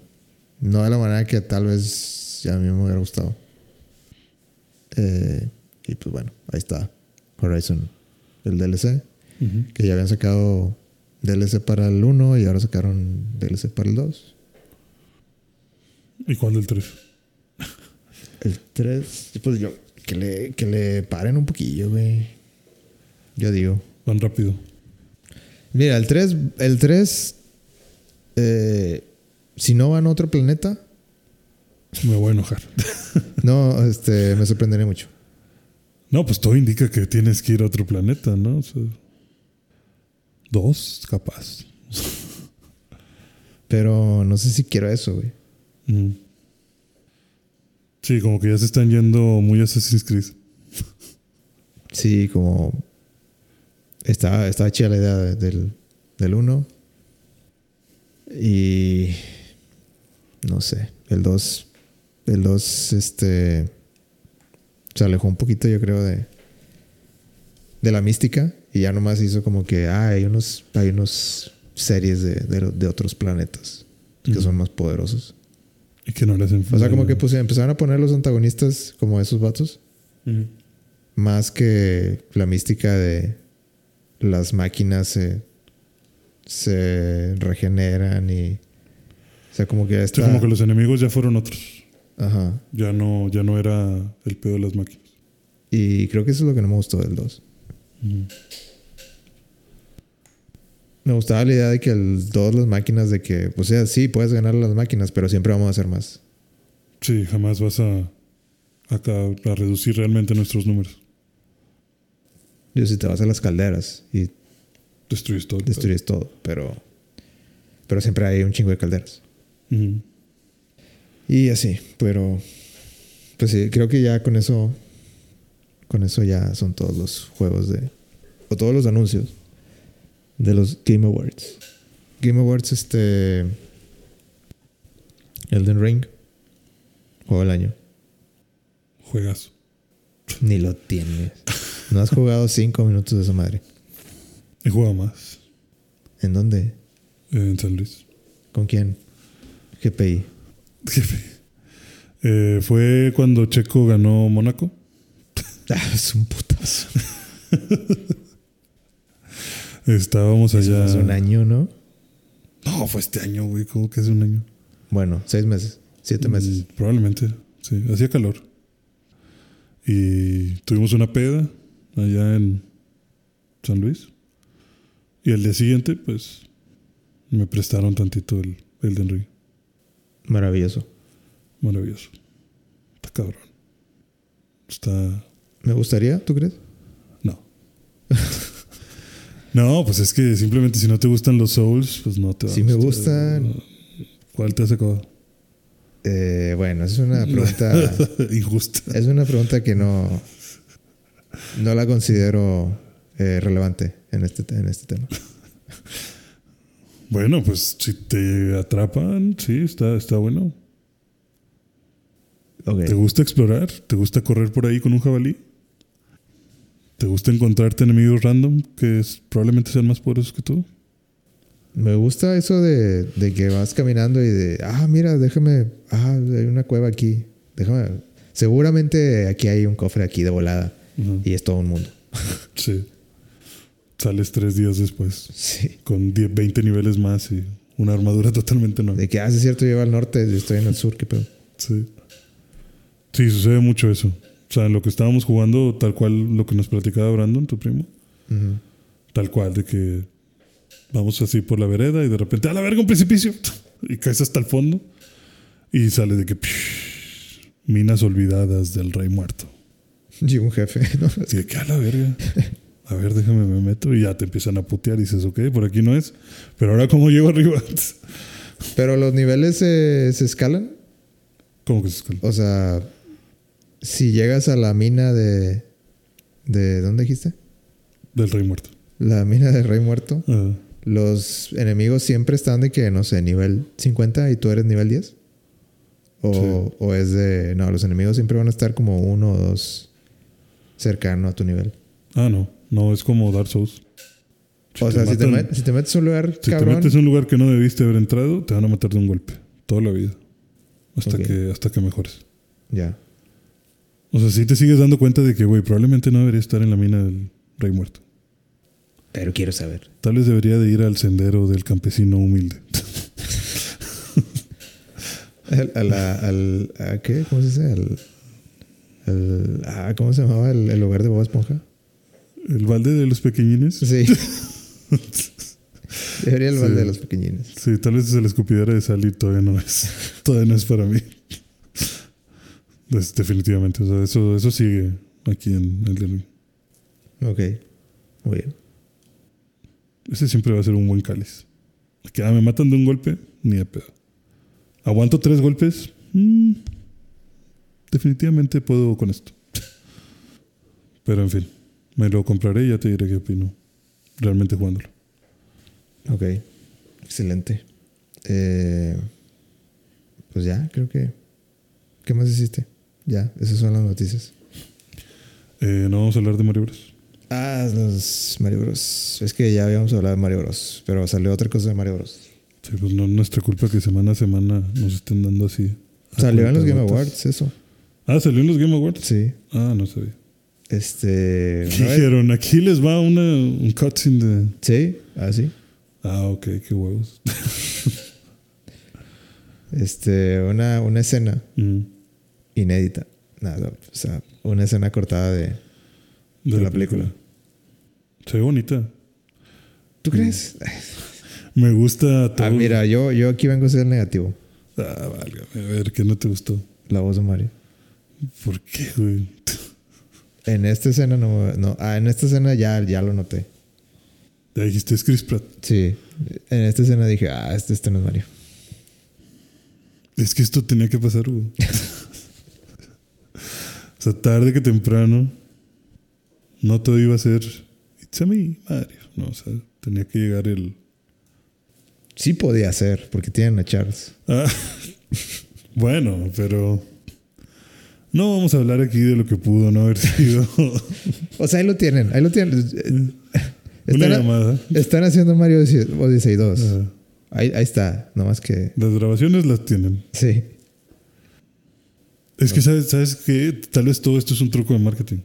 Speaker 1: no de la manera que tal vez a mí me hubiera gustado. Eh, y pues bueno, ahí está Horizon, el DLC,
Speaker 2: Ujú.
Speaker 1: que ya habían sacado DLC para el 1 y ahora sacaron DLC para el 2.
Speaker 2: ¿Y cuál del 3?
Speaker 1: El 3, pues yo, que le, que le paren un poquillo, güey. Yo digo.
Speaker 2: Van rápido.
Speaker 1: Mira, el 3, el 3, si no van a otro planeta,
Speaker 2: Me voy a enojar.
Speaker 1: no, este, me sorprendería mucho.
Speaker 2: No, pues todo indica que tienes que ir a otro planeta, ¿no? O sea, dos, capaz.
Speaker 1: Pero no sé si quiero eso, güey.
Speaker 2: Mm. Sí, como que ya se están yendo muy Assassin's Creed.
Speaker 1: Sí, como. Estaba, estaba chida la idea de- del, del 1. Y. No sé. El 2. El 2, este. Se alejó un poquito, yo creo, de. De la mística. Y ya nomás hizo como que. Ah, hay unos. Hay unos series de, de- de otros planetas. Que
Speaker 2: Ujú.
Speaker 1: son más poderosos.
Speaker 2: Y que no le hacen
Speaker 1: O sea, como que pues, empezaron a poner los antagonistas como esos vatos
Speaker 2: Ujú.
Speaker 1: más que la mística de las máquinas se, se regeneran y o sea como que
Speaker 2: Sí,
Speaker 1: esta
Speaker 2: como que los enemigos ya fueron otros.
Speaker 1: ajá
Speaker 2: Ya no, ya no era el pedo de las máquinas.
Speaker 1: y creo que eso es lo que no me gustó del 2
Speaker 2: Ujú.
Speaker 1: me gustaba la idea de que el 2 las máquinas de que pues, o sea sí puedes ganar a las máquinas pero siempre vamos a hacer más
Speaker 2: Sí, jamás vas a, acá, a reducir realmente nuestros números.
Speaker 1: yo si te vas a las calderas y
Speaker 2: Destruyes todo. el pedo.
Speaker 1: destruyes todo pero pero siempre hay un chingo de calderas
Speaker 2: Ujú.
Speaker 1: Y así, pero pues sí, creo que ya con eso con eso ya son todos los juegos de o todos los anuncios de los Game Awards. Game Awards este Elden Ring juego del año.
Speaker 2: Juegazo.
Speaker 1: Ni lo tienes. No has jugado cinco minutos de esa madre.
Speaker 2: He jugado más
Speaker 1: ¿En dónde?
Speaker 2: eh, en San Luis.
Speaker 1: ¿Con quién? GPI.
Speaker 2: Jefe. Eh, fue cuando Checo ganó Mónaco.
Speaker 1: Ah, es un putazo.
Speaker 2: Estábamos
Speaker 1: Eso
Speaker 2: allá.
Speaker 1: Hace un año, ¿no?
Speaker 2: No, fue este año, güey. ¿Cómo que hace un año?
Speaker 1: Bueno, seis meses, siete meses.
Speaker 2: Mm, Probablemente, sí. Hacía calor. Y tuvimos una peda allá en San Luis. Y el día siguiente, pues, me prestaron tantito el, el de Enrique.
Speaker 1: Mm. Maravilloso.
Speaker 2: Maravilloso. Está cabrón. Está...
Speaker 1: Me gustaría, ¿tú crees?
Speaker 2: No. no, pues es que simplemente si no te gustan los Souls, pues no te va a
Speaker 1: Sí me
Speaker 2: gustar.
Speaker 1: gustan.
Speaker 2: ¿Cuál te ha sacado?
Speaker 1: Eh, bueno, es una pregunta.
Speaker 2: Injusta.
Speaker 1: es una pregunta que no. No la considero eh, relevante en este, en este tema.
Speaker 2: Bueno, pues si te atrapan, sí, está, está bueno.
Speaker 1: Ok.
Speaker 2: ¿Te gusta explorar? ¿Te gusta correr por ahí con un jabalí? ¿Te gusta encontrarte enemigos random que es- probablemente sean más poderosos que tú?
Speaker 1: Me gusta eso de, de que vas caminando y de. Ah, mira, déjame. Ah, hay una cueva aquí. Déjame. Seguramente aquí hay un cofre aquí de volada.
Speaker 2: Ujú.
Speaker 1: Y es todo un mundo.
Speaker 2: Sí. Sales tres días después
Speaker 1: Sí.
Speaker 2: con 10, 20 niveles más y una armadura totalmente nueva.
Speaker 1: De que, ah, sí es cierto, yo iba al norte, yo estoy en el sur, qué pedo.
Speaker 2: Sí. Sí, sucede mucho eso. O sea, lo que estábamos jugando, tal cual lo que nos platicaba Brandon, tu primo,
Speaker 1: Ujú.
Speaker 2: tal cual, de que vamos así por la vereda y de repente, a la verga, un precipicio, y caes hasta el fondo y sale de que "Pish, minas olvidadas del rey muerto.
Speaker 1: Y un jefe, ¿no?
Speaker 2: Así de que, a la verga, a ver, déjame, me meto y ya te empiezan a putear y dices, ok, por aquí no es, pero ahora, ¿cómo llego arriba?
Speaker 1: Pero los niveles eh, se escalan.
Speaker 2: ¿Cómo que se escala?
Speaker 1: O sea, si llegas a la mina de. ¿De dónde dijiste?
Speaker 2: Del rey muerto.
Speaker 1: La mina del Rey Muerto.
Speaker 2: Ah,
Speaker 1: los enemigos siempre están de que, no sé, nivel 50 y tú eres nivel 10. O,
Speaker 2: Sí.
Speaker 1: o es de, no, los enemigos siempre van a estar como uno o dos cercano a tu nivel.
Speaker 2: Ah, no. No, es como Dark Souls.
Speaker 1: o sea, si, te
Speaker 2: matan-
Speaker 1: met- si te metes a un lugar,
Speaker 2: si te
Speaker 1: cabrón.
Speaker 2: metes en un lugar que no debiste haber entrado, te van a matar de un golpe. Toda la vida. Hasta,
Speaker 1: Ok.
Speaker 2: que, hasta que mejores.
Speaker 1: Ya.
Speaker 2: O sea, si te sigues dando cuenta de que, güey, probablemente no debería estar en la mina del rey muerto.
Speaker 1: Pero quiero saber.
Speaker 2: Tal vez debería de ir al sendero del campesino humilde.
Speaker 1: Al, a la- al- ¿a qué? ¿Cómo se dice? Al, al- ah, ¿Cómo se llamaba el, el hogar de Bob Esponja?
Speaker 2: ¿El balde de los pequeñines?
Speaker 1: Sí. Debería el
Speaker 2: Sí.
Speaker 1: balde de los pequeñines.
Speaker 2: Sí, tal vez es la escupidera de Sally todavía no es. Todavía no es para mí. Des- definitivamente. O sea, eso, eso sigue aquí en el Elden Ring.
Speaker 1: Ok. Muy bien.
Speaker 2: Ese siempre va a ser un buen cáliz. Que ah, me matan de un golpe, ni de pedo. ¿Aguanto tres golpes? Mm, definitivamente puedo con esto. Pero en fin, me lo compraré y ya te diré qué opino. Realmente jugándolo.
Speaker 1: Ok. Excelente. Eh, pues ya, creo que. ¿Qué más hiciste? Ya, esas son las noticias.
Speaker 2: Eh, no vamos a hablar de Mario Bros.
Speaker 1: Ah, los Mario Bros. Es que ya habíamos hablado de Mario Bros. Pero salió otra cosa de Mario Bros.
Speaker 2: Sí, pues no es nuestra culpa que semana a semana nos estén dando así. a
Speaker 1: Salió en los Game
Speaker 2: cuentagotas.
Speaker 1: Awards, eso.
Speaker 2: Ah, salió en los Game Awards.
Speaker 1: Sí.
Speaker 2: Ah, no sabía.
Speaker 1: Este. una vez-
Speaker 2: Dijeron, aquí les va una, un cutscene de.
Speaker 1: Sí, así.
Speaker 2: Ah, ok, qué huevos.
Speaker 1: Este, una, una escena
Speaker 2: Mm.
Speaker 1: inédita. Nada, o sea, una escena cortada de. De la película.
Speaker 2: Se ve bonita.
Speaker 1: ¿Tú crees?
Speaker 2: Me gusta todo.
Speaker 1: Ah, mira, yo, yo aquí vengo a ser el negativo.
Speaker 2: Ah, válgame. A ver, ¿qué no te gustó?
Speaker 1: La voz de Mario.
Speaker 2: ¿Por qué, güey?
Speaker 1: En esta escena no, no. Ah, en esta escena ya, ya lo noté.
Speaker 2: Ya dijiste, es Chris Pratt.
Speaker 1: Sí. En esta escena dije, ah, este, este no es Mario.
Speaker 2: Es que esto tenía que pasar, güey. o sea, tarde que temprano, no todo iba a ser It's a me, Mario. No, o sea, tenía que llegar el.
Speaker 1: Sí podía ser, porque tienen a Charles.
Speaker 2: Ah, bueno, pero. No vamos a hablar aquí de lo que pudo no haber sido
Speaker 1: O sea, ahí lo tienen, ahí lo tienen.
Speaker 2: una
Speaker 1: Están,
Speaker 2: llamada.
Speaker 1: están haciendo Mario Odise- Odyssey 2.
Speaker 2: Ah,
Speaker 1: Ahí, ahí está, nomás que.
Speaker 2: las grabaciones las tienen.
Speaker 1: Sí.
Speaker 2: Es que, ¿sabes, ¿sabes qué? Tal vez todo esto es un truco de marketing.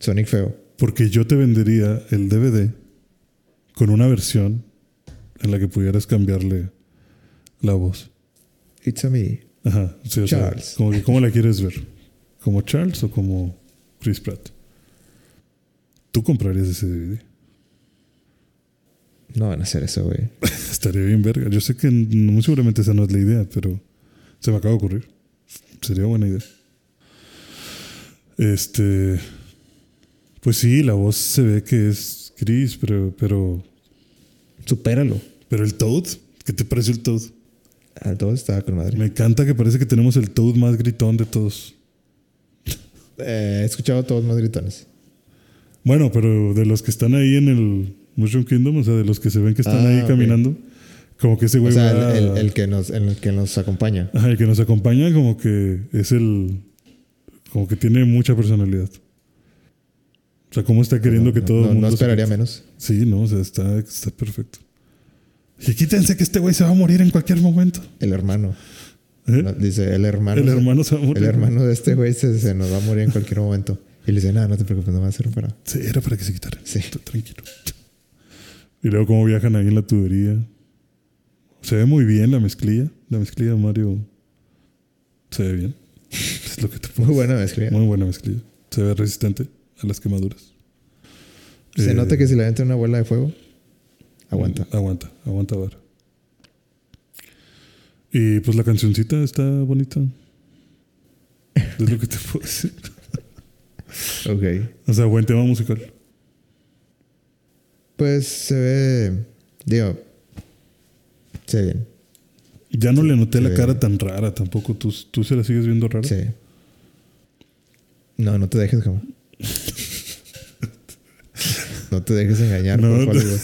Speaker 1: Sonic feo.
Speaker 2: Porque yo te vendería el DVD con una versión en la que pudieras cambiarle la voz.
Speaker 1: It's a me.
Speaker 2: Ajá. sí, o sea,
Speaker 1: Charles.
Speaker 2: como que, ¿Cómo la quieres ver? ¿Como Charles o como Chris Pratt? Tú comprarías ese DVD.
Speaker 1: No van a hacer eso, güey.
Speaker 2: Estaría bien verga. Yo sé que n- muy seguramente esa no es la idea, pero se me acaba de ocurrir. Sería buena idea. Este. Pues sí, la voz se ve que es Chris, pero. pero
Speaker 1: Supéralo.
Speaker 2: Pero el Toad, ¿qué te pareció el Toad?
Speaker 1: Al Ah, todo estaba con madre.
Speaker 2: Me encanta que parece que tenemos el Toad más gritón de todos.
Speaker 1: Eh, he escuchado a todos más gritones.
Speaker 2: Bueno, pero de los que están ahí en el Mushroom Kingdom, o sea, de los que se ven que están
Speaker 1: Ah,
Speaker 2: ahí
Speaker 1: ok.
Speaker 2: caminando, como que ese
Speaker 1: O
Speaker 2: güey
Speaker 1: sea,
Speaker 2: va-
Speaker 1: el, el- el que nos, el que nos acompaña.
Speaker 2: Ajá, el que nos acompaña como que es el... Como que tiene mucha personalidad. O sea, cómo está queriendo
Speaker 1: No,
Speaker 2: que
Speaker 1: no,
Speaker 2: todo
Speaker 1: no,
Speaker 2: el mundo...
Speaker 1: No
Speaker 2: se-
Speaker 1: esperaría menos.
Speaker 2: Sí, no, o sea, está, está perfecto. Y quítense que este güey se va a morir en cualquier momento.
Speaker 1: El hermano.
Speaker 2: ¿Eh?
Speaker 1: No, dice, el hermano.
Speaker 2: el hermano se va a morir.
Speaker 1: el hermano de este güey se, se nos va a morir en cualquier momento. Y le dice, nada, no te preocupes, no va a ser para.
Speaker 2: Sí, era para que se quitara.
Speaker 1: Sí.
Speaker 2: Tú Tranquilo. Y luego cómo viajan ahí en la tubería. Se ve muy bien la mezclilla. La mezclilla de Mario se ve bien. Es lo que te puedo
Speaker 1: Muy buena mezcla.
Speaker 2: decir. Muy buena mezclilla. Se ve resistente a las quemaduras.
Speaker 1: Se
Speaker 2: Eh,
Speaker 1: nota que si le avienta una bola de fuego, aguanta.
Speaker 2: Aguanta, aguanta vara. Y pues la cancioncita está bonita. Es lo que te puedo decir.
Speaker 1: Ok.
Speaker 2: O sea, buen tema musical.
Speaker 1: Pues se ve. Digo. Se ve bien.
Speaker 2: Ya no le noté
Speaker 1: se
Speaker 2: la
Speaker 1: ve-
Speaker 2: cara tan rara tampoco. ¿Tú, tú se la sigues viendo rara?
Speaker 1: Sí. No, no te dejes, jamás. No te dejes engañar
Speaker 2: No,
Speaker 1: por
Speaker 2: no.
Speaker 1: Hollywood.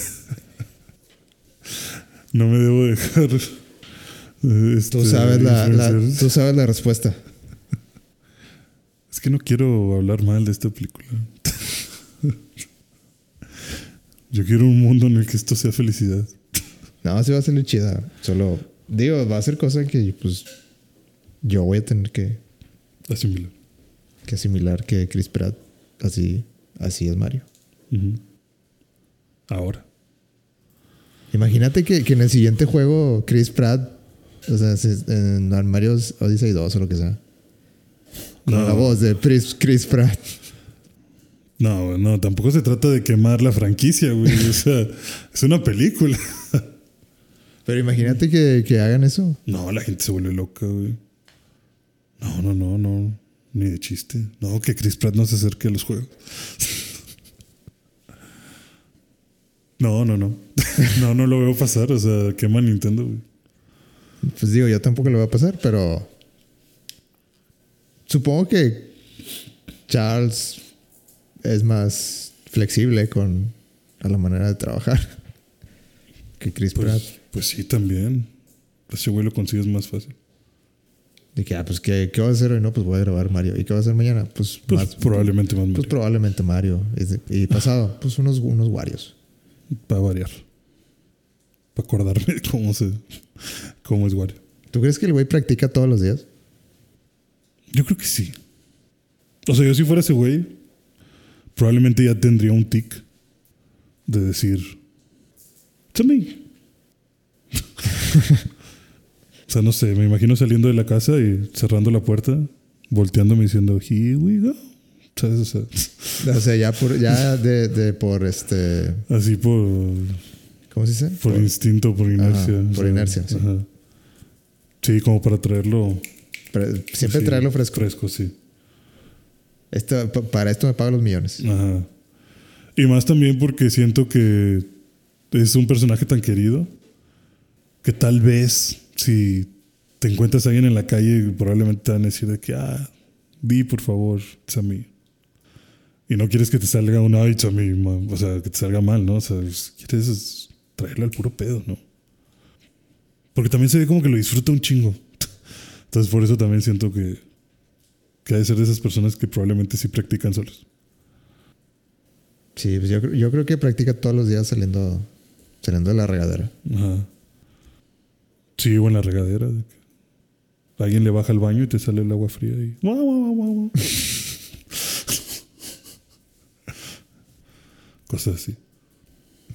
Speaker 2: No me debo dejar. eh,
Speaker 1: Tú
Speaker 2: este,
Speaker 1: sabes la, la-
Speaker 2: influenciar.
Speaker 1: tú sabes la respuesta.
Speaker 2: Es que no quiero hablar mal de esta película. Yo quiero un mundo en el que esto sea felicidad.
Speaker 1: No, sí va a salir chida. Solo, digo, va a ser cosa que pues yo voy a tener que,
Speaker 2: Asimilar.
Speaker 1: que asimilar que Chris Pratt así, así es Mario.
Speaker 2: Ujú. Ahora.
Speaker 1: Imagínate que, que en el siguiente juego Chris Pratt, o sea, se- en Mario Odyssey 2 o lo que sea. Con
Speaker 2: No.
Speaker 1: la voz de Chris, Chris Pratt.
Speaker 2: No, güey, no, tampoco se trata de quemar la franquicia, güey. O sea, es una película.
Speaker 1: Pero imagínate que, que hagan eso.
Speaker 2: No, la gente se vuelve loca, güey. No, no, no, no. Ni de chiste. No, que Chris Pratt no se acerque a los juegos. No, no, no. No, no lo veo pasar. O sea, quema Nintendo, güey.
Speaker 1: Pues digo, yo tampoco lo voy a pasar, pero. Supongo que Charles es más flexible con a la manera de trabajar que Chris Pratt.
Speaker 2: Pues, pues sí, también. Pues Ese güey lo consigues más fácil.
Speaker 1: De que, ah, pues, ¿qué, ¿qué voy a hacer hoy? No, pues voy a grabar Mario. ¿Y qué voy a hacer mañana? Pues,
Speaker 2: Pues
Speaker 1: más-
Speaker 2: probablemente más
Speaker 1: pues
Speaker 2: Mario.
Speaker 1: probablemente Mario. Es de- Y pasado, pues unos, unos Warios.
Speaker 2: Para variar. Para acordarme de cómo se. cómo es Wario.
Speaker 1: ¿Tú crees que el güey practica todos los días?
Speaker 2: Yo creo que sí. O sea, yo si fuera ese güey, probablemente ya tendría un tic de decir. "It's a me". o sea, no sé, me imagino saliendo de la casa y cerrando la puerta, volteándome y diciendo, here we go. ¿Sabes? O sea,
Speaker 1: O sea, ya por, ya de, de por este.
Speaker 2: así por.
Speaker 1: ¿Cómo se dice?
Speaker 2: Por instinto, por inercia.
Speaker 1: Ajá, por inercia, sí.
Speaker 2: ajá. Sí, como para traerlo.
Speaker 1: Pero siempre
Speaker 2: así,
Speaker 1: traerlo fresco.
Speaker 2: Fresco, sí.
Speaker 1: Esto- pa- para esto me pago los millones.
Speaker 2: Ajá. Y más también porque siento que es un personaje tan querido que tal vez si te encuentras a alguien en la calle, probablemente te van a decir de que, ah, di por favor, it's a me. Y no quieres que te salga un, ay, it's a me", ma- o sea, que te salga mal, ¿no? O sea, es- quieres es traerle al puro pedo, ¿no? Porque también se ve como que lo disfruta un chingo. Entonces, por eso también siento que, que ha de ser de esas personas que probablemente sí practican solos.
Speaker 1: Sí, pues yo, creo- yo creo que practica todos los días saliendo, saliendo de la regadera.
Speaker 2: Ajá. Sí, o en la regadera. de que alguien le baja al baño y te sale el agua fría y. guau, guau, guau, guau, guau. Cosas así.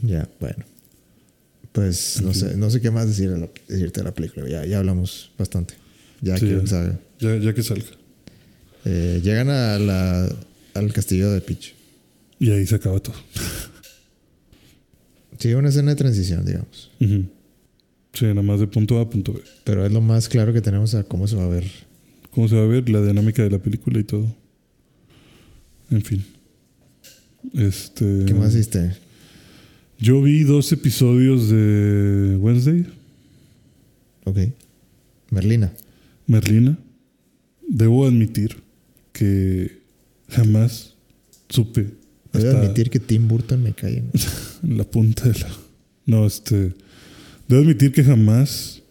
Speaker 1: Ya, bueno. Pues no sé, no sé qué más decir a la- decirte de la película. Ya, ya hablamos bastante. Ya
Speaker 2: Sí,
Speaker 1: quién
Speaker 2: ya.
Speaker 1: sabe.
Speaker 2: Ya, ya que salga.
Speaker 1: Eh, llegan a la- al castillo de Peach.
Speaker 2: Y ahí se acaba todo.
Speaker 1: Sí, una escena de transición, digamos.
Speaker 2: Ujú. Sí, nada más de punto A a punto B.
Speaker 1: Pero es lo más claro que tenemos a cómo se va a ver.
Speaker 2: ¿Cómo se va a ver la dinámica de la película y todo? En fin. Este.
Speaker 1: ¿Qué más hiciste?
Speaker 2: Yo vi dos episodios de Wednesday.
Speaker 1: Ok. Merlina.
Speaker 2: Merlina, debo admitir que jamás supe
Speaker 1: Debo
Speaker 2: hasta
Speaker 1: admitir que Tim Burton me cae. en-
Speaker 2: la punta de la... No, este... Debo admitir que jamás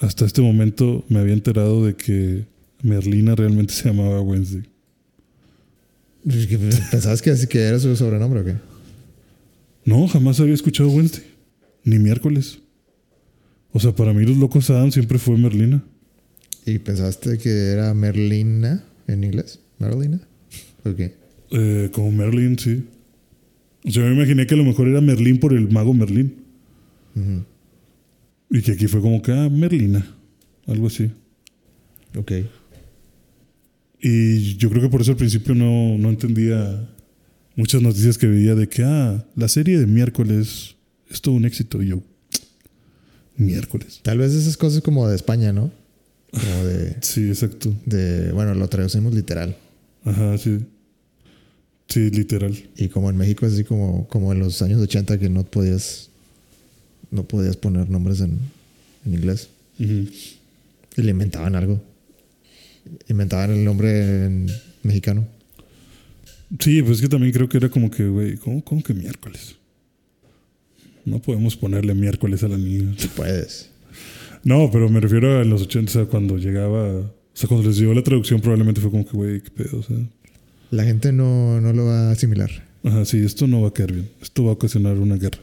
Speaker 2: hasta este momento me había enterado de que Merlina realmente se llamaba Wednesday.
Speaker 1: ¿Pensabas que, que era su sobrenombre o qué?
Speaker 2: No, jamás había escuchado Wednesday. Ni miércoles. O sea, para mí los locos Adam siempre fue Merlina.
Speaker 1: ¿Y pensaste que era Merlina en inglés? ¿Merlina? Ok.
Speaker 2: Eh, como Merlin, sí. O sea, yo me imaginé que a lo mejor era Merlín por el mago Merlín.
Speaker 1: Ujú.
Speaker 2: Y que aquí fue como que, ah, Merlina, algo así.
Speaker 1: Ok.
Speaker 2: Y yo creo que por eso al principio no, no entendía muchas noticias que veía de que, ah, la serie de miércoles es todo un éxito. Y yo, miércoles.
Speaker 1: Tal vez esas cosas como de España, ¿no? Como de.
Speaker 2: Sí, exacto.
Speaker 1: de bueno, lo traducimos literal.
Speaker 2: Ajá, sí. Sí, literal.
Speaker 1: Y como en México es así como, como en los años 80 que no podías. No podías poner nombres en, en inglés. Y le inventaban algo. Inventaban el nombre en mexicano.
Speaker 2: Sí, pues es que también creo que era como que, güey, ¿cómo, cómo que miércoles? No podemos ponerle miércoles al anillo.
Speaker 1: Puedes.
Speaker 2: No, pero me refiero a los 80, cuando llegaba. O sea, cuando les llegó la traducción, probablemente fue como que, güey, qué pedo, o sea.
Speaker 1: La gente no, no lo va a asimilar.
Speaker 2: Ajá, sí, esto no va a quedar bien. Esto va a ocasionar una guerra.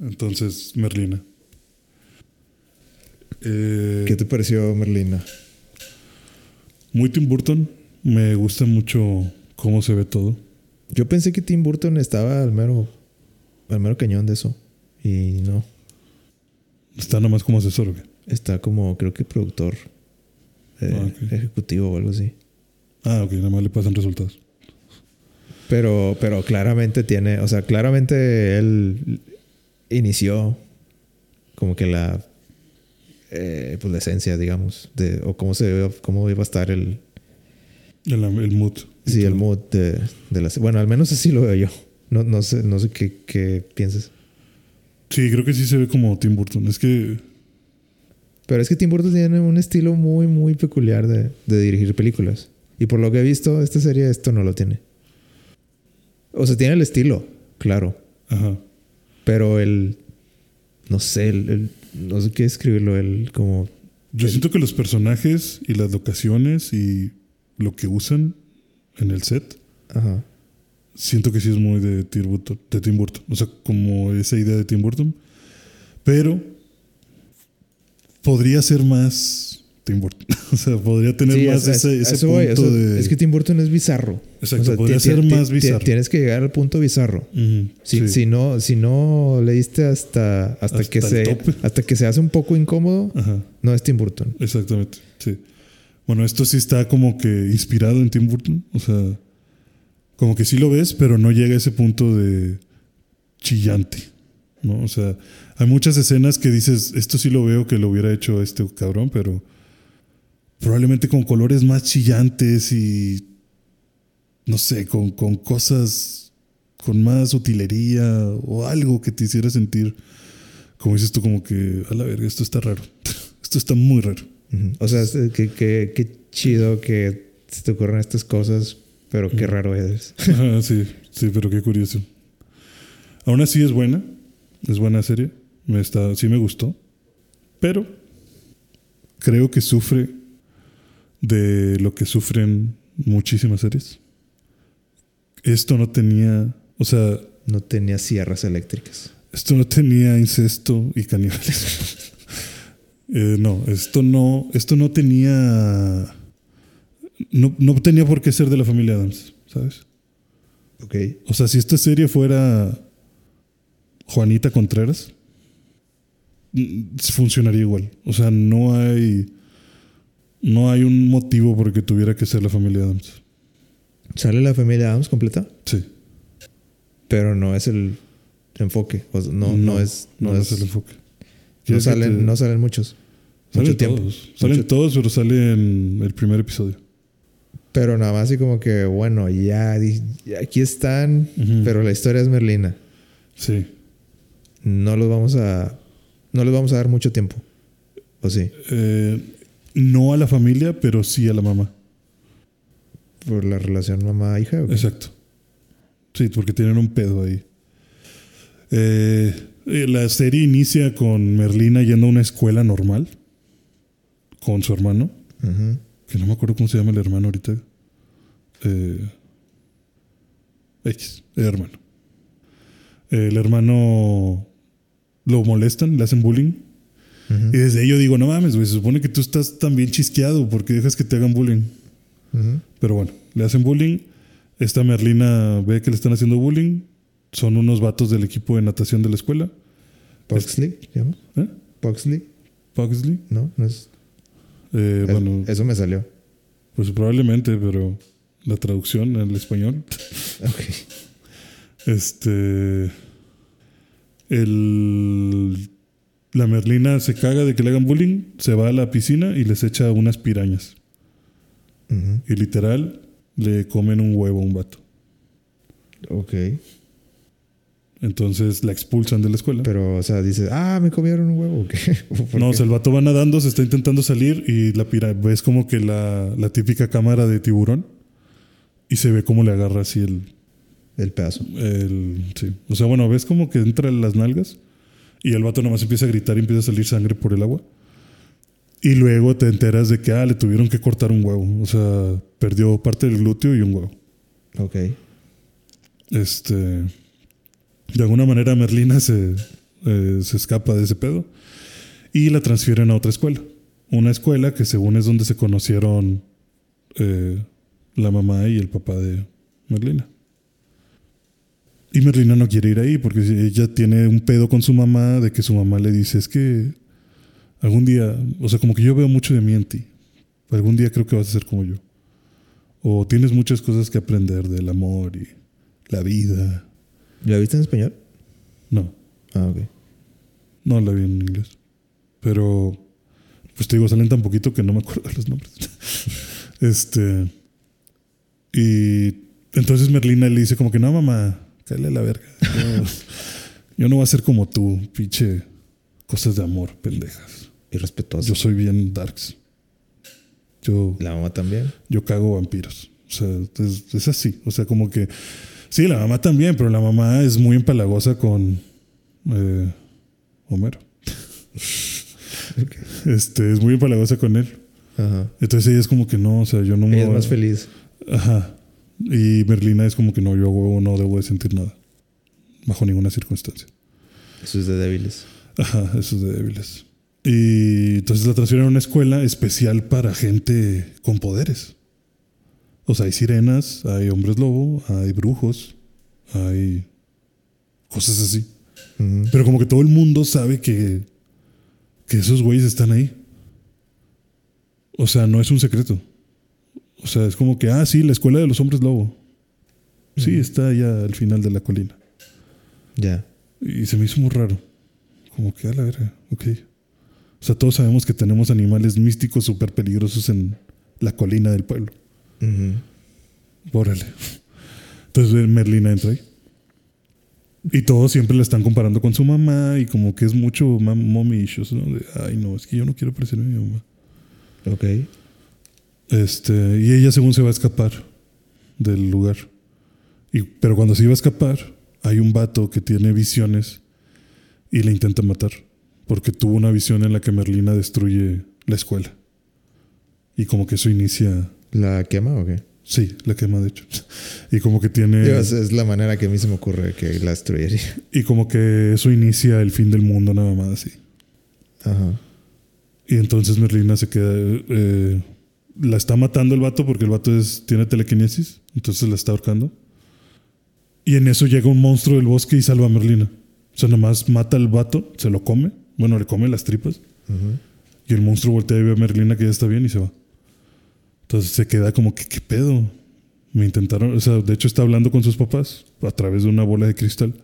Speaker 2: Entonces, Merlina. Eh,
Speaker 1: ¿Qué te pareció Merlina?
Speaker 2: Muy Tim Burton. Me gusta mucho cómo se ve todo.
Speaker 1: Yo pensé que Tim Burton estaba al mero, al mero cañón de eso. Y no.
Speaker 2: Está nomás como asesor, güey.
Speaker 1: Está como, creo que productor eh,
Speaker 2: Ah, ok.
Speaker 1: ejecutivo o algo así.
Speaker 2: Ah, ok, nada más le pasan resultados.
Speaker 1: Pero, pero claramente tiene, o sea, claramente él inició como que la, eh, pues la esencia, digamos, de, o cómo se iba- cómo iba a estar el,
Speaker 2: El, el mood.
Speaker 1: sí, el mood de, de la, se- bueno, al menos así lo veo yo. No, no sé, no sé qué, qué piensas.
Speaker 2: Sí, creo que sí se ve como Tim Burton. Es que
Speaker 1: Pero es que Tim Burton tiene un estilo muy, muy peculiar de, de dirigir películas. Y por lo que he visto, esta serie esto no lo tiene. O sea, tiene el estilo, claro.
Speaker 2: Ajá.
Speaker 1: Pero el. No sé, el, el- no sé qué escribirlo. El como.
Speaker 2: Yo
Speaker 1: El-
Speaker 2: siento que los personajes y las locaciones y lo que usan en el set,
Speaker 1: Ajá.
Speaker 2: siento que sí es muy de Tim Burton. De Tim Burton. O sea, como esa idea de Tim Burton. Pero podría ser más Tim Burton. O sea, podría tener
Speaker 1: Sí,
Speaker 2: más
Speaker 1: es- es-
Speaker 2: ese, ese
Speaker 1: eso voy,
Speaker 2: punto
Speaker 1: eso-
Speaker 2: de...
Speaker 1: Es que Tim Burton es bizarro.
Speaker 2: Exacto,
Speaker 1: O sea,
Speaker 2: podría
Speaker 1: ti-
Speaker 2: ser
Speaker 1: ti-
Speaker 2: más
Speaker 1: ti-
Speaker 2: bizarro.
Speaker 1: Tienes que llegar al punto bizarro.
Speaker 2: Ujú,
Speaker 1: Si,
Speaker 2: sí.
Speaker 1: si no, si no leíste hasta, hasta,
Speaker 2: Hasta
Speaker 1: que
Speaker 2: el
Speaker 1: se,
Speaker 2: tope.
Speaker 1: hasta que se hace un poco incómodo,
Speaker 2: Ajá.
Speaker 1: no es Tim Burton.
Speaker 2: Exactamente, sí. Bueno, esto sí está como que inspirado en Tim Burton. O sea, como que sí lo ves, pero no llega a ese punto de chillante. ¿no? O sea, hay muchas escenas que dices, esto sí lo veo que lo hubiera hecho este cabrón, pero probablemente con colores más chillantes y, no sé, con, con cosas, con más utilería o algo que te hiciera sentir, como dices tú, como que, a la verga, esto está raro. esto está muy raro.
Speaker 1: Ujú. O sea, es- qué que, que chido que se te ocurran estas cosas, pero qué raro eres.
Speaker 2: Ajá, sí, sí, pero qué curioso. Aún así es buena, es buena serie, me está, sí me gustó, pero creo que sufre de lo que sufren muchísimas series. Esto no tenía, o sea,
Speaker 1: No tenía sierras eléctricas.
Speaker 2: esto no tenía incesto y canibalismo. Eh, no, esto no, esto no tenía, no, no tenía por qué ser de la familia Adams, ¿sabes?
Speaker 1: Ok.
Speaker 2: O sea, si esta serie fuera Juanita Contreras, mm, funcionaría igual. O sea, no hay. No hay un motivo por el que tuviera que ser la familia Adams.
Speaker 1: Sale la familia Adams completa,
Speaker 2: Sí.
Speaker 1: pero no es el enfoque. O sea, no, no, es. No,
Speaker 2: No, no
Speaker 1: es-
Speaker 2: es el enfoque.
Speaker 1: no
Speaker 2: ¿Quieres que
Speaker 1: salen,
Speaker 2: te-
Speaker 1: no salen muchos.
Speaker 2: salen
Speaker 1: mucho tiempo.
Speaker 2: todos. Salen
Speaker 1: Mucho-
Speaker 2: todos, pero sale en el primer episodio.
Speaker 1: Pero nada más, así como que, bueno, ya, di- ya aquí están,
Speaker 2: Ujú.
Speaker 1: pero la historia es Merlina.
Speaker 2: Sí.
Speaker 1: No los vamos a. No les vamos a dar mucho tiempo. ¿O sí?
Speaker 2: Eh, no a la familia, pero sí a la mamá.
Speaker 1: Por la relación mamá-hija. ¿o qué?
Speaker 2: Exacto. Sí, porque tienen un pedo ahí. Eh, eh, la serie inicia con Merlina yendo a una escuela normal con su hermano,
Speaker 1: Ujú.
Speaker 2: que no me acuerdo cómo se llama el hermano ahorita. Eh, X, el hermano. El hermano lo molestan, le hacen bullying.
Speaker 1: Ujú.
Speaker 2: Y desde ahí yo digo, no mames, güey, se supone que tú estás también chisqueado porque dejas que te hagan bullying.
Speaker 1: Ujú.
Speaker 2: Pero bueno, le hacen bullying. Esta Merlina ve que le están haciendo bullying. Son unos vatos del equipo de natación de la escuela.
Speaker 1: Puxley, ¿se llama?
Speaker 2: ¿Eh?
Speaker 1: Puxley,
Speaker 2: Pugsley.
Speaker 1: ¿no? no es,
Speaker 2: Eh,
Speaker 1: es-
Speaker 2: bueno,
Speaker 1: Eso me salió.
Speaker 2: pues probablemente, pero la traducción al español.
Speaker 1: Ok.
Speaker 2: Este. El. La Merlina se caga de que le hagan bullying, se va a la piscina y les echa unas pirañas.
Speaker 1: Ujú.
Speaker 2: Y literal, le comen un huevo a un vato.
Speaker 1: Ok.
Speaker 2: ¿Eh? Entonces la expulsan de la escuela.
Speaker 1: Pero, o sea, dices, ah, me comieron un huevo. ¿o qué? ¿Por qué?
Speaker 2: No, o sea, el vato va nadando, se está intentando salir y la pira ves como que la, la típica cámara de tiburón y se ve cómo le agarra así el,
Speaker 1: el pedazo.
Speaker 2: El, sí. O sea, bueno, ves como que entra en las nalgas y el vato nomás empieza a gritar y empieza a salir sangre por el agua. Y luego te enteras de que, ah, le tuvieron que cortar un huevo. O sea, perdió parte del glúteo y un huevo.
Speaker 1: Ok.
Speaker 2: Este. De alguna manera Merlina se, eh, se escapa de ese pedo y la transfieren a otra escuela. Una escuela que según es donde se conocieron eh, la mamá y el papá de Merlina. Y Merlina no quiere ir ahí porque ella tiene un pedo con su mamá de que su mamá le dice, es que algún día, o sea, como que yo veo mucho de mí en ti. Algún día creo que vas a ser como yo. O tienes muchas cosas que aprender del amor y la vida.
Speaker 1: ¿La viste en español?
Speaker 2: No,
Speaker 1: Ah, ok.
Speaker 2: no la vi en inglés. Pero, pues te digo, salen tan poquito que no me acuerdo de los nombres. este. Y entonces Merlina le dice como que no, mamá, cállale a la verga. Yo, yo no voy a ser como tú, pinche cosas de amor, pendejas.
Speaker 1: Irrespetuoso.
Speaker 2: Yo soy bien darks. Yo
Speaker 1: La mamá también.
Speaker 2: yo cago vampiros. O sea, es, es así. O sea, como que. Sí, la mamá también, pero la mamá es muy empalagosa con eh, Homero.
Speaker 1: Ok.
Speaker 2: Este, es muy empalagosa con él.
Speaker 1: Ajá.
Speaker 2: Entonces ella es como que no, o sea, yo no eh. me.
Speaker 1: Ella es
Speaker 2: voy a-
Speaker 1: más feliz.
Speaker 2: Ajá. Y Merlina es como que no, yo a huevo no debo de sentir nada. Bajo ninguna circunstancia.
Speaker 1: Eso es de débiles.
Speaker 2: Ajá, eso es de débiles. Y entonces la transfieren a una escuela especial para gente con poderes. O sea, hay sirenas, hay hombres lobo, hay brujos, hay cosas así.
Speaker 1: Ujú.
Speaker 2: Pero como que todo el mundo sabe que, que esos güeyes están ahí. O sea, no es un secreto. O sea, es como que, ah, sí, la escuela de los hombres lobo. Sí, está allá al final de la colina.
Speaker 1: Ya.
Speaker 2: Y se me hizo muy raro. Como que a la verga, ok. O sea, todos sabemos que tenemos animales místicos súper peligrosos en la colina del pueblo.
Speaker 1: Ujú.
Speaker 2: Órale. Entonces eh, Merlina entra ahí. Y todos siempre la están comparando con su mamá y como que es mucho mam- mommy issues, ¿no? De, ay, no, es que yo no quiero parecerme a mi mamá.
Speaker 1: Ok.
Speaker 2: Este, y ella según se va a escapar del lugar. Y, pero cuando se iba a escapar, hay un vato que tiene visiones y la intenta matar. Porque tuvo una visión en la que Merlina destruye la escuela. Y como que eso inicia...
Speaker 1: ¿La quema o qué?
Speaker 2: Sí, la quema de hecho. Y como que tiene...
Speaker 1: Digo, es, es la manera que a mí se me ocurre que la destruiría.
Speaker 2: Y como que eso inicia el fin del mundo nada más así.
Speaker 1: Ajá.
Speaker 2: Y entonces Merlina se queda. eh, la está matando el vato porque el vato es, tiene telequinesis. Entonces la está ahorcando. Y en eso llega un monstruo del bosque y salva a Merlina. O sea, nomás mata al vato, se lo come. Bueno, le come las tripas.
Speaker 1: Ujú.
Speaker 2: Y el monstruo voltea y ve a Merlina que ya está bien y se va. Entonces se queda como que, ¿qué pedo? Me intentaron, o sea, de hecho está hablando con sus papás a través de una bola de cristal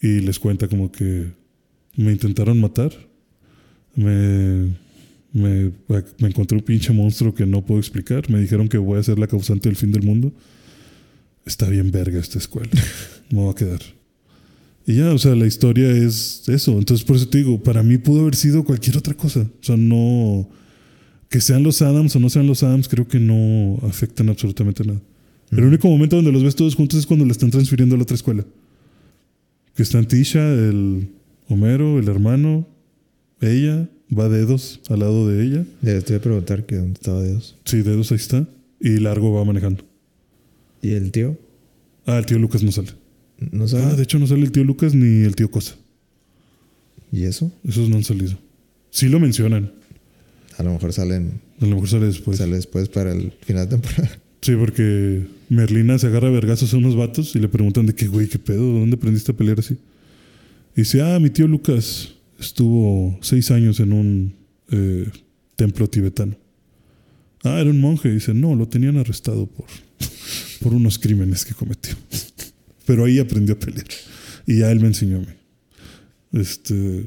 Speaker 2: y les cuenta como que me intentaron matar. Me, me, me encontré un pinche monstruo que no puedo explicar. Me dijeron que voy a ser la causante del fin del mundo. Está bien verga esta escuela. Me voy a quedar. Y ya, o sea, la historia es eso. Entonces, por eso te digo, para mí pudo haber sido cualquier otra cosa. O sea, no. Que sean los Adams o no sean los Adams, creo que no afectan absolutamente nada. El único momento donde los ves todos juntos es cuando la están transfiriendo a la otra escuela. Que están Tisha, el Homero, el hermano, ella, va dedos al lado de ella.
Speaker 1: Ya, te voy a preguntar que dónde estaba Dios.
Speaker 2: Sí, dedos ahí está. Y Largo va manejando.
Speaker 1: ¿Y el tío?
Speaker 2: Ah, el tío Lucas no sale.
Speaker 1: ¿No
Speaker 2: Ah,
Speaker 1: sabe?
Speaker 2: de hecho no sale el tío Lucas ni el tío Cosa.
Speaker 1: ¿Y eso?
Speaker 2: Esos no han salido. Sí lo mencionan.
Speaker 1: A lo mejor salen,
Speaker 2: A lo mejor sale después.
Speaker 1: sale después para el final de temporada.
Speaker 2: Sí, porque Merlina se agarra a vergazos a unos vatos y le preguntan de qué, güey, qué pedo, ¿dónde aprendiste a pelear así? Y dice, ah, mi tío Lucas estuvo seis años en un eh, templo tibetano. Ah, era un monje. Dice, no, lo tenían arrestado por, por unos crímenes que cometió. Pero ahí aprendió a pelear. Y ya él me enseñó a mí. Este,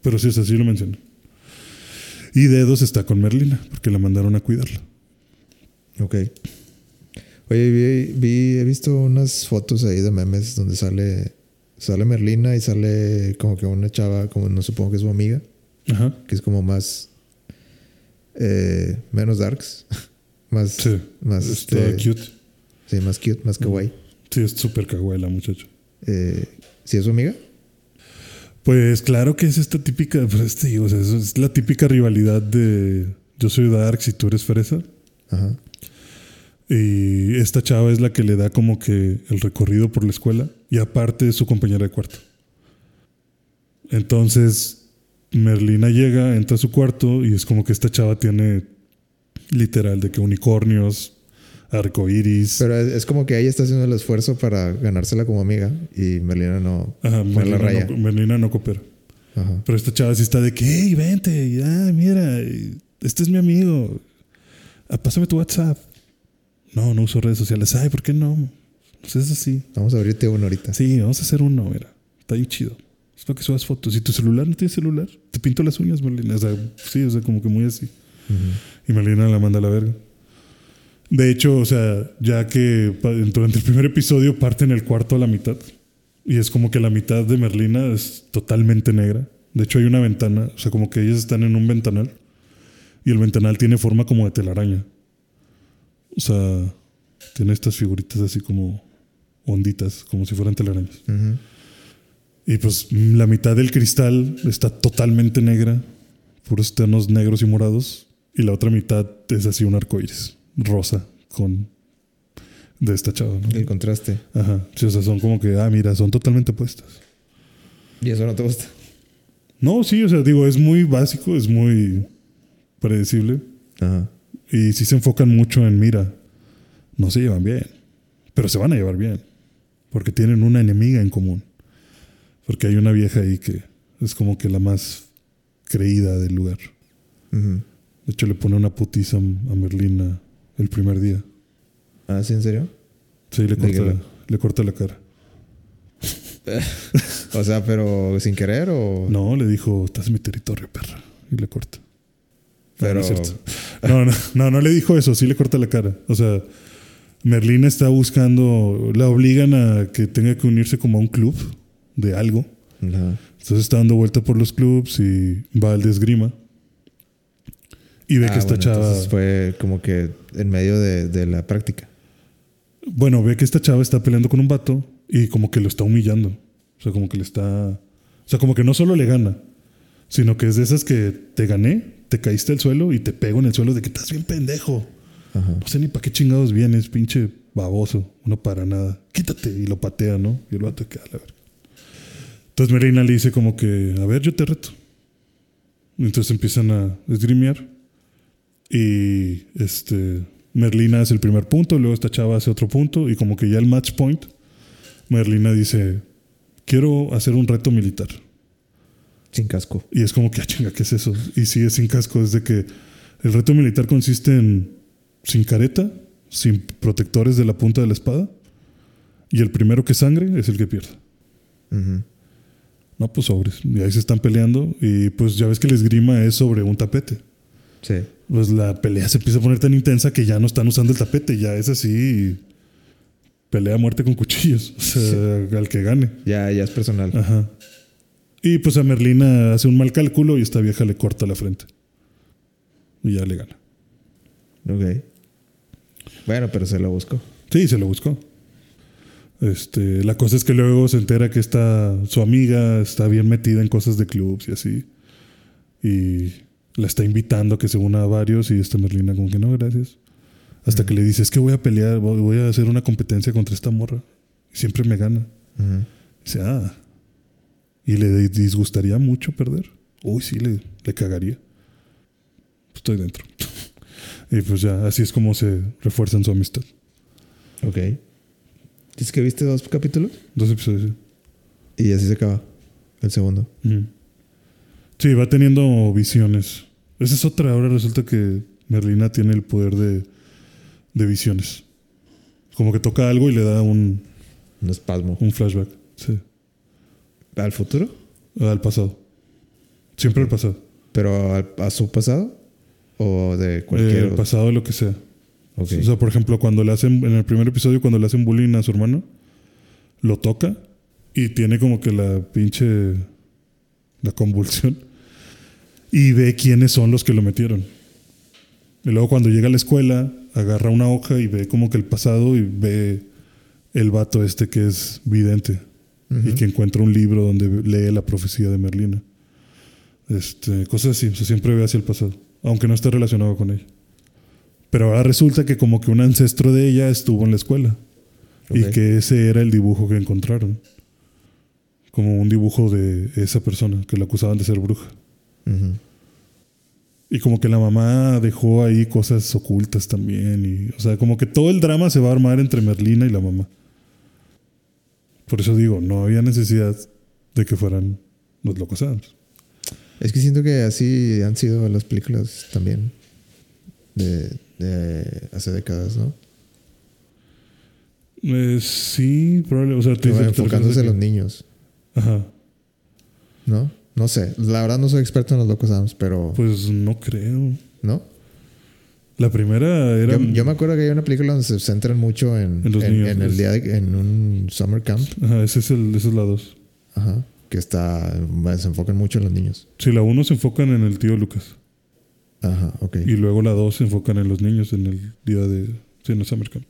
Speaker 2: pero sí, es así lo mencioné. Y Dedos está con Merlina, porque la mandaron a cuidarla.
Speaker 1: Ok. Oye, vi, vi- he visto unas fotos ahí de memes donde sale, sale Merlina y sale como que una chava, como no supongo que es su amiga,
Speaker 2: Ajá.
Speaker 1: que es como más, eh, menos darks, más,
Speaker 2: Sí.
Speaker 1: más,
Speaker 2: Está
Speaker 1: este,
Speaker 2: cute.
Speaker 1: sí, más cute, más kawaii.
Speaker 2: Sí, es súper kawaii la muchacha.
Speaker 1: Eh, ¿Sí es su amiga?
Speaker 2: Pues claro que es esta típica, pues, te digo, o sea, es- es la típica rivalidad de yo soy Dark si tú eres Fresa.
Speaker 1: Ajá.
Speaker 2: Y esta chava es la que le da como que el recorrido por la escuela y aparte es su compañera de cuarto. Entonces Merlina llega, entra a su cuarto y es como que esta chava tiene literal de que unicornios, arcoiris.
Speaker 1: Pero es, es como que ella está haciendo el esfuerzo para ganársela como amiga y Merlina no.
Speaker 2: Ajá,
Speaker 1: por la
Speaker 2: Merlina,
Speaker 1: raya.
Speaker 2: no, Merlina no coopera.
Speaker 1: Ajá.
Speaker 2: Pero esta chava sí está de que, hey, vente, y, "Ah, mira, y, este es mi amigo. Ah, Pásame tu WhatsApp. No, no uso redes sociales. Ay, ¿por qué no? Pues es así.
Speaker 1: Vamos a abrirte uno ahorita.
Speaker 2: Sí, vamos a hacer uno, mira. Está bien chido. Es para que subas fotos. Si tu celular no tiene celular, te pinto las uñas, Merlina. O sea, sí, o sea, como que muy así. Y Merlina la manda a la verga. De hecho, o sea, ya que pa- durante el primer episodio parten el cuarto a la mitad. Y es como que la mitad de Merlina es totalmente negra. De hecho, hay una ventana. O sea, como que ellas están en un ventanal. Y el ventanal tiene forma como de telaraña. O sea, tiene estas figuritas así como onditas, como si fueran telarañas.
Speaker 1: Ujú.
Speaker 2: Y pues mm, la mitad del cristal está totalmente negra, puros tonos negros y morados. Y la otra mitad es así un arcoíris, rosa, con. de esta chava, ¿no?
Speaker 1: El contraste.
Speaker 2: Ajá. Sí, o sea, son como que, ah, mira, son totalmente opuestas.
Speaker 1: ¿Y eso no te gusta?
Speaker 2: No, sí, o sea, digo, es muy básico, es muy predecible.
Speaker 1: Ajá.
Speaker 2: Y sí se enfocan mucho en, mira, no se llevan bien, pero se van a llevar bien, porque tienen una enemiga en común. Porque hay una vieja ahí que es como que la más creída del lugar.
Speaker 1: Ujú.
Speaker 2: De hecho, le pone una putiza a Merlina el primer día.
Speaker 1: ¿Ah, sí, en serio?
Speaker 2: Sí, le corta,
Speaker 1: Dígalo.
Speaker 2: le corta la cara.
Speaker 1: O sea, pero sin querer o.
Speaker 2: No, le dijo, estás en mi territorio, perra. Y le corta.
Speaker 1: Pero-
Speaker 2: No, no, es cierto. no, no, no, no le dijo eso, sí le corta la cara. O sea, Merlina está buscando, la obligan a que tenga que unirse como a un club de algo.
Speaker 1: Ajá.
Speaker 2: Entonces está dando vuelta por los clubs y va al de esgrima. Y ve
Speaker 1: Ah,
Speaker 2: que esta
Speaker 1: bueno,
Speaker 2: chava.
Speaker 1: entonces fue como que en medio de, de la práctica.
Speaker 2: Bueno, ve que esta chava está peleando con un vato y como que lo está humillando. O sea, como que le está. O sea, como que no solo le gana, sino que es de esas que te gané, te caíste al suelo y te pego en el suelo de que estás bien pendejo.
Speaker 1: Ajá.
Speaker 2: No sé ni para qué chingados vienes, pinche baboso. Uno para nada. Quítate. Y lo patea, ¿no? Y el vato queda la verga. Entonces Merlina le dice como que, a ver, yo te reto. Y Entonces empiezan a esgrimear. Y este, Merlina hace el primer punto, luego esta chava hace otro punto. Y como que ya el match point, Merlina dice, quiero hacer un reto militar.
Speaker 1: Sin casco.
Speaker 2: Y es como que, ah, chinga, ¿qué es eso? Y sí, es sin casco. Es de que el reto militar consiste en sin careta, sin protectores de la punta de la espada. Y el primero que sangre es el que pierde.
Speaker 1: Ujú.
Speaker 2: No, pues sobres. Y ahí se están peleando. Y pues ya ves que el esgrima es sobre un tapete.
Speaker 1: Sí.
Speaker 2: Pues la pelea se empieza a poner tan intensa que ya no están usando el tapete. Ya es así. Pelea a muerte con cuchillos. O sea, al que gane.
Speaker 1: Ya, ya es personal.
Speaker 2: Ajá. Y pues a Merlina hace un mal cálculo y esta vieja le corta la frente. Y ya le gana.
Speaker 1: Ok. Bueno, pero se lo buscó.
Speaker 2: Sí, se lo buscó. Este, la cosa es que luego se entera que está su amiga está bien metida en cosas de clubs y así. Y la está invitando a que se una a varios y esta Merlina como que no, gracias. Hasta que le dice, es que voy a pelear, voy voy a hacer una competencia contra esta morra. Y siempre me gana.
Speaker 1: Ujú.
Speaker 2: Dice, ah. ¿Y le disgustaría mucho perder? Uy, sí, le, le cagaría. Pues Estoy dentro. y pues ya, así es como se refuerzan su amistad.
Speaker 1: Ok. ¿Dices que viste dos capítulos?
Speaker 2: Dos episodios. sí.
Speaker 1: Y así se acaba. El segundo.
Speaker 2: Ujú. Sí, va teniendo visiones. Esa es otra. Ahora resulta que Merlina tiene el poder de, de visiones. Como que toca algo y le da un,
Speaker 1: Un espasmo.
Speaker 2: un flashback. Sí.
Speaker 1: ¿Al futuro?
Speaker 2: Al pasado. Siempre al pasado.
Speaker 1: ¿Pero al- a, su pasado? ¿O de cualquier
Speaker 2: Eh, el pasado de lo que sea.
Speaker 1: Ok.
Speaker 2: O sea, por ejemplo, cuando le hacen, en el primer episodio, cuando le hacen bullying a su hermano, lo toca y tiene como que la pinche. la convulsión. Y ve quiénes son los que lo metieron. Y luego cuando llega a la escuela, agarra una hoja y ve como que el pasado y ve el vato este que es vidente y que encuentra un libro donde lee la profecía de Merlina. Este, cosas así, o sea, siempre ve hacia el pasado, aunque no esté relacionado con ella. Pero ahora resulta que como que un ancestro de ella estuvo en la escuela y
Speaker 1: Ok.
Speaker 2: que ese era el dibujo que encontraron. Como un dibujo de esa persona que la acusaban de ser bruja.
Speaker 1: Ujú.
Speaker 2: Y como que la mamá dejó ahí cosas ocultas también. Y, o sea, como que todo el drama se va a armar entre Merlina y la mamá. Por eso digo, no había necesidad de que fueran los locos Adams.
Speaker 1: Es que siento que así han sido las películas también de, de hace décadas, ¿no?
Speaker 2: Eh, sí, probablemente. O sea, te-
Speaker 1: Pero
Speaker 2: te- te
Speaker 1: enfocándose en
Speaker 2: refieres
Speaker 1: los
Speaker 2: a
Speaker 1: niños,
Speaker 2: que- Ajá.
Speaker 1: ¿no? No sé. La verdad no soy experto en los locos Adams, pero...
Speaker 2: Pues no creo.
Speaker 1: ¿No?
Speaker 2: La primera era.
Speaker 1: Yo, yo me acuerdo que hay una película donde se centran mucho en,
Speaker 2: En los
Speaker 1: en-
Speaker 2: niños,
Speaker 1: en el
Speaker 2: pues.
Speaker 1: día de- en un summer camp.
Speaker 2: Ajá, ese es el, esa es la dos.
Speaker 1: Ajá. Que está... Se enfocan mucho en los niños.
Speaker 2: Si la uno se enfocan en el tío Lucas.
Speaker 1: Ajá, ok.
Speaker 2: Y luego la dos se enfocan en los niños en el día de. Sí, en el Summer Camp.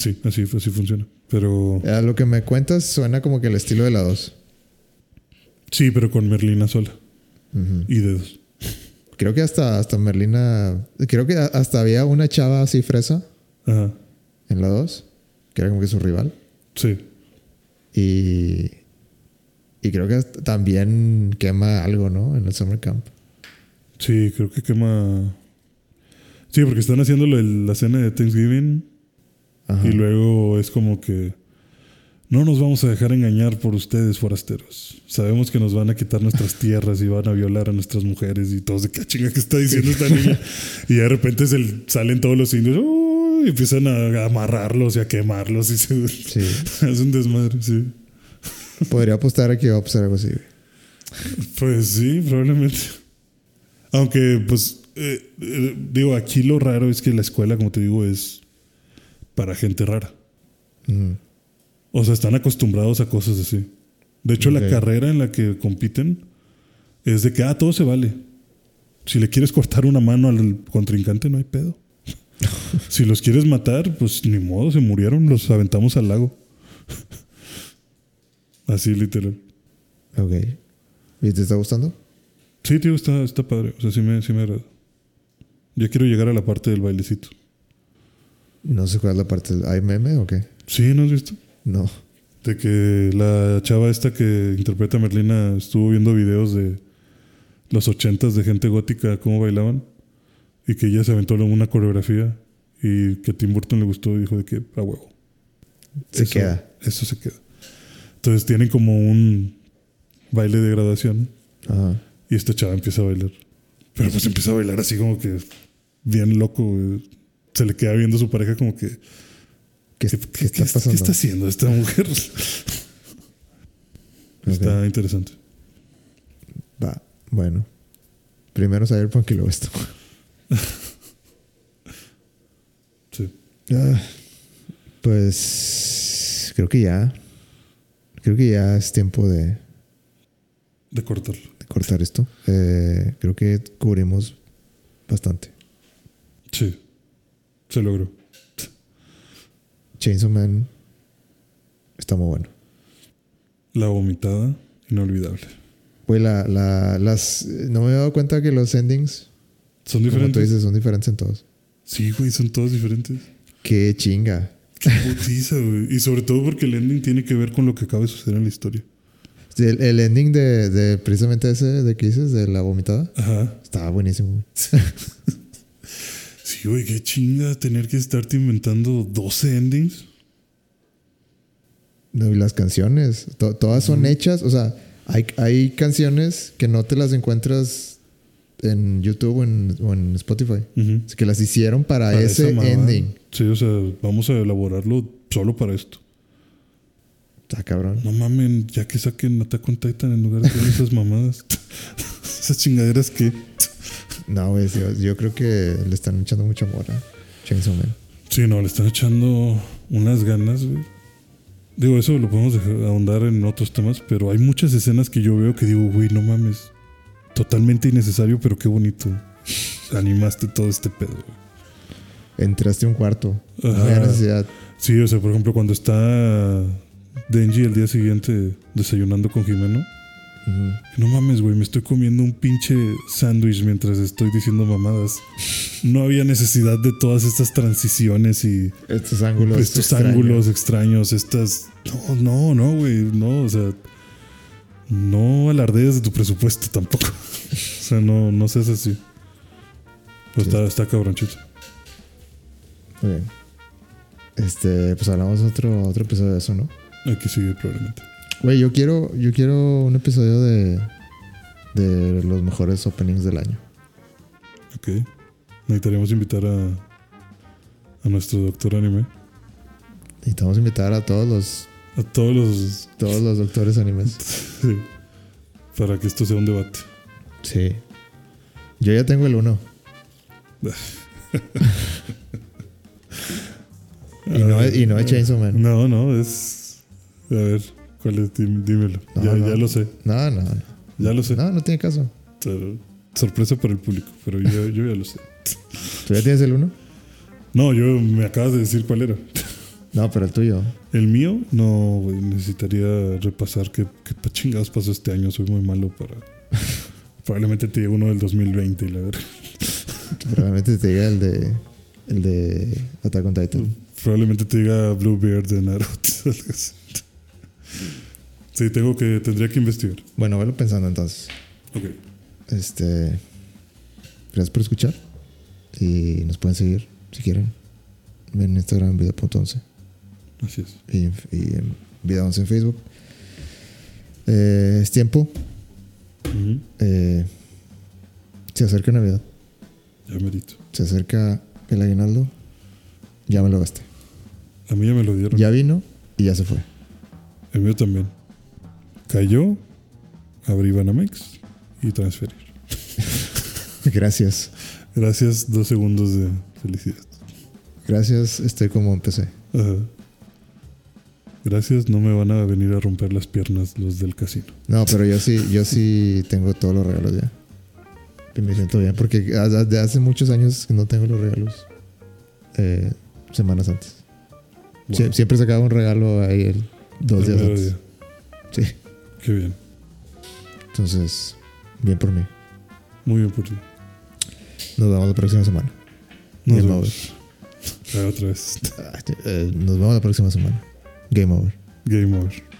Speaker 2: Sí, así, así funciona. Pero.
Speaker 1: A lo que me cuentas suena como que el estilo de la 2.
Speaker 2: Sí, pero con Merlina sola. Y dedos.
Speaker 1: Creo que hasta, hasta Merlina... Creo que a- hasta había una chava así fresa
Speaker 2: Ajá.
Speaker 1: en la 2. Que era como que su rival.
Speaker 2: Sí.
Speaker 1: Y... Y creo que hasta- también quema algo, ¿no? En el summer camp.
Speaker 2: Sí, creo que quema. Sí, porque están haciendo lo de la cena de Thanksgiving.
Speaker 1: Ajá.
Speaker 2: Y luego es como que. No nos vamos a dejar engañar por ustedes, forasteros. Sabemos que nos van a quitar nuestras tierras y van a violar a nuestras mujeres y todos de qué chinga que está diciendo esta niña. Y de repente se le- salen todos los indios ¡oh! y empiezan a amarrarlos y a quemarlos y se
Speaker 1: Sí.
Speaker 2: hace un desmadre, sí.
Speaker 1: Podría apostar a que va a pasar algo así.
Speaker 2: Pues sí, probablemente. Aunque, pues, eh, eh, digo, aquí lo raro es que la escuela, como te digo, es para gente rara.
Speaker 1: Ujú.
Speaker 2: O sea, están acostumbrados a cosas así. De hecho, la
Speaker 1: Ok.
Speaker 2: carrera en la que compiten es de que, ah, todo se vale. Si le quieres cortar una mano al contrincante, no hay pedo. si los quieres matar, pues ni modo, se murieron, los aventamos al lago. así, literal.
Speaker 1: Ok. ¿Y te está gustando?
Speaker 2: Sí, tío, está, está padre. O sea, sí me, sí me agrada. Ya quiero llegar a la parte del bailecito.
Speaker 1: No sé cuál es la parte. del- ¿Hay meme o qué?
Speaker 2: Sí, ¿no has visto?
Speaker 1: No.
Speaker 2: De que la chava esta que interpreta a Merlina estuvo viendo videos de los ochentas de gente gótica, cómo bailaban. Y que ella se aventó luego una coreografía y que a Tim Burton le gustó y dijo de que a huevo.
Speaker 1: Se
Speaker 2: Eso-
Speaker 1: queda.
Speaker 2: Eso se queda. Entonces tienen como un baile de graduación
Speaker 1: Ajá.
Speaker 2: Y esta chava empieza a bailar. Pero pues empieza a bailar así como que bien loco. güey. Se le queda viendo a su pareja como que...
Speaker 1: ¿Qué, qué
Speaker 2: ¿Qué, qué-
Speaker 1: está
Speaker 2: qué- qué
Speaker 1: pasando?
Speaker 2: está haciendo esta mujer? Está interesante.
Speaker 1: Va. Bueno. Primero Cyberpunk y luego esto.
Speaker 2: Sí.
Speaker 1: Ah, pues creo que ya. Creo que ya es tiempo de, de
Speaker 2: De cortarlo.
Speaker 1: cortar esto. Eh, creo que cubrimos bastante.
Speaker 2: Sí. Se logró.
Speaker 1: Chainsaw Man está muy bueno.
Speaker 2: La vomitada inolvidable.
Speaker 1: Pues la, la- las. No me he dado cuenta que los endings, como
Speaker 2: Son
Speaker 1: tú
Speaker 2: diferentes.
Speaker 1: dices, son diferentes en todos.
Speaker 2: Sí, güey, son todos diferentes.
Speaker 1: Qué chinga.
Speaker 2: Qué putiza, güey. Y sobre todo porque el ending tiene que ver con lo que acaba de suceder en la historia.
Speaker 1: El, el ending de, de precisamente ese de que dices, de la vomitada,
Speaker 2: Ajá.
Speaker 1: estaba buenísimo. güey.
Speaker 2: Sí, güey, qué chinga tener que estarte inventando 12 endings.
Speaker 1: No, y las canciones, to- todas son hechas, o sea, hay, hay canciones que no te las encuentras en YouTube o en, o en Spotify.
Speaker 2: Ujú.
Speaker 1: Es que las hicieron para,
Speaker 2: Para
Speaker 1: ese
Speaker 2: esa mamá.
Speaker 1: ending.
Speaker 2: Sí, o sea, vamos a elaborarlo solo para esto.
Speaker 1: Está Ah, cabrón.
Speaker 2: No mamen, ya que saquen Attack on Titan en lugar de tener esas mamadas. esas chingaderas que.
Speaker 1: No, güey, sí, yo creo que le están echando mucho amor a Chainsaw Man.
Speaker 2: Sí, no, le están echando unas ganas, güey. Digo, eso lo podemos dejar- ahondar en otros temas, pero hay muchas escenas que yo veo que digo, güey, no mames. Totalmente innecesario, pero qué bonito. Animaste todo este pedo, güey.
Speaker 1: Entraste a un cuarto No había necesidad.
Speaker 2: Sí, o sea, por ejemplo, cuando está Denji el día siguiente desayunando con Jimeno.
Speaker 1: Ujú.
Speaker 2: No mames, güey, me estoy comiendo un pinche sándwich mientras estoy diciendo mamadas. No había necesidad de todas estas transiciones y
Speaker 1: Estos ángulos.
Speaker 2: Pues estos
Speaker 1: extraños.
Speaker 2: ángulos extraños, estas... No, no, no, güey, no, o sea... No alardees de tu presupuesto tampoco. o sea, no, no seas así. Pero
Speaker 1: Sí.
Speaker 2: está, está cabronchito.
Speaker 1: Muy bien. Este, pues hablamos otro, otro episodio de eso, ¿no?
Speaker 2: Aquí sigue probablemente.
Speaker 1: Güey, yo quiero, yo quiero un episodio de, de los mejores openings del año.
Speaker 2: Ok. Necesitaríamos invitar a... A nuestro doctor anime.
Speaker 1: Necesitamos invitar a todos los,
Speaker 2: A todos los...
Speaker 1: todos los doctores animes.
Speaker 2: Sí. para que esto sea un debate.
Speaker 1: Sí. Yo ya tengo el uno. Y no, es- y no es Chainsaw Man.
Speaker 2: Ah, No, no, es. A ver, ¿cuál es? Dí- Dímelo.
Speaker 1: No,
Speaker 2: ya,
Speaker 1: no.
Speaker 2: ya lo sé,
Speaker 1: No, no, no.
Speaker 2: ya lo sé.
Speaker 1: No, no tiene caso.
Speaker 2: Pero- sorpresa para el público, pero yo, yo ya lo sé.
Speaker 1: ¿Tú ya tienes el uno?
Speaker 2: No, yo me acabas de decir cuál era.
Speaker 1: No, pero el tuyo.
Speaker 2: El mío, no, güey, necesitaría repasar qué, qué pa' chingados pasó este año. Soy muy malo para. Probablemente te llegue uno del 2020 y la verdad.
Speaker 1: Probablemente te diga el de. El de Attack on Titan.
Speaker 2: Probablemente te diga Bluebeard de Naruto. algo así. sí, tengo que, tendría que investigar.
Speaker 1: Bueno, velo pensando entonces.
Speaker 2: Ok.
Speaker 1: Este. Gracias por escuchar. Y nos pueden seguir si quieren. En Instagram, vida.11.
Speaker 2: Así es.
Speaker 1: Y, en- y en vida11 en Facebook. Eh, es tiempo.
Speaker 2: Ujú.
Speaker 1: Eh, se acerca Navidad.
Speaker 2: Ya merito.
Speaker 1: Se acerca el aguinaldo. Ya me lo gasté.
Speaker 2: A mí ya me lo dieron.
Speaker 1: Ya vino y ya se fue.
Speaker 2: El mío también. Cayó, abrí Banamex y transferir.
Speaker 1: Gracias.
Speaker 2: Gracias, dos segundos de felicidad.
Speaker 1: Gracias. Estoy como empecé.
Speaker 2: Ajá. Gracias, no me van a venir a romper las piernas los del casino.
Speaker 1: No, pero yo sí, yo sí tengo todos los regalos ya. Y me siento bien porque ha- desde hace muchos años que no tengo los regalos. eh, semanas antes. Sie-
Speaker 2: Wow.
Speaker 1: siempre sacaba un regalo ahí el dos
Speaker 2: El
Speaker 1: días
Speaker 2: mero
Speaker 1: antes.
Speaker 2: día.
Speaker 1: Sí.
Speaker 2: Qué bien.
Speaker 1: Entonces, bien por mí.
Speaker 2: Muy bien por ti.
Speaker 1: Nos vemos la próxima semana.
Speaker 2: Nos
Speaker 1: Game este,
Speaker 2: vemos. Ah, Otra vez.
Speaker 1: Ah, eh, nos vemos la próxima semana. Game over.
Speaker 2: Game over.